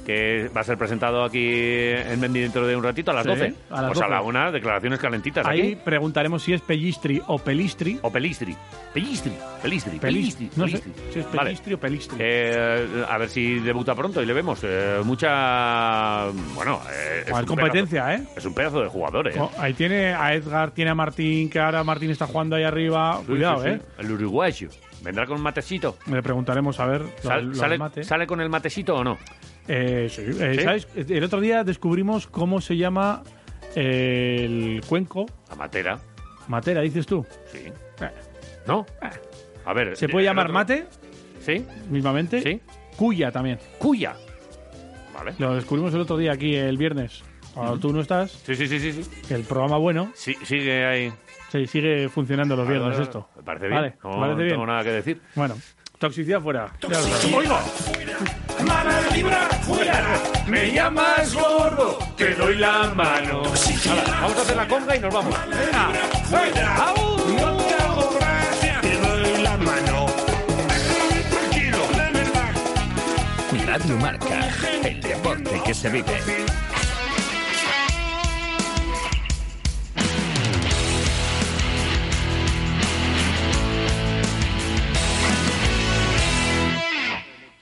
Speaker 2: Que va a ser presentado aquí en Mendy dentro de un ratito, a las
Speaker 3: Sí,
Speaker 2: 12.
Speaker 3: a las
Speaker 2: pues a
Speaker 3: 12.
Speaker 2: la una, declaraciones calentitas.
Speaker 3: Ahí
Speaker 2: aquí.
Speaker 3: preguntaremos si es pellistri o pelistri.
Speaker 2: O pelistri. Pellistri, Pelistri,
Speaker 3: Pelis-
Speaker 2: Pelistri,
Speaker 3: no
Speaker 2: Pelistri.
Speaker 3: sé si es
Speaker 2: Vale.
Speaker 3: Pelistri o Pelistri.
Speaker 2: Eh, a ver si debuta pronto y le vemos. Eh, mucha. Bueno. eh, es
Speaker 3: Joder,
Speaker 2: un
Speaker 3: competencia,
Speaker 2: pedazo- Es un pedazo de eh. jugadores.
Speaker 3: Oh, ahí tiene a Edgar, tiene a Martín, que ahora Martín está jugando ahí arriba. Cuidado, ¿eh?
Speaker 2: El uruguayo. Vendrá con un matecito.
Speaker 3: Le preguntaremos a ver los-
Speaker 2: Sal-
Speaker 3: los
Speaker 2: sale,
Speaker 3: mates.
Speaker 2: sale con el matecito o no?
Speaker 3: Eh, sí, eh,
Speaker 2: ¿Sí?
Speaker 3: ¿sabes? El otro día descubrimos cómo se llama eh, el cuenco.
Speaker 2: La matera.
Speaker 3: Matera, dices tú.
Speaker 2: Sí.
Speaker 3: Eh,
Speaker 2: ¿No? A ver. eh,
Speaker 3: ¿Se
Speaker 2: el-
Speaker 3: puede
Speaker 2: el
Speaker 3: llamar
Speaker 2: otro-
Speaker 3: mate?
Speaker 2: Sí.
Speaker 3: Mismamente.
Speaker 2: Sí.
Speaker 3: Cuya también.
Speaker 2: Cuya. Vale.
Speaker 3: Lo descubrimos el otro día aquí, el viernes. Cuando
Speaker 2: Ujú.
Speaker 3: tú no estás,
Speaker 2: Sí, sí, sí, sí. sí.
Speaker 3: el programa bueno.
Speaker 2: Sí, sigue ahí.
Speaker 3: Sí, sigue funcionando los viernes
Speaker 2: Ahora-
Speaker 3: esto.
Speaker 2: Me parece bien.
Speaker 3: Vale,
Speaker 2: no
Speaker 3: ¿te parece bien?
Speaker 2: tengo nada que decir.
Speaker 3: Bueno, toxicidad fuera.
Speaker 2: Oiga.
Speaker 9: Mala vibra fuera, me llamas gordo, te doy la mano.
Speaker 2: Hala, vamos a hacer la conga y nos vamos. Venga.
Speaker 9: No te hago gracia, te doy la mano. Déjame tranquilo, dame el
Speaker 10: Radio Marca, el deporte que se vive.